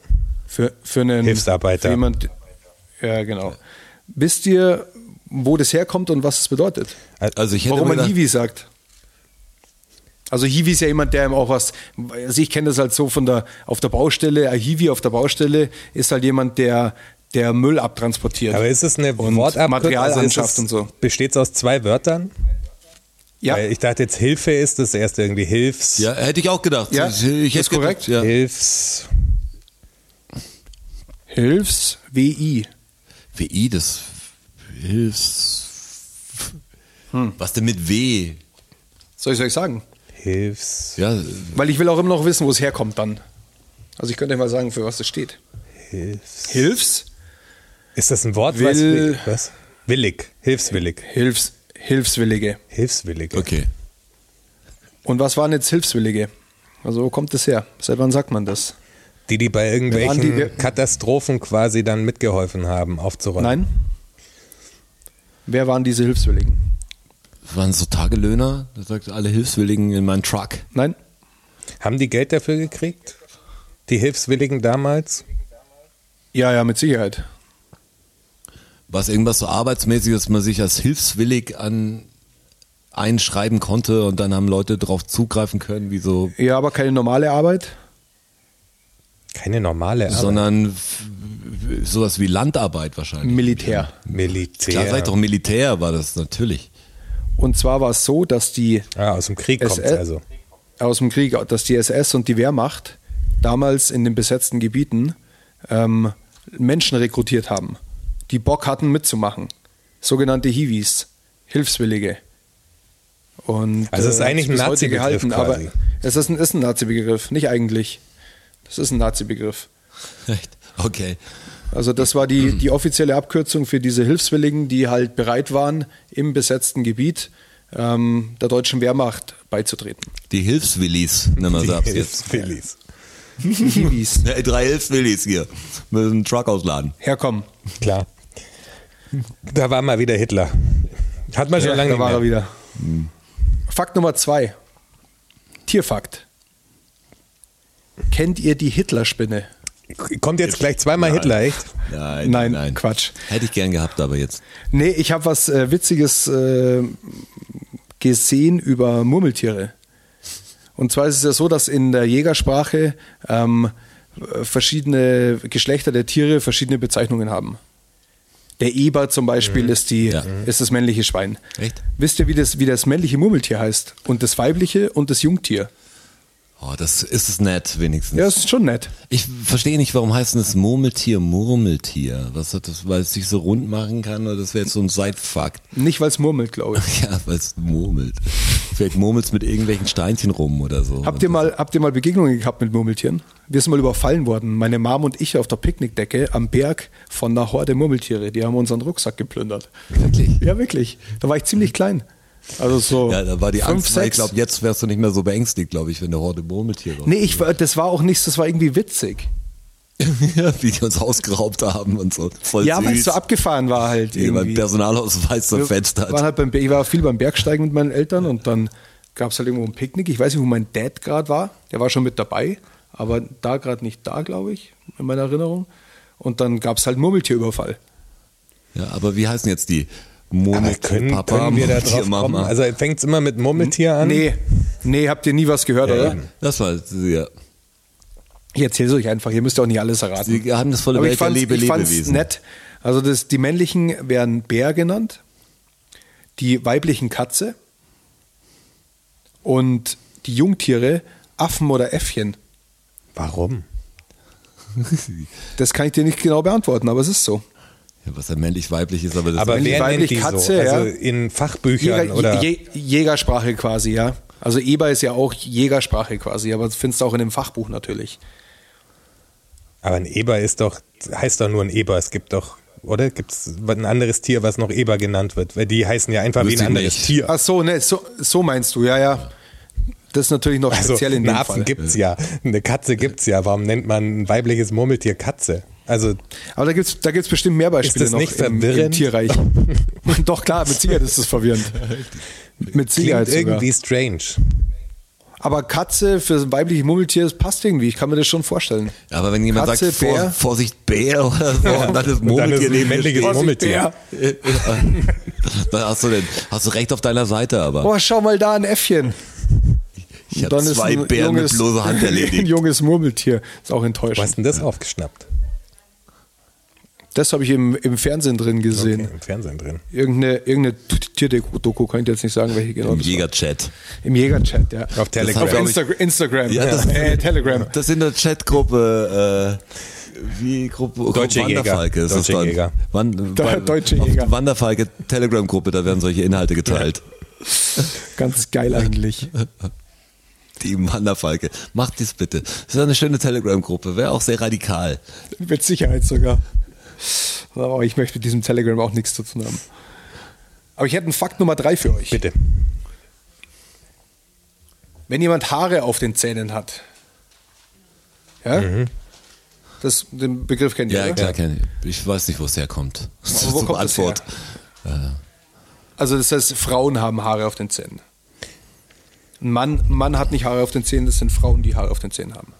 Speaker 2: für, für einen
Speaker 4: Hilfsarbeiter.
Speaker 2: Für jemand, ja, genau. Wisst ihr, wo das herkommt und was es bedeutet?
Speaker 3: Also ich hätte
Speaker 2: Warum
Speaker 3: mir
Speaker 2: man
Speaker 3: gedacht-
Speaker 2: Hiwi sagt. Also Hiwi ist ja jemand, der ihm auch was. Also ich kenne das halt so von der auf der Baustelle. Ein Hiwi auf der Baustelle ist halt jemand, der der Müll abtransportiert.
Speaker 4: Aber ist es eine
Speaker 2: und
Speaker 4: Wortabkürzung?
Speaker 2: Material anschafft
Speaker 4: es,
Speaker 2: und so.
Speaker 4: Besteht es aus zwei Wörtern?
Speaker 2: Ja,
Speaker 4: Weil ich dachte jetzt Hilfe ist das erste irgendwie Hilfs.
Speaker 3: Ja, hätte ich auch gedacht.
Speaker 2: Ja,
Speaker 3: ich, ich
Speaker 2: ist
Speaker 3: hätte
Speaker 2: korrekt.
Speaker 3: Gedacht, ja.
Speaker 4: Hilfs.
Speaker 2: Hilfs WI.
Speaker 3: WI, das Hilfs.
Speaker 2: Hm.
Speaker 3: Was denn mit W?
Speaker 2: Soll ich euch sagen?
Speaker 4: Hilfs.
Speaker 3: Ja,
Speaker 2: Weil ich will auch immer noch wissen, wo es herkommt dann. Also ich könnte euch mal sagen, für was es steht.
Speaker 4: Hilfs.
Speaker 2: Hilfs,
Speaker 4: Ist das ein Wort?
Speaker 2: Will-
Speaker 4: was, was? Willig. Hilfswillig.
Speaker 2: Hilfs, Hilfswillige.
Speaker 4: Hilfswillig.
Speaker 3: okay.
Speaker 2: Und was waren jetzt Hilfswillige? Also wo kommt das her? Seit wann sagt man das?
Speaker 4: Die, die bei
Speaker 2: waren die-
Speaker 4: irgendwelchen
Speaker 2: wir-
Speaker 4: Katastrophen quasi dann mitgeholfen haben, aufzuräumen.
Speaker 2: Nein? Wer waren diese Hilfswilligen?
Speaker 3: Das waren so Tagelöhner, da sagt alle Hilfswilligen in meinen Truck.
Speaker 2: Nein?
Speaker 4: Haben die Geld dafür gekriegt? Die Hilfswilligen damals?
Speaker 2: Ja, ja, mit Sicherheit.
Speaker 3: Was irgendwas so arbeitsmäßig, dass man sich als hilfswillig an einschreiben konnte und dann haben Leute drauf zugreifen können, wie so,
Speaker 2: Ja, aber keine normale Arbeit.
Speaker 4: Keine normale Arbeit.
Speaker 3: sondern f- sowas wie Landarbeit wahrscheinlich.
Speaker 2: Militär.
Speaker 4: Militär.
Speaker 3: Klar, seid doch Militär war das natürlich.
Speaker 2: Und zwar war es so, dass die
Speaker 4: Ah, aus dem Krieg
Speaker 2: SS
Speaker 4: kommt also.
Speaker 2: aus dem Krieg, dass die SS und die Wehrmacht damals in den besetzten Gebieten ähm, Menschen rekrutiert haben, die Bock hatten mitzumachen. Sogenannte Hiwis, Hilfswillige. Und,
Speaker 4: Also es ist
Speaker 2: äh,
Speaker 4: eigentlich ein
Speaker 2: bis heute
Speaker 4: Nazi-Begriff
Speaker 2: gehalten, Aber
Speaker 4: quasi.
Speaker 2: es ist ein, ist ein Nazi-Begriff, nicht eigentlich. Das ist ein Nazi-Begriff.
Speaker 3: Echt? Okay.
Speaker 2: Also das war die, die offizielle Abkürzung für diese Hilfswilligen, die halt bereit waren, im besetzten Gebiet ähm, der deutschen Wehrmacht beizutreten.
Speaker 3: Die Hilfswillis, nennen wir sie ab Also jetzt.
Speaker 4: Hilfswillis.
Speaker 2: Die Hiwis.
Speaker 3: Ja, drei Hilfswillis hier. Müssen einen Truck ausladen.
Speaker 2: Herkommen.
Speaker 4: Klar. Da war mal wieder Hitler. Hat man schon lange
Speaker 2: da
Speaker 4: nicht
Speaker 2: war
Speaker 4: mehr.
Speaker 2: er wieder. Fakt Nummer zwei. Tierfakt. Kennt ihr die Hitlerspinne?
Speaker 4: Kommt jetzt gleich zweimal Hitler, echt?
Speaker 3: Nein,
Speaker 2: Nein, Quatsch.
Speaker 3: Hätte ich gern gehabt, aber jetzt.
Speaker 2: Nee, ich habe was äh, Witziges äh, gesehen über Murmeltiere. Und zwar ist es ja so, dass in der Jägersprache ähm, äh, verschiedene Geschlechter der Tiere verschiedene Bezeichnungen haben. Der Eber zum Beispiel ist, die,
Speaker 3: Mhm. Ja.
Speaker 2: ist das männliche Schwein.
Speaker 3: Echt?
Speaker 2: Wisst ihr, wie das, wie das männliche Murmeltier heißt? Und das weibliche und das Jungtier.
Speaker 3: Oh, das ist es nett, wenigstens.
Speaker 2: Ja, ist schon nett.
Speaker 3: Ich verstehe nicht, warum heißt denn das Murmeltier Murmeltier? Was hat das, weil es sich so rund machen kann oder das wäre jetzt so ein Side-Fakt?
Speaker 2: Nicht, weil es murmelt, glaube ich.
Speaker 3: Ja, weil es murmelt. Vielleicht murmelt's mit irgendwelchen Steinchen rum oder so.
Speaker 2: Habt ihr, mal, habt ihr mal Begegnungen gehabt mit Murmeltieren? Wir sind mal überfallen worden. Meine Mom und ich auf der Picknickdecke am Berg von einer Horde Murmeltiere. Die haben unseren Rucksack geplündert.
Speaker 3: Wirklich?
Speaker 2: Ja, wirklich. Da war ich ziemlich klein. Also so.
Speaker 3: Ja, da war die
Speaker 2: fünf,
Speaker 3: Angst, weil ich
Speaker 2: sechs.
Speaker 3: glaube, jetzt wärst du nicht mehr so beängstigt, glaube ich, wenn eine Horde Murmeltiere.
Speaker 2: Nee, ich, war- das war auch nichts, das war irgendwie witzig.
Speaker 3: Ja, wie die uns ausgeraubt haben und so. Voll
Speaker 2: Ja, weil es
Speaker 3: süß.
Speaker 2: so abgefahren war halt
Speaker 3: Die beim
Speaker 2: irgendwie.
Speaker 3: Personalausweis zerfetzt
Speaker 2: Waren
Speaker 3: hat.
Speaker 2: halt beim, Be- ich war viel beim Bergsteigen mit meinen Eltern und dann gab es halt irgendwo ein Picknick. Ich weiß nicht, wo mein Dad gerade war. Der war schon mit dabei, aber da gerade nicht da, glaube ich, in meiner Erinnerung. Und dann gab es halt Murmeltierüberfall.
Speaker 3: Ja, aber wie heißen jetzt die?
Speaker 4: Aber
Speaker 3: Murmeltier,
Speaker 4: können,
Speaker 3: Papa,
Speaker 4: können wir da
Speaker 3: Murmeltier,
Speaker 4: drauf kommen? Also fängt es immer mit Murmeltier an?
Speaker 2: Nee, nee, habt ihr nie was gehört,
Speaker 3: ja,
Speaker 2: oder?
Speaker 3: eben. das war sehr
Speaker 2: Ich erzähle es euch einfach, ihr müsst ja auch nicht alles erraten.
Speaker 3: Die geheimnisvolle Welt
Speaker 2: ich
Speaker 3: der
Speaker 2: fand's,
Speaker 3: Liebe,
Speaker 2: ich fand's
Speaker 3: Lebewesen.
Speaker 2: nett. Also das, die männlichen werden Bär genannt, die weiblichen Katze und die Jungtiere Affen oder Äffchen.
Speaker 4: Warum?
Speaker 2: Das kann ich dir nicht genau beantworten, aber es ist so.
Speaker 3: ja, was ja männlich-weiblich ist, aber das
Speaker 4: Aber
Speaker 2: Wenn die
Speaker 4: wer nennt
Speaker 2: weiblich
Speaker 4: die so?
Speaker 2: Katze,
Speaker 4: also
Speaker 2: ja.
Speaker 4: in Fachbüchern
Speaker 2: Jäger,
Speaker 4: oder?
Speaker 2: Je- Jägersprache quasi, ja. Also Eber ist ja auch Jägersprache quasi, aber das findest du auch in dem Fachbuch natürlich.
Speaker 4: aber ein Eber ist doch, heißt doch nur ein Eber. Es gibt doch, oder? Gibt es ein anderes Tier, was noch Eber genannt wird? Weil die heißen ja einfach wie
Speaker 3: Wüsste
Speaker 4: ein
Speaker 3: ich
Speaker 4: anderes
Speaker 3: nicht.
Speaker 4: Tier.
Speaker 2: Ach so, ne, so, so meinst du, ja, ja. Das ist natürlich noch
Speaker 4: Also
Speaker 2: speziell in
Speaker 4: einen
Speaker 2: dem
Speaker 4: Affen
Speaker 2: Fall.
Speaker 4: gibt's ja, eine Katze gibt's ja. Warum nennt man ein weibliches Murmeltier Katze? Also
Speaker 2: Aber da gibt es da gibt's bestimmt mehr Beispiele
Speaker 4: das
Speaker 2: noch
Speaker 4: nicht
Speaker 2: im, im
Speaker 4: verwirrend?
Speaker 2: Tierreich. Doch klar, mit Sicherheit ist es verwirrend. Mit Sicherheit
Speaker 4: klingt
Speaker 2: sogar.
Speaker 4: irgendwie strange.
Speaker 2: Aber Katze für ein weibliches Murmeltier, das passt irgendwie. Ich kann mir das schon vorstellen.
Speaker 3: Ja, Aber wenn jemand
Speaker 2: Katze,
Speaker 3: sagt, vor,
Speaker 2: Bär.
Speaker 3: Vorsicht, Bär oder so, und dann ist
Speaker 4: dann ist
Speaker 3: Murmeltier
Speaker 4: ein
Speaker 3: neben dir
Speaker 4: männliches
Speaker 3: stehen.
Speaker 4: Murmeltier.
Speaker 3: dann hast du, den, hast du recht auf deiner Seite, aber
Speaker 2: Boah, schau mal da, ein Äffchen.
Speaker 3: ich habe zwei Bären mit bloßer Hand
Speaker 2: ein
Speaker 3: erledigt.
Speaker 2: junges Murmeltier. Ist auch
Speaker 4: Wo hast
Speaker 2: enttäuschend.
Speaker 4: denn das aufgeschnappt?
Speaker 2: Das habe ich im, im Fernsehen drin gesehen.
Speaker 4: Okay, Im Fernsehen drin.
Speaker 2: Irgendeine, irgendeine T- Tierdoku, kann ich jetzt nicht sagen, welche genau.
Speaker 3: Im
Speaker 2: das war.
Speaker 3: Jägerchat.
Speaker 2: Im Jägerchat, ja.
Speaker 4: Auf Telegram.
Speaker 2: Auf Insta Instagram.
Speaker 3: Ja, das-
Speaker 2: äh, Telegram.
Speaker 3: Das in der Chatgruppe, äh, wie Gruppe Gruppe
Speaker 4: Deutsche Jäger.
Speaker 3: Wanderfalke ist
Speaker 4: Deutsche
Speaker 3: das dann.
Speaker 4: Jäger.
Speaker 3: Wan-
Speaker 2: De-
Speaker 3: bei-
Speaker 2: Deutsche
Speaker 3: auf
Speaker 2: Jäger.
Speaker 3: Wanderfalke Telegram-Gruppe, da werden solche Inhalte geteilt.
Speaker 2: Ganz geil eigentlich.
Speaker 3: Die Wanderfalke. Macht dies bitte. Das ist eine schöne Telegram-Gruppe, wäre auch sehr radikal.
Speaker 2: Mit Sicherheit sogar. Aber ich möchte mit diesem Telegram auch nichts zu tun haben. Aber ich hätte einen Fakt Nummer drei für euch.
Speaker 4: Bitte.
Speaker 2: Wenn jemand Haare auf den Zähnen hat, ja, das, den Begriff kennt ihr,
Speaker 3: Mhm. Ja,
Speaker 2: oder?
Speaker 3: klar, kenn ich. Ich weiß nicht, wo es herkommt. Das
Speaker 2: Aber wo
Speaker 3: ist
Speaker 2: kommt das her?
Speaker 3: Antwort.
Speaker 2: Also das heißt, Frauen haben Haare auf den Zähnen. Ein Mann, ein Mann hat nicht Haare auf den Zähnen, das sind Frauen, die Haare auf den Zähnen haben.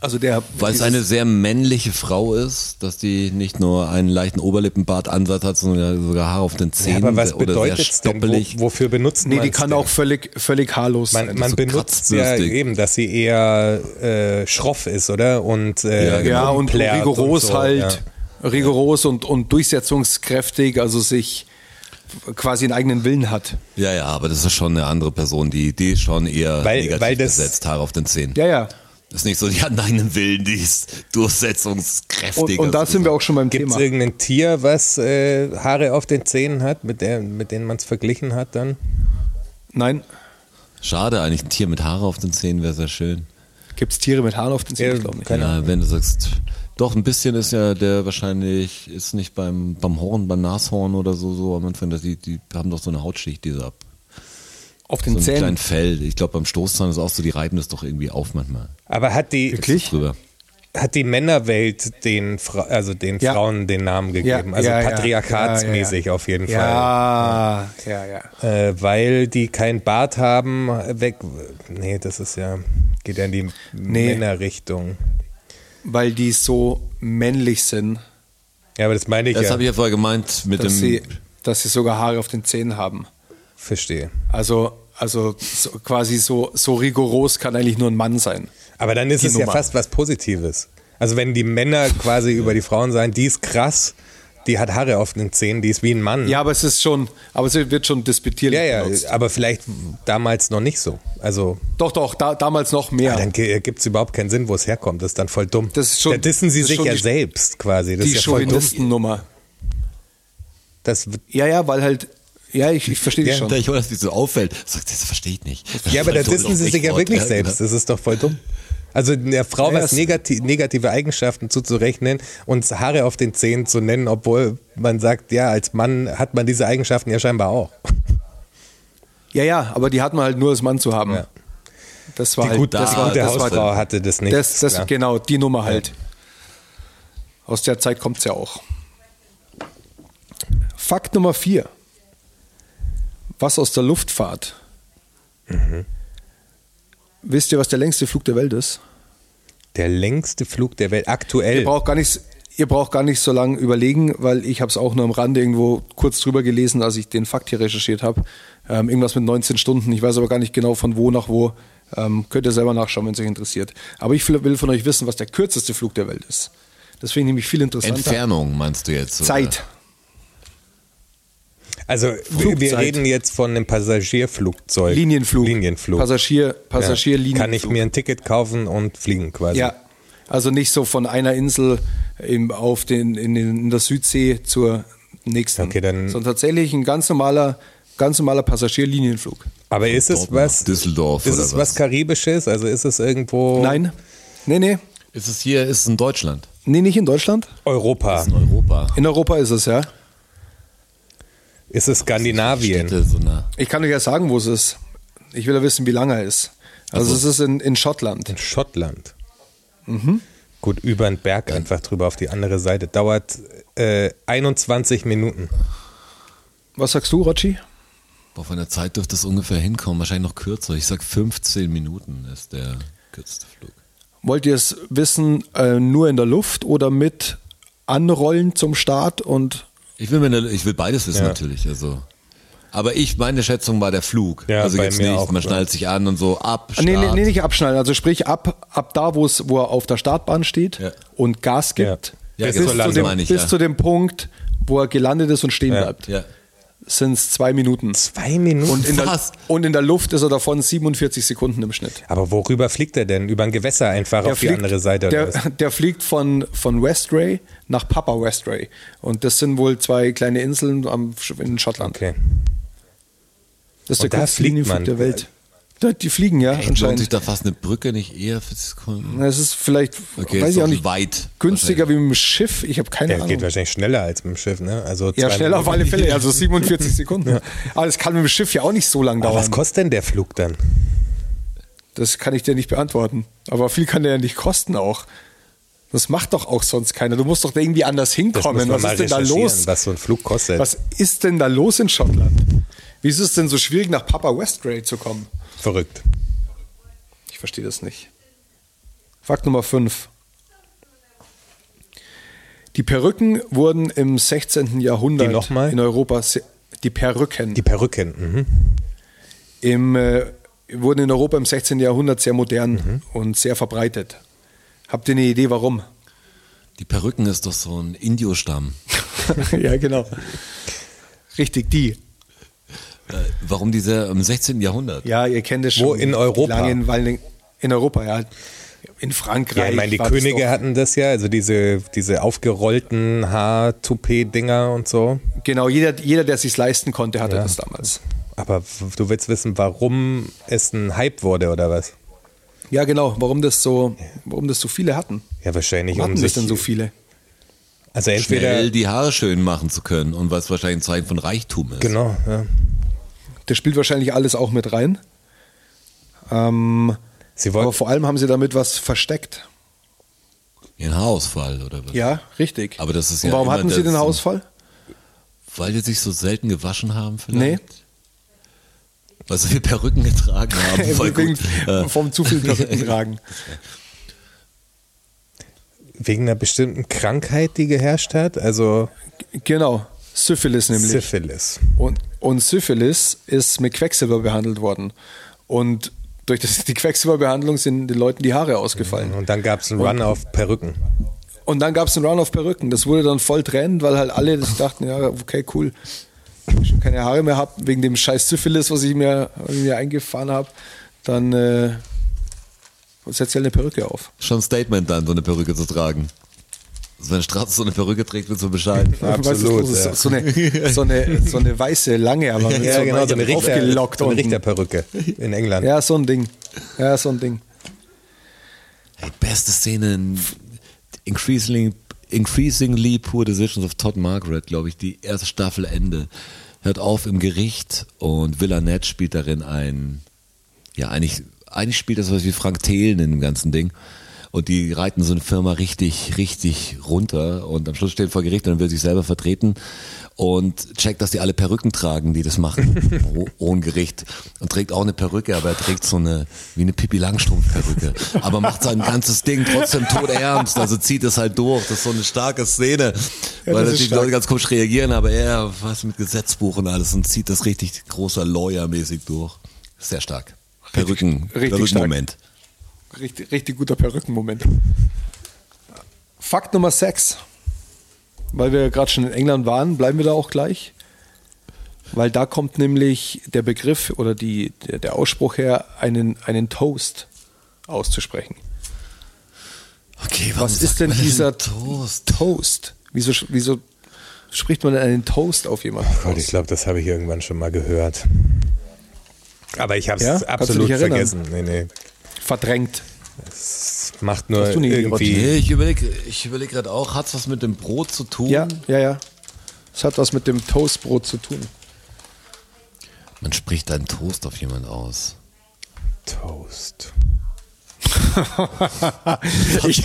Speaker 2: Also der...
Speaker 3: Weil es
Speaker 2: dieses-
Speaker 3: eine sehr männliche Frau ist, dass die nicht nur einen leichten Oberlippenbartansatz hat, sondern sogar Haare auf den
Speaker 4: Ja,
Speaker 3: Zähnen
Speaker 4: aber was
Speaker 3: sehr- oder sehr
Speaker 4: bedeutet es denn?
Speaker 3: stoppelig.
Speaker 4: Wo, wofür benutzt
Speaker 2: Nee,
Speaker 4: man
Speaker 2: die
Speaker 4: es
Speaker 2: kann
Speaker 4: denn?
Speaker 2: auch völlig, völlig haarlos sein.
Speaker 4: Man, man
Speaker 3: äh, so
Speaker 4: benutzt ja
Speaker 3: kratzbürstig.
Speaker 4: eben, dass sie eher äh, schroff ist, oder? Und, äh,
Speaker 3: Ja, genau.
Speaker 2: Ja, und
Speaker 4: rumplärt
Speaker 2: rigoros
Speaker 4: so,
Speaker 2: halt.
Speaker 4: ja.
Speaker 2: Rigoros und, und durchsetzungskräftig, also sich quasi einen eigenen Willen hat.
Speaker 3: Ja, ja, aber das ist schon eine andere Person, die, die ist schon eher
Speaker 4: Weil-
Speaker 3: negativ
Speaker 4: weil das-
Speaker 3: besetzt, Haare auf den Zähnen.
Speaker 2: Ja, ja.
Speaker 3: Das ist nicht so, die hat einen Willen, die ist
Speaker 2: Und,
Speaker 3: durchsetzungskräftiger.
Speaker 2: und da sind wir auch schon beim
Speaker 4: Gibt es
Speaker 2: Thema.
Speaker 4: irgendein Tier, was äh, Haare auf den Zähnen hat, mit, der, mit denen man es verglichen hat dann?
Speaker 2: Nein,
Speaker 3: Schade, eigentlich ein Tier mit Haare auf den Zähnen wäre sehr schön.
Speaker 2: gibt es Tiere mit Haaren auf den Zähnen? Ich glaube nicht.
Speaker 4: keine
Speaker 3: Ja, wenn du sagst, doch, ein bisschen ist ja der wahrscheinlich, ist nicht beim, beim Horn, beim Nashorn oder so, so am Anfang, dass die, die haben doch so eine Hautschicht, diese ab.
Speaker 2: Auf
Speaker 3: So
Speaker 2: den
Speaker 3: ein
Speaker 2: Zähnen.
Speaker 3: kleinen Fell. Ich glaube, beim Stoßzahn ist auch so, die reiben das doch irgendwie auf manchmal.
Speaker 4: Aber hat die,
Speaker 3: Drüber.
Speaker 4: hat die Männerwelt den, Fra also den
Speaker 2: Ja.
Speaker 4: Frauen den Namen gegeben? also patriarchatsmäßig auf jeden
Speaker 2: Ja, ja, ja.
Speaker 4: Fall. Äh, weil die keinen Bart haben, weg. Nee, das ist ja, geht ja in die Männerrichtung.
Speaker 2: Weil die so männlich sind,
Speaker 4: Ja, aber das meine ich
Speaker 3: Das
Speaker 4: ja.
Speaker 3: habe ich ja vorher gemeint mit
Speaker 2: dass
Speaker 3: dem.
Speaker 2: sie, dass sie sogar Haare auf den Zähnen haben.
Speaker 4: Verstehe.
Speaker 2: Also, also so, quasi so, so rigoros kann eigentlich nur ein Mann sein.
Speaker 4: Aber dann ist
Speaker 2: Die
Speaker 4: es
Speaker 2: Nummer.
Speaker 4: ja fast was Positives. Also wenn die Männer quasi über die Frauen sagen, die ist krass, die hat Haare auf den Zähnen, die ist wie ein Mann.
Speaker 2: Ja, aber es ist schon, aber es wird schon disputierlich
Speaker 4: ja, ja,
Speaker 2: benutzt.
Speaker 4: aber vielleicht damals noch nicht so. Also
Speaker 2: Doch, doch, da, damals noch mehr.
Speaker 4: Ah, dann gibt es überhaupt keinen Sinn, wo es herkommt. Das ist dann voll dumm.
Speaker 2: Das ist schon-
Speaker 4: da dissen sie
Speaker 2: das ist
Speaker 4: sich
Speaker 2: schon
Speaker 4: ja
Speaker 2: die-
Speaker 4: selbst quasi. Das
Speaker 2: die
Speaker 4: ist ja voll dumm.
Speaker 2: Chauvinistennummer.
Speaker 4: Das,
Speaker 2: Ja, ja, weil halt, ja, ich, ich verstehe dich
Speaker 4: Ja,
Speaker 2: schon.
Speaker 3: Ich höre, dass die so auffällt. Sagt, das verstehe ich nicht.
Speaker 4: ja, aber da dissen sie sich ja wirklich selbst. Das ist doch voll dumm. Also der Frau
Speaker 2: genau. Ja,
Speaker 4: was
Speaker 2: es-
Speaker 4: negati negative Eigenschaften zuzurechnen und Haare auf den Zähnen zu nennen, obwohl man sagt, ja, als Mann hat man diese Eigenschaften ja scheinbar auch.
Speaker 2: Ja, ja, aber die hat man halt nur als Mann zu haben.
Speaker 4: Ja.
Speaker 2: Das war halt,
Speaker 4: Gut,
Speaker 2: das
Speaker 4: die
Speaker 2: war,
Speaker 4: gute
Speaker 2: das war,
Speaker 4: Hausfrau hatte das nicht.
Speaker 2: das, das,
Speaker 4: klar.
Speaker 2: genau, die Nummer halt. Aus der Zeit kommt es ja auch. Fakt Nummer vier. Was aus der Luftfahrt? Mhm. Wisst ihr, was der längste Flug der Welt ist?
Speaker 4: der längste Flug der Welt aktuell.
Speaker 2: Ihr braucht gar nicht, ihr braucht gar nicht so lange überlegen, weil ich habe es auch nur am Rande irgendwo kurz drüber gelesen, als ich den Fakt hier recherchiert habe. Ähm, irgendwas mit 19 Stunden. Ich weiß aber gar nicht genau von wo nach wo. Ähm, könnt ihr selber nachschauen, wenn es euch interessiert. Aber ich will von euch wissen, was der kürzeste Flug der Welt ist. Das finde ich nämlich viel interessanter.
Speaker 3: Entfernung meinst du jetzt? oder?
Speaker 2: Zeit.
Speaker 4: Also wir, wir
Speaker 2: Flugzeit.
Speaker 4: reden jetzt von einem Passagierflugzeug.
Speaker 2: Linienflug.
Speaker 4: Linienflug.
Speaker 2: Passagier,
Speaker 4: Ja.
Speaker 2: Passagierlinien.
Speaker 4: Kann ich mir ein Ticket kaufen und fliegen quasi.
Speaker 2: Ja, also nicht so von einer Insel im, auf den, in, den, in der Südsee zur nächsten.
Speaker 4: Okay, dann-
Speaker 2: Sondern tatsächlich ein ganz normaler, ganz normaler Passagierlinienflug.
Speaker 4: Aber ist es
Speaker 3: Dortmund,
Speaker 4: was?
Speaker 3: Düsseldorf
Speaker 4: Ist
Speaker 3: oder
Speaker 4: es was,
Speaker 3: was?
Speaker 4: Karibisches? Also ist es irgendwo
Speaker 2: Nein, nee, nee,
Speaker 3: Ist es hier, ist es in Deutschland?
Speaker 2: nee, nicht in Deutschland.
Speaker 4: Europa?
Speaker 3: In Europa?
Speaker 2: In Europa ist es, ja.
Speaker 4: Ist es Skandinavien?
Speaker 3: Städte, so eine
Speaker 2: Ich kann euch ja sagen, wo es ist. Ich will ja wissen, wie lange er ist. Also, es ist in, in Schottland.
Speaker 4: Schottland.
Speaker 2: Mhm.
Speaker 4: Gut, über den Berg einfach drüber auf die andere Seite. Dauert äh, 21 Minuten.
Speaker 2: Was sagst du, Rotschi?
Speaker 3: Boah, von der Zeit dürfte es ungefähr hinkommen, wahrscheinlich noch kürzer. Ich sag 15 Minuten ist der kürzeste Flug.
Speaker 2: Wollt ihr es wissen, äh, nur in der Luft oder mit Anrollen zum Start und
Speaker 3: Ich will, mir eine, ich will beides wissen
Speaker 4: Ja.
Speaker 3: natürlich. Also. Aber ich, meine Schätzung war der Flug.
Speaker 4: Ja,
Speaker 3: also
Speaker 4: bei
Speaker 3: jetzt
Speaker 4: mir
Speaker 3: nicht,
Speaker 4: auch,
Speaker 3: man
Speaker 4: ja. Ah,
Speaker 3: schnallt sich an und so ab, Start.
Speaker 2: Ah, Nee, nee, nee, nicht abschneiden. Also sprich ab, ab da, wo es, wo er auf der Startbahn steht
Speaker 3: Ja.
Speaker 2: und Gas gibt,
Speaker 3: Ja,
Speaker 4: Bis
Speaker 3: genau,
Speaker 4: zur
Speaker 3: das
Speaker 2: zu,
Speaker 4: Landung.
Speaker 2: dem,
Speaker 3: meine ich,
Speaker 2: bis
Speaker 3: ja.
Speaker 2: zu dem Punkt, wo er gelandet ist und stehen
Speaker 4: Ja.
Speaker 2: bleibt,
Speaker 3: Ja.
Speaker 2: sind es zwei Minuten.
Speaker 4: Zwei Minuten.
Speaker 2: Und in, der,
Speaker 3: Was?
Speaker 2: und in der Luft ist er davon 47 Sekunden im Schnitt.
Speaker 4: Aber worüber fliegt er denn? Über ein Gewässer einfach auf die andere Seite? oder was?
Speaker 2: der, der fliegt von, von Westray nach Papa Westray. Und das sind wohl zwei kleine Inseln am, in Schottland.
Speaker 4: okay.
Speaker 2: Das ist
Speaker 4: Und
Speaker 2: der
Speaker 4: da
Speaker 2: kürzeste
Speaker 4: fliegt
Speaker 2: Linienflug
Speaker 4: man.
Speaker 2: der Welt. Da- Die fliegen ja
Speaker 3: Ey, lohnt sich
Speaker 2: anscheinend.
Speaker 3: da fast eine Brücke nicht eher für Sekunden?
Speaker 2: Na, Es ist vielleicht,
Speaker 3: Okay,
Speaker 2: weiß
Speaker 3: ist
Speaker 2: ich auch
Speaker 3: doch
Speaker 2: nicht,
Speaker 3: weit
Speaker 2: günstiger wie mit dem Schiff. Ich habe keine
Speaker 4: Der
Speaker 2: Ahnung.
Speaker 4: geht wahrscheinlich schneller als mit dem Schiff, ne? Also
Speaker 2: Genau. Ja,
Speaker 4: zwei
Speaker 2: schnell auf
Speaker 4: Minuten.
Speaker 2: alle Fälle, also 47 Sekunden. Aber das kann mit dem Schiff ja auch nicht so lang
Speaker 4: Aber
Speaker 2: dauern.
Speaker 4: was kostet denn der Flug dann?
Speaker 2: Das kann ich dir nicht beantworten. Aber viel kann der ja nicht kosten auch. Das macht doch auch sonst keiner. Du musst doch da irgendwie anders
Speaker 4: Das muss
Speaker 2: hinkommen.
Speaker 4: man
Speaker 2: Was
Speaker 4: mal
Speaker 2: ist denn da
Speaker 4: recherchieren,
Speaker 2: los?
Speaker 4: Was so ein Flug kostet.
Speaker 2: Was ist denn da los in Schottland? Wieso ist es denn so schwierig, nach Papa Westray zu kommen?
Speaker 4: Verrückt.
Speaker 2: Ich verstehe das nicht. Fakt Nummer 5. Die Perücken wurden im 16. Jahrhundert
Speaker 4: Die noch mal?
Speaker 2: in Europa. se- Die Perücken.
Speaker 4: Die Perücken. Mhm.
Speaker 2: im, äh, wurden in Europa im 16. Jahrhundert sehr modern
Speaker 4: Mhm.
Speaker 2: und sehr verbreitet. Habt ihr eine Idee, warum?
Speaker 3: Die Perücken ist doch so ein Indio-Stamm.
Speaker 2: ja, genau. Richtig, die.
Speaker 3: Äh, Warum diese im 16. Jahrhundert?
Speaker 2: Ja, ihr kennt es schon.
Speaker 4: Wo in
Speaker 2: Die
Speaker 4: Europa?
Speaker 2: Langen, Wallen- in Europa, ja. In Frankreich.
Speaker 4: Ja, ich meine, die
Speaker 2: war das
Speaker 4: Könige
Speaker 2: doch-
Speaker 4: hatten das ja, also diese, diese aufgerollten Haar-Toupet-Dinger und so.
Speaker 2: Genau, jeder, jeder der es sich leisten konnte, hatte
Speaker 4: Ja.
Speaker 2: das damals.
Speaker 4: Aber w- du willst wissen, warum es ein Hype wurde oder was?
Speaker 2: Ja, genau. Warum das so, warum das so viele hatten?
Speaker 4: Ja, wahrscheinlich
Speaker 2: Warum
Speaker 4: um
Speaker 2: hatten das
Speaker 4: sich.
Speaker 2: denn so viele?
Speaker 4: Also entweder.
Speaker 3: Schnell die Haare schön machen zu können und was wahrscheinlich ein Zeichen von Reichtum ist.
Speaker 4: Genau, ja.
Speaker 2: Das spielt wahrscheinlich alles auch mit rein. Ähm,
Speaker 4: Sie
Speaker 2: aber
Speaker 4: wollten,
Speaker 2: vor allem haben sie damit was versteckt.
Speaker 3: Ihren Haarausfall oder was?
Speaker 2: Ja, richtig.
Speaker 3: Aber das ist
Speaker 2: Und
Speaker 3: ja
Speaker 2: warum
Speaker 3: immer
Speaker 2: hatten Sie
Speaker 3: das-
Speaker 2: den Hausfall?
Speaker 3: Weil die sich so selten gewaschen haben vielleicht? Nee. Weil sie viel Perücken getragen haben. Voll
Speaker 2: Wegen,
Speaker 3: gut. Äh,
Speaker 2: vom zu viel Perücken tragen.
Speaker 4: wegen einer bestimmten Krankheit, die geherrscht hat, also
Speaker 2: Genau. Syphilis nämlich.
Speaker 4: Syphilis.
Speaker 2: Und, und Syphilis ist mit Quecksilber behandelt worden. Und durch das, die Quecksilberbehandlung sind den Leuten die Haare ausgefallen.
Speaker 4: Und dann gab es einen Run auf Perücken.
Speaker 2: Und dann gab es einen Round-Off Perücken. Das wurde dann voll trend, weil halt alle das dachten, ja, okay, cool. Ich schon keine Haare mehr habe, wegen dem scheiß Syphilis, was ich mir, was ich mir eingefahren habe. Dann äh, setzt halt eine Perücke auf.
Speaker 3: Schon ein Statement dann, so eine Perücke zu tragen. Also wenn Straße so eine Perücke trägt, wird so Bescheid.
Speaker 4: Absolut,
Speaker 2: Weißt du, so,
Speaker 4: ja.
Speaker 2: so, eine, so, eine, so eine weiße, lange, aber mit
Speaker 4: Ja, genau, so eine,
Speaker 2: einem
Speaker 4: Richter,
Speaker 2: aufgelockt
Speaker 4: so eine
Speaker 2: unten.
Speaker 4: Richterperücke in England.
Speaker 2: Ja, so ein Ding. Ja, so ein Ding.
Speaker 3: Ey, beste Szene in Increasingly, Increasingly Poor Decisions of Todd Margaret, glaube ich, die erste Staffel Ende. Hört auf im Gericht und Villanette spielt darin ein, ja, eigentlich, eigentlich spielt das was wie Frank Thelen in dem ganzen Ding. Und die reiten so eine Firma richtig, richtig runter und am Schluss steht vor Gericht und will sich selber vertreten und checkt, dass die alle Perücken tragen, die das machen, oh- ohne Gericht. Und trägt auch eine Perücke, aber er trägt so eine, wie eine Pippi Langstrumpf-Perücke. Aber macht sein ganzes Ding trotzdem todernst, also zieht es halt durch. Das ist so eine starke Szene, weil natürlich die Leute ganz komisch reagieren, aber er, was mit Gesetzbuch und alles und zieht das richtig großer Lawyer-mäßig durch. Sehr stark. Perücken,
Speaker 2: richtig
Speaker 3: Perückenmoment.
Speaker 2: Richtig, richtig guter Perückenmoment. Fakt Nummer 6. Weil wir gerade schon in England waren, bleiben wir da auch gleich. Weil da kommt nämlich der Begriff oder die, der, der Ausspruch her, einen, einen Toast auszusprechen.
Speaker 3: Okay, warum
Speaker 2: Was
Speaker 3: sagt
Speaker 2: ist denn
Speaker 3: man
Speaker 2: dieser
Speaker 3: Toast?
Speaker 2: Toast? Wieso, sch- wieso spricht man denn einen Toast auf jemanden?
Speaker 4: Gott, ich glaube, das habe ich irgendwann schon mal gehört. Aber ich habe es
Speaker 2: Ja? Kannst du
Speaker 4: absolut
Speaker 2: dich erinnern?
Speaker 4: vergessen. Nee, nee.
Speaker 2: Verdrängt.
Speaker 4: Es macht nur
Speaker 2: Hast du nie
Speaker 4: irgendwie.
Speaker 3: Nee, ich überlege ich überleg gerade auch, hat's was mit dem Brot zu tun?
Speaker 2: Ja, ja, ja. Das hat was mit dem Toastbrot zu tun.
Speaker 3: Man spricht einen Toast auf jemand aus.
Speaker 4: Toast.
Speaker 2: ich,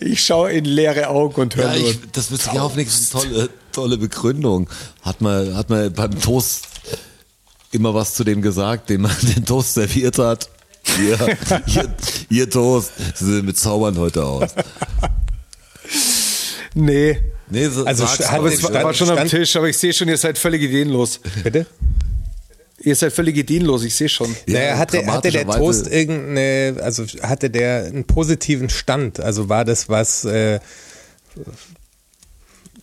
Speaker 2: ich schaue in leere Augen und höre
Speaker 3: Ja,
Speaker 2: nur.
Speaker 3: ich, das wüsste ich auch nichts. Tolle, tolle Begründung. Hat man, hat man beim Toast immer was zu dem gesagt, dem man den Toast serviert hat? Ihr, ihr, ihr Toast. Sie mit Zaubern heute aus.
Speaker 2: Nee.
Speaker 3: Nee, so,
Speaker 4: Also
Speaker 3: sag's
Speaker 4: hat
Speaker 3: doch.
Speaker 4: es-
Speaker 2: Ich war, war schon am
Speaker 4: Stand-
Speaker 2: Tisch, aber ich sehe schon, ihr seid völlig ideenlos.
Speaker 4: Bitte?
Speaker 2: Ihr seid völlig ideenlos, ich sehe schon.
Speaker 3: Ja,
Speaker 4: naja, hatte, hatte der
Speaker 3: dramatischerweise.
Speaker 4: Toast irgendeine, also hatte der einen positiven Stand? Also war das was, äh,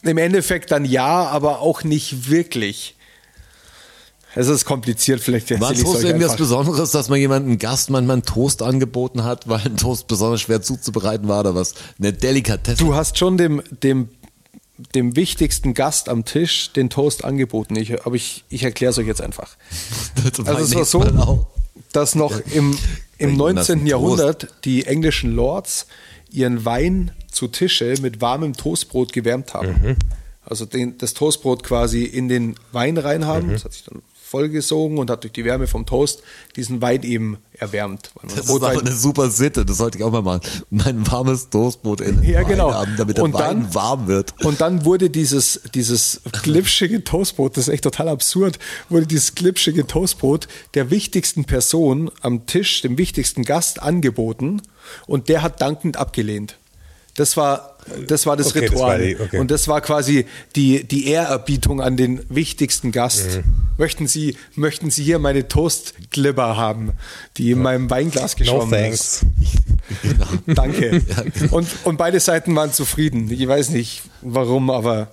Speaker 2: Im Endeffekt dann ja, aber auch nicht wirklich. Es ist kompliziert, vielleicht
Speaker 3: War
Speaker 2: erzähle ich
Speaker 3: Toast
Speaker 2: euch
Speaker 3: irgendwas
Speaker 2: einfach.
Speaker 3: Besonderes, dass man jemandem einen Gast manchmal einen Toast angeboten hat, weil ein Toast besonders schwer zuzubereiten war oder was? Eine Delikatesse.
Speaker 2: Du hast schon dem, dem, dem wichtigsten Gast am Tisch den Toast angeboten, ich, aber ich, ich erkläre es euch jetzt einfach.
Speaker 3: Das
Speaker 2: Also es war
Speaker 3: nächstes Mal auch.
Speaker 2: so, dass noch im, im 19.
Speaker 3: Irgendwann das Toast.
Speaker 2: Jahrhundert die englischen Lords ihren Wein zu Tische mit warmem Toastbrot gewärmt haben.
Speaker 3: Mhm.
Speaker 2: Also den, das Toastbrot quasi in den Wein reinhaben,
Speaker 3: Mhm.
Speaker 2: das hat sich dann vollgesogen und hat durch die Wärme vom Toast diesen Wein eben erwärmt. Weil man
Speaker 3: Das ist
Speaker 2: Rotwein-
Speaker 3: aber eine super Sitte, das sollte ich auch mal machen. Mein warmes Toastbrot in den
Speaker 2: Ja,
Speaker 3: Wein
Speaker 2: genau.
Speaker 3: haben, damit der
Speaker 2: Und
Speaker 3: Wein
Speaker 2: dann-
Speaker 3: warm wird.
Speaker 2: Und dann wurde dieses, dieses glitschige Toastbrot, das ist echt total absurd, wurde dieses glitschige Toastbrot der wichtigsten Person am Tisch, dem wichtigsten Gast angeboten und der hat dankend abgelehnt. Das war das, war das
Speaker 4: Okay, das
Speaker 2: Ritual.
Speaker 4: war die- okay.
Speaker 2: Und das war quasi die, die Ehrerbietung an den wichtigsten Gast.
Speaker 4: Mhm.
Speaker 2: Möchten, Sie, möchten Sie hier meine Toastglibber haben, die in meinem Weinglas
Speaker 4: no
Speaker 2: geschwommen ist?
Speaker 4: thanks.
Speaker 3: Genau.
Speaker 2: Danke. Und, und beide Seiten waren zufrieden. Ich weiß nicht warum, aber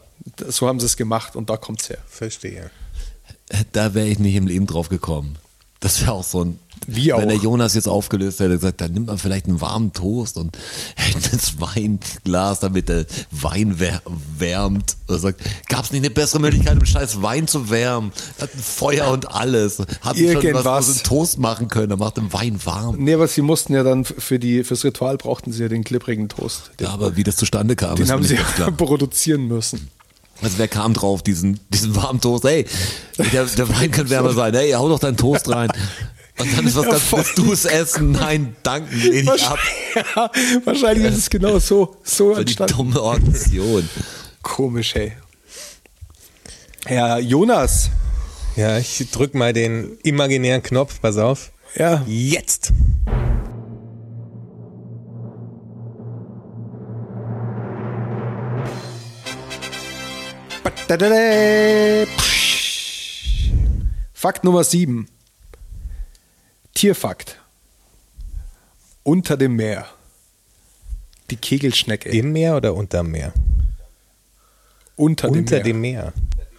Speaker 2: so haben sie es gemacht und da kommt es her.
Speaker 4: Verstehe.
Speaker 3: Da wäre ich nicht im Leben drauf gekommen. Das wäre auch so ein.
Speaker 2: Wie auch.
Speaker 3: Wenn der Jonas jetzt aufgelöst hätte, gesagt, dann nimmt man vielleicht einen warmen Toast und hält ins Weinglas, damit der Wein wär wärmt. Oder sagt, gab es nicht eine bessere Möglichkeit, um scheiß Wein zu wärmen? Hat ein Feuer und alles. Hat schon
Speaker 2: Irgendwas.
Speaker 3: was, was sie Toast machen können, dann macht den Wein warm.
Speaker 2: Nee, aber sie mussten ja dann für die, fürs Ritual brauchten sie ja den klipprigen Toast. Den,
Speaker 3: Ja, aber wie das zustande kam, ist
Speaker 2: haben
Speaker 3: mir
Speaker 2: sie
Speaker 3: nicht
Speaker 2: ja
Speaker 3: klar.
Speaker 2: produzieren müssen.
Speaker 3: Also wer kam drauf, diesen, diesen warmen Toast? Hey, der, der Wein kann wärmer sein. Hey, hau doch deinen Toast rein. Und dann ist was ganz, willst du es essen? Nein, danken, lehne ich ab.
Speaker 2: ja, wahrscheinlich ist es genau so, so
Speaker 3: Für die
Speaker 2: entstanden.
Speaker 3: dumme Organisation.
Speaker 2: Komisch, hey. Herr Jonas.
Speaker 4: Ja, ich drück mal den imaginären Knopf, pass auf.
Speaker 2: Ja.
Speaker 4: Jetzt!
Speaker 2: Fakt Nummer 7. Tierfakt. Unter dem Meer. Die Kegelschnecke.
Speaker 4: Im Meer oder unterm Meer?
Speaker 2: unter dem
Speaker 4: Unter
Speaker 2: Meer.
Speaker 4: dem Meer.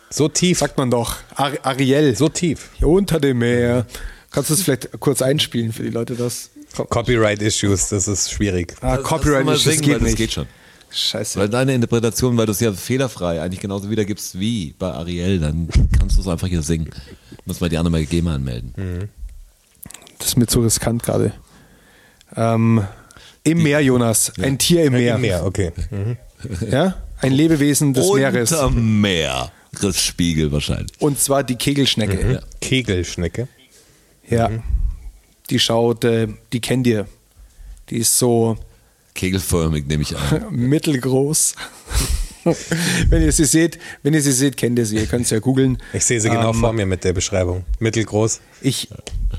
Speaker 4: So tief.
Speaker 2: Sagt man doch. Ar Ariel.
Speaker 4: So tief.
Speaker 2: Unter dem Meer. Kannst du es vielleicht kurz einspielen für die Leute, das?
Speaker 4: Copyright Issues, das ist schwierig.
Speaker 3: Also,
Speaker 2: Ah, Copyright
Speaker 3: das,
Speaker 2: ist, das geht
Speaker 3: das
Speaker 2: nicht.
Speaker 3: geht schon.
Speaker 2: Scheiße.
Speaker 3: Weil deine Interpretation, weil du es ja fehlerfrei eigentlich genauso wiedergibst wie bei Ariel, dann kannst du es einfach hier singen. Muss man die anderen bei GEMA anmelden.
Speaker 2: Das ist mir zu riskant gerade. Ähm, Im Meer, Jonas. Ein Tier Äh, im Meer.
Speaker 4: Im Meer, okay. Mhm.
Speaker 2: Ja? Ein Lebewesen des Meeres.
Speaker 3: Unterm Meer. Chris Spiegel wahrscheinlich.
Speaker 2: Und zwar die Kegelschnecke.
Speaker 4: Kegelschnecke. Mhm.
Speaker 2: Ja. Die schaut, äh, die kennt ihr. Die ist so
Speaker 3: Kegelförmig nehme ich an.
Speaker 2: mittelgroß. wenn ihr sie seht, wenn ihr sie seht, kennt ihr sie. Ihr könnt es ja googeln.
Speaker 4: Ich sehe sie genau
Speaker 2: Ähm,
Speaker 4: vor mir mit der Beschreibung. Mittelgroß.
Speaker 2: Ich,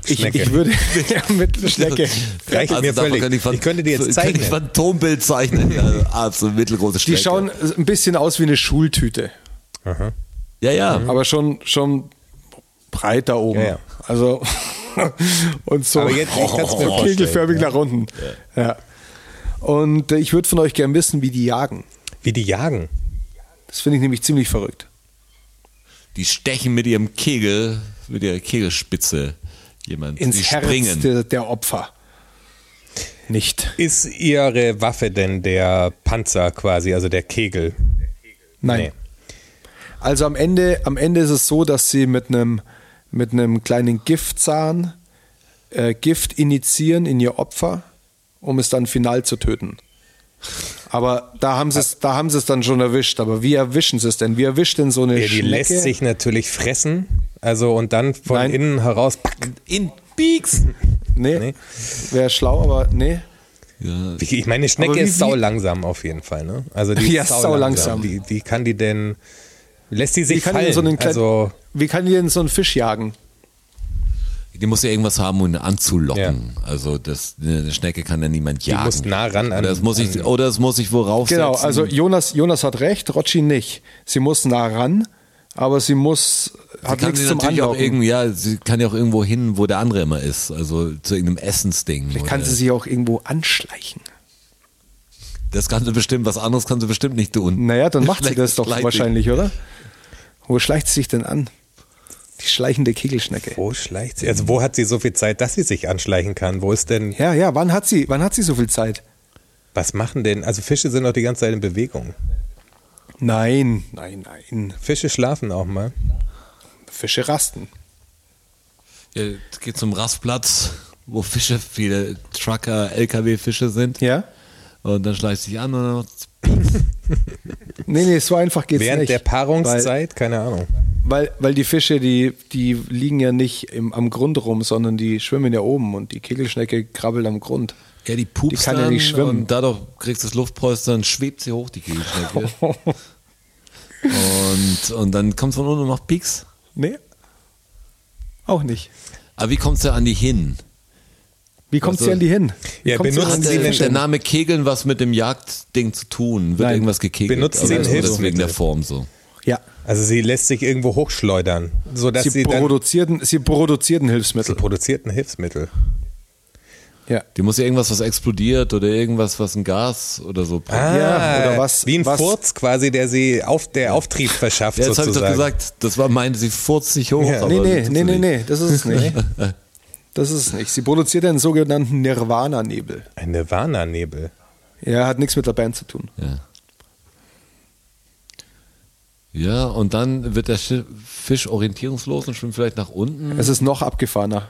Speaker 2: ich,
Speaker 4: Schnecke.
Speaker 2: ich würde ja, Mittelschnecke.
Speaker 4: Reicht mir
Speaker 3: davon
Speaker 4: völlig.
Speaker 3: kann
Speaker 4: Ich,
Speaker 3: Phan-
Speaker 4: könnte die jetzt
Speaker 3: kann Ich
Speaker 4: zeichnen.
Speaker 3: Phantombild zeichnen. Ja, also mittelgroße
Speaker 2: Die
Speaker 3: Schnecke.
Speaker 2: schauen ein bisschen aus wie eine Schultüte,
Speaker 3: Ja, ja.
Speaker 2: aber schon, schon breit da oben.
Speaker 4: Mhm. Ja, ja.
Speaker 2: Also und so,
Speaker 4: Aber jetzt- ich kann's mir
Speaker 2: so
Speaker 4: vorstellen,
Speaker 2: kegelförmig nach unten. Ja. Und äh, ich würde von euch gern wissen, wie die jagen.
Speaker 4: Wie die jagen.
Speaker 2: Das finde ich nämlich ziemlich verrückt.
Speaker 3: Die stechen mit ihrem Kegel, mit ihrer Kegelspitze jemand.
Speaker 2: Ins
Speaker 3: die
Speaker 2: Herz
Speaker 3: springen.
Speaker 2: der, der Opfer. Nicht.
Speaker 4: Ist ihre Waffe denn der Panzer quasi, also der Kegel?
Speaker 2: Nein.
Speaker 4: Nee.
Speaker 2: Also am Ende, am Ende ist es so, dass sie mit einem mit einem kleinen Giftzahn äh, Gift initiieren in ihr Opfer, um es dann final zu töten. Aber da haben sie es, da haben sie es dann schon erwischt. Aber wie erwischen sie es denn? Wie erwischt denn so eine
Speaker 4: Ja, die
Speaker 2: Schnecke?
Speaker 4: lässt sich natürlich fressen. Also und dann von
Speaker 2: Nein.
Speaker 4: innen heraus. pack.
Speaker 3: In Pieks.
Speaker 2: nee,
Speaker 4: Nee.
Speaker 2: wäre schlau, aber nee.
Speaker 4: Ich ich meine,
Speaker 2: Aber
Speaker 4: die Schnecke
Speaker 2: wie-
Speaker 4: ist sau
Speaker 2: wie-
Speaker 4: langsam auf jeden Fall. Ne? Also die
Speaker 2: Ja,
Speaker 4: ist sau
Speaker 2: sau langsam.
Speaker 4: langsam. Wie, wie kann die denn? Lässt die sich
Speaker 2: Wie kann die
Speaker 4: fallen?
Speaker 2: denn so einen kleinen,
Speaker 4: also
Speaker 2: wie kann die denn so einen Fisch jagen?
Speaker 3: Die muss ja irgendwas haben, um ihn anzulocken. Also das, eine Schnecke kann ja niemand jagen.
Speaker 4: muss nah ran an-
Speaker 3: Oder es muss ich,
Speaker 4: an-
Speaker 3: oder es muss ich worauf
Speaker 2: Genau,
Speaker 3: setzen.
Speaker 2: also Jonas, Jonas hat recht, Rotschi nicht. Sie muss nah ran, aber sie muss
Speaker 3: Sie
Speaker 2: hat
Speaker 3: kann
Speaker 2: nichts
Speaker 3: sie
Speaker 2: zum
Speaker 3: natürlich auch
Speaker 2: Anlocken.
Speaker 3: irgend, ja, sie kann ja auch irgendwo hin, wo der andere immer ist. Also zu irgendeinem Essensding.
Speaker 2: Vielleicht kann
Speaker 3: oder-
Speaker 2: sie sich auch irgendwo anschleichen.
Speaker 3: das kann sie bestimmt, was anderes kann sie bestimmt nicht tun.
Speaker 2: Naja, dann macht sie
Speaker 3: Schleicht-
Speaker 2: das doch
Speaker 3: schleicht sich.
Speaker 2: wahrscheinlich, oder? Wo schleicht sie sich denn an? Die schleichende Kegelschnecke.
Speaker 4: wo schleicht sie? Also wo hat sie so viel Zeit, dass sie sich anschleichen kann? Wo ist denn?
Speaker 2: Ja, ja, wann hat sie, wann hat sie so viel Zeit?
Speaker 4: Was machen denn? Also Fische sind doch die ganze Zeit in Bewegung.
Speaker 2: Nein, nein, nein.
Speaker 4: Fische schlafen auch mal.
Speaker 2: Fische rasten.
Speaker 3: Ja, geht zum Rastplatz, wo Fische, viele Trucker, LKW-Fische sind.
Speaker 2: Ja?
Speaker 3: Und dann schleicht sie sich an und dann
Speaker 2: Nee, nee, so einfach geht's
Speaker 4: Während
Speaker 2: nicht.
Speaker 4: der Paarungszeit, keine Ahnung.
Speaker 2: Weil, weil, weil die Fische, die, die liegen ja nicht im, am Grund rum, sondern die schwimmen ja oben und die Kegelschnecke krabbelt am Grund.
Speaker 3: Ja, die pupst
Speaker 2: Die kann ja nicht
Speaker 3: dann
Speaker 2: schwimmen.
Speaker 3: Und dadurch kriegst du das Luftpolster, schwebt sie hoch, die
Speaker 2: Oh.
Speaker 3: Kegelschnecke. und, und dann kommt von unten und macht Pieks.
Speaker 2: Nee? Auch nicht.
Speaker 3: Aber wie kommst du an die hin?
Speaker 2: Wie kommt
Speaker 3: Also-
Speaker 2: sie an die hin? Wie
Speaker 4: Ja,
Speaker 2: kommt
Speaker 4: benutzen
Speaker 2: an
Speaker 3: Hat
Speaker 2: die
Speaker 4: Sie
Speaker 3: der,
Speaker 4: denn-
Speaker 3: der Name Kegeln was mit dem Jagdding zu tun? Wird
Speaker 2: Nein.
Speaker 3: irgendwas gekegelt?
Speaker 4: Benutzen Sie
Speaker 3: Oder
Speaker 4: ein
Speaker 3: so, das wegen
Speaker 4: Hilfsmittel?
Speaker 3: der Form so.
Speaker 2: Ja.
Speaker 4: Also sie lässt sich irgendwo hochschleudern, sodass
Speaker 2: Sie,
Speaker 4: sie, dann
Speaker 2: produzierten, sie produzierten Hilfsmittel.
Speaker 4: produziert ein Hilfsmittel.
Speaker 2: Ja.
Speaker 3: Die muss ja irgendwas, was explodiert oder irgendwas, was ein Gas oder so. braucht.
Speaker 2: Ah, Ja, oder was-
Speaker 4: Ah, Wie ein
Speaker 2: was-
Speaker 4: Furz quasi, der sie auf der Auftrieb verschafft
Speaker 3: Ja, jetzt habe ich doch
Speaker 4: sozusagen.
Speaker 3: gesagt, das war meine, sie furzt sich hoch.
Speaker 4: Ja.
Speaker 3: aber
Speaker 2: Nee, nee,
Speaker 3: das
Speaker 2: nee,
Speaker 3: ist
Speaker 2: nee,
Speaker 3: nicht.
Speaker 2: nee, das ist es nicht. Das ist es nicht. Sie produziert einen sogenannten Nirvana-Nebel.
Speaker 4: Ein Nirvana-Nebel.
Speaker 2: Ja, hat nichts mit der Band zu tun.
Speaker 3: Ja. Ja, und dann wird der Schi- Fisch orientierungslos und schwimmt vielleicht nach unten.
Speaker 2: Es ist noch abgefahrener.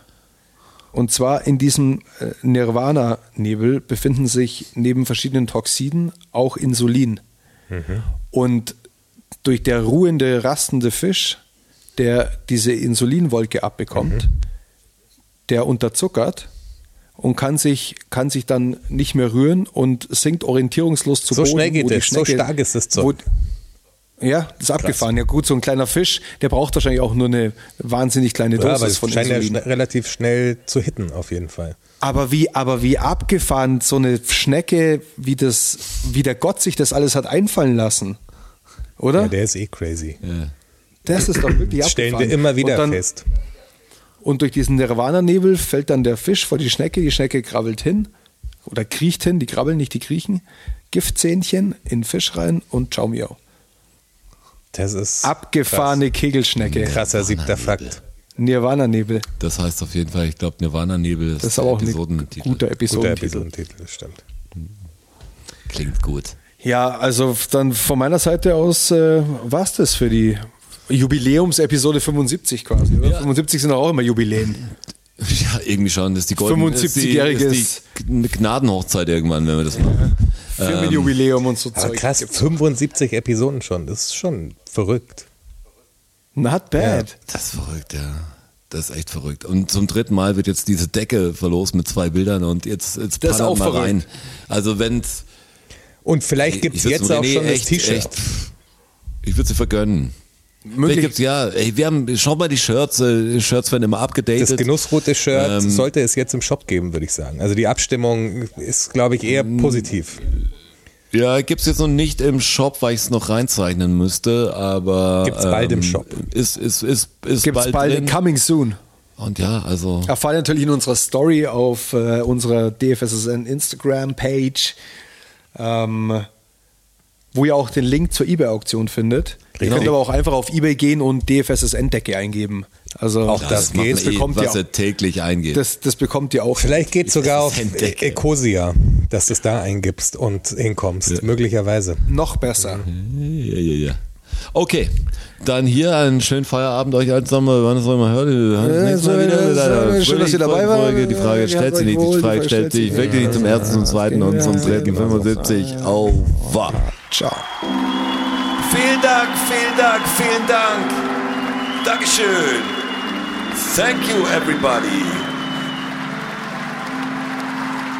Speaker 2: Und zwar in diesem äh, Nirvana-Nebel befinden sich neben verschiedenen Toxiden auch Insulin.
Speaker 4: Mhm.
Speaker 2: Und durch der ruhende, rastende Fisch, der diese Insulinwolke abbekommt,
Speaker 4: Mhm.
Speaker 2: der unterzuckert und kann sich, kann sich dann nicht mehr rühren und sinkt orientierungslos zu
Speaker 4: So
Speaker 2: Boden.
Speaker 4: schnell geht
Speaker 2: wo die
Speaker 4: es, so
Speaker 2: Schnecke-
Speaker 4: stark ist das Zeug.
Speaker 2: wo- ja, das ist abgefahren. Ja gut, so ein kleiner Fisch, der braucht wahrscheinlich auch nur eine wahnsinnig kleine
Speaker 4: Ja,
Speaker 2: Dosis
Speaker 4: aber es
Speaker 2: von
Speaker 4: scheint ja
Speaker 2: Insulin.
Speaker 4: schn relativ schnell zu hitten auf jeden Fall.
Speaker 2: Aber wie, aber wie abgefahren so eine Schnecke, wie das, wie der Gott sich das alles hat einfallen lassen. Oder?
Speaker 4: Ja, der ist eh crazy.
Speaker 2: das ist doch wirklich abgefahren.
Speaker 4: Das stellen wir immer wieder
Speaker 2: und dann,
Speaker 4: fest.
Speaker 2: Und durch diesen Nirvana-Nebel fällt dann der Fisch vor die Schnecke, die Schnecke krabbelt hin, oder kriecht hin, die krabbeln, nicht die kriechen. Giftzähnchen in Fisch rein und ciao miau.
Speaker 4: Das ist
Speaker 2: Abgefahrene Kegelschnecke.
Speaker 4: krass, krasser siebter Fakt.
Speaker 2: Nirvana-Nebel.
Speaker 3: Das heißt auf jeden Fall, ich glaube, Nirvana-Nebel ist,
Speaker 2: Das ist aber auch ein
Speaker 3: Episodentitel.
Speaker 2: guter
Speaker 4: Guter
Speaker 2: Episodentitel.
Speaker 4: Episodentitel, stimmt.
Speaker 3: Klingt gut.
Speaker 2: Ja, also dann von meiner Seite aus äh, war es das für die Jubiläumsepisode 75 quasi. Oder? 75 sind doch auch immer Jubiläen.
Speaker 3: Ja, irgendwie schon. Das ist die goldene ist die-
Speaker 2: 75-jähriges
Speaker 3: ist die Eine Gnadenhochzeit irgendwann, wenn wir das machen.
Speaker 2: Firmenjubiläum und so
Speaker 4: Aber
Speaker 2: Zeug.
Speaker 4: Ah, krass, 75 Episoden schon, das ist schon verrückt.
Speaker 2: Not bad.
Speaker 3: Das ist verrückt, ja. Das ist echt verrückt. Und zum dritten Mal wird jetzt diese Decke verlost mit zwei Bildern und jetzt, jetzt
Speaker 2: Das ist
Speaker 3: paddelt
Speaker 2: auch
Speaker 3: mal
Speaker 2: verrückt.
Speaker 3: rein. Also wenn's
Speaker 4: Und vielleicht gibt es
Speaker 3: würd's
Speaker 4: jetzt
Speaker 3: dem
Speaker 4: auch
Speaker 3: René
Speaker 4: schon das
Speaker 3: echt-
Speaker 4: T-Shirt.
Speaker 3: echt- Ich würde sie vergönnen. Vielleicht gibt's, ja, ey, wir haben, schau mal die Shirts, äh, Shirts werden immer
Speaker 4: Das
Speaker 3: abgedatet.
Speaker 4: genussrote Shirt
Speaker 3: Ähm,
Speaker 4: sollte es jetzt im Shop geben, würde ich sagen. Also die Abstimmung ist, glaube ich,
Speaker 3: Mm.
Speaker 4: eher positiv.
Speaker 3: Ja, gibt's jetzt noch nicht im Shop, weil ich es noch reinzeichnen müsste, aber. ähm,
Speaker 4: Gibt's bald im Shop.
Speaker 3: Ist, ist, ist, ist
Speaker 2: Gibt's
Speaker 3: bald,
Speaker 2: bald
Speaker 3: drin.
Speaker 2: Coming Soon.
Speaker 3: Und ja, also.
Speaker 2: Erfahrt ihr natürlich in unserer Story auf äh, unserer DFSSN Instagram-Page, ähm, wo ihr auch den Link zur Ebay-Auktion findet. Ihr könnt aber auch einfach auf Ebay gehen und DFSSN-Decke eingeben. Also
Speaker 4: Auch das
Speaker 3: macht
Speaker 4: geht.
Speaker 3: eh,
Speaker 2: bekommt
Speaker 3: was
Speaker 2: ihr-
Speaker 3: er täglich eingeht.
Speaker 2: das, das bekommt ihr auch.
Speaker 4: Vielleicht geht sogar auf
Speaker 3: Decke.
Speaker 4: Ecosia, dass du es da eingibst und hinkommst, möglicherweise.
Speaker 2: noch besser.
Speaker 3: Ja, ja, ja. Okay, dann hier einen schönen Feierabend euch allen zusammen. Wir hören uns nochmal hören. Wir hören uns
Speaker 2: Äh,
Speaker 3: nächstes Mal
Speaker 2: so,
Speaker 3: wieder mit
Speaker 2: so,
Speaker 3: einer
Speaker 2: schön, dass ihr
Speaker 3: fröhlichen
Speaker 2: dabei
Speaker 3: Folge.
Speaker 2: wart.
Speaker 3: Die Frage
Speaker 2: Ja,
Speaker 3: stellt sich
Speaker 2: seid
Speaker 3: nicht, die
Speaker 2: wohl,
Speaker 3: Frage stellt sich wirklich nicht zum ersten, zum zweiten und zum dritten. 75. Auf.
Speaker 2: Ciao.
Speaker 5: Vielen Dank, vielen Dank, vielen Dank. Dankeschön. Thank you, everybody.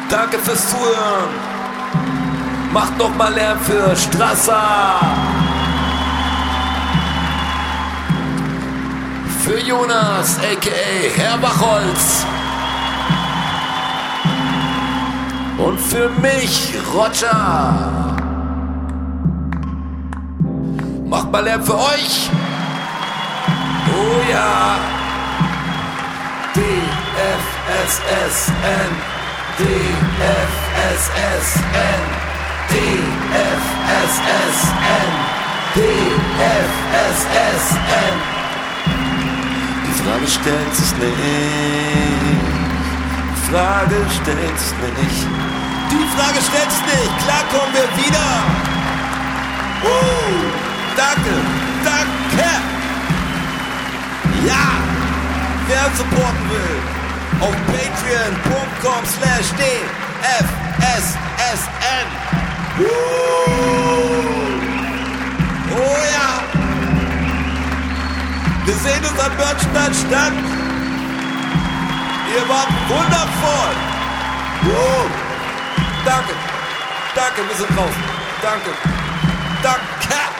Speaker 1: Danke fürs Zuhören. Macht noch mal Lärm für Strasser. Für Jonas, a.k.a. Herr Bachholz. Und für mich, Roger. Macht mal Lärm für euch. Oh ja. DFSSN. DFSSN. DFSSN. DFSSN. Die Frage stellt sich nicht. Die Frage stellt sich nicht. Die Frage stellt sich nicht. Klar kommen wir wieder. Uh, danke. Danke. Ja. Wer uns supporten will, auf patreon.com slash dfssn. Uh. Oh ja! Wir sehen uns am Börnstein statt. Ihr wart wundervoll. Uh. Danke. Danke, wir sind draußen. Danke. Danke.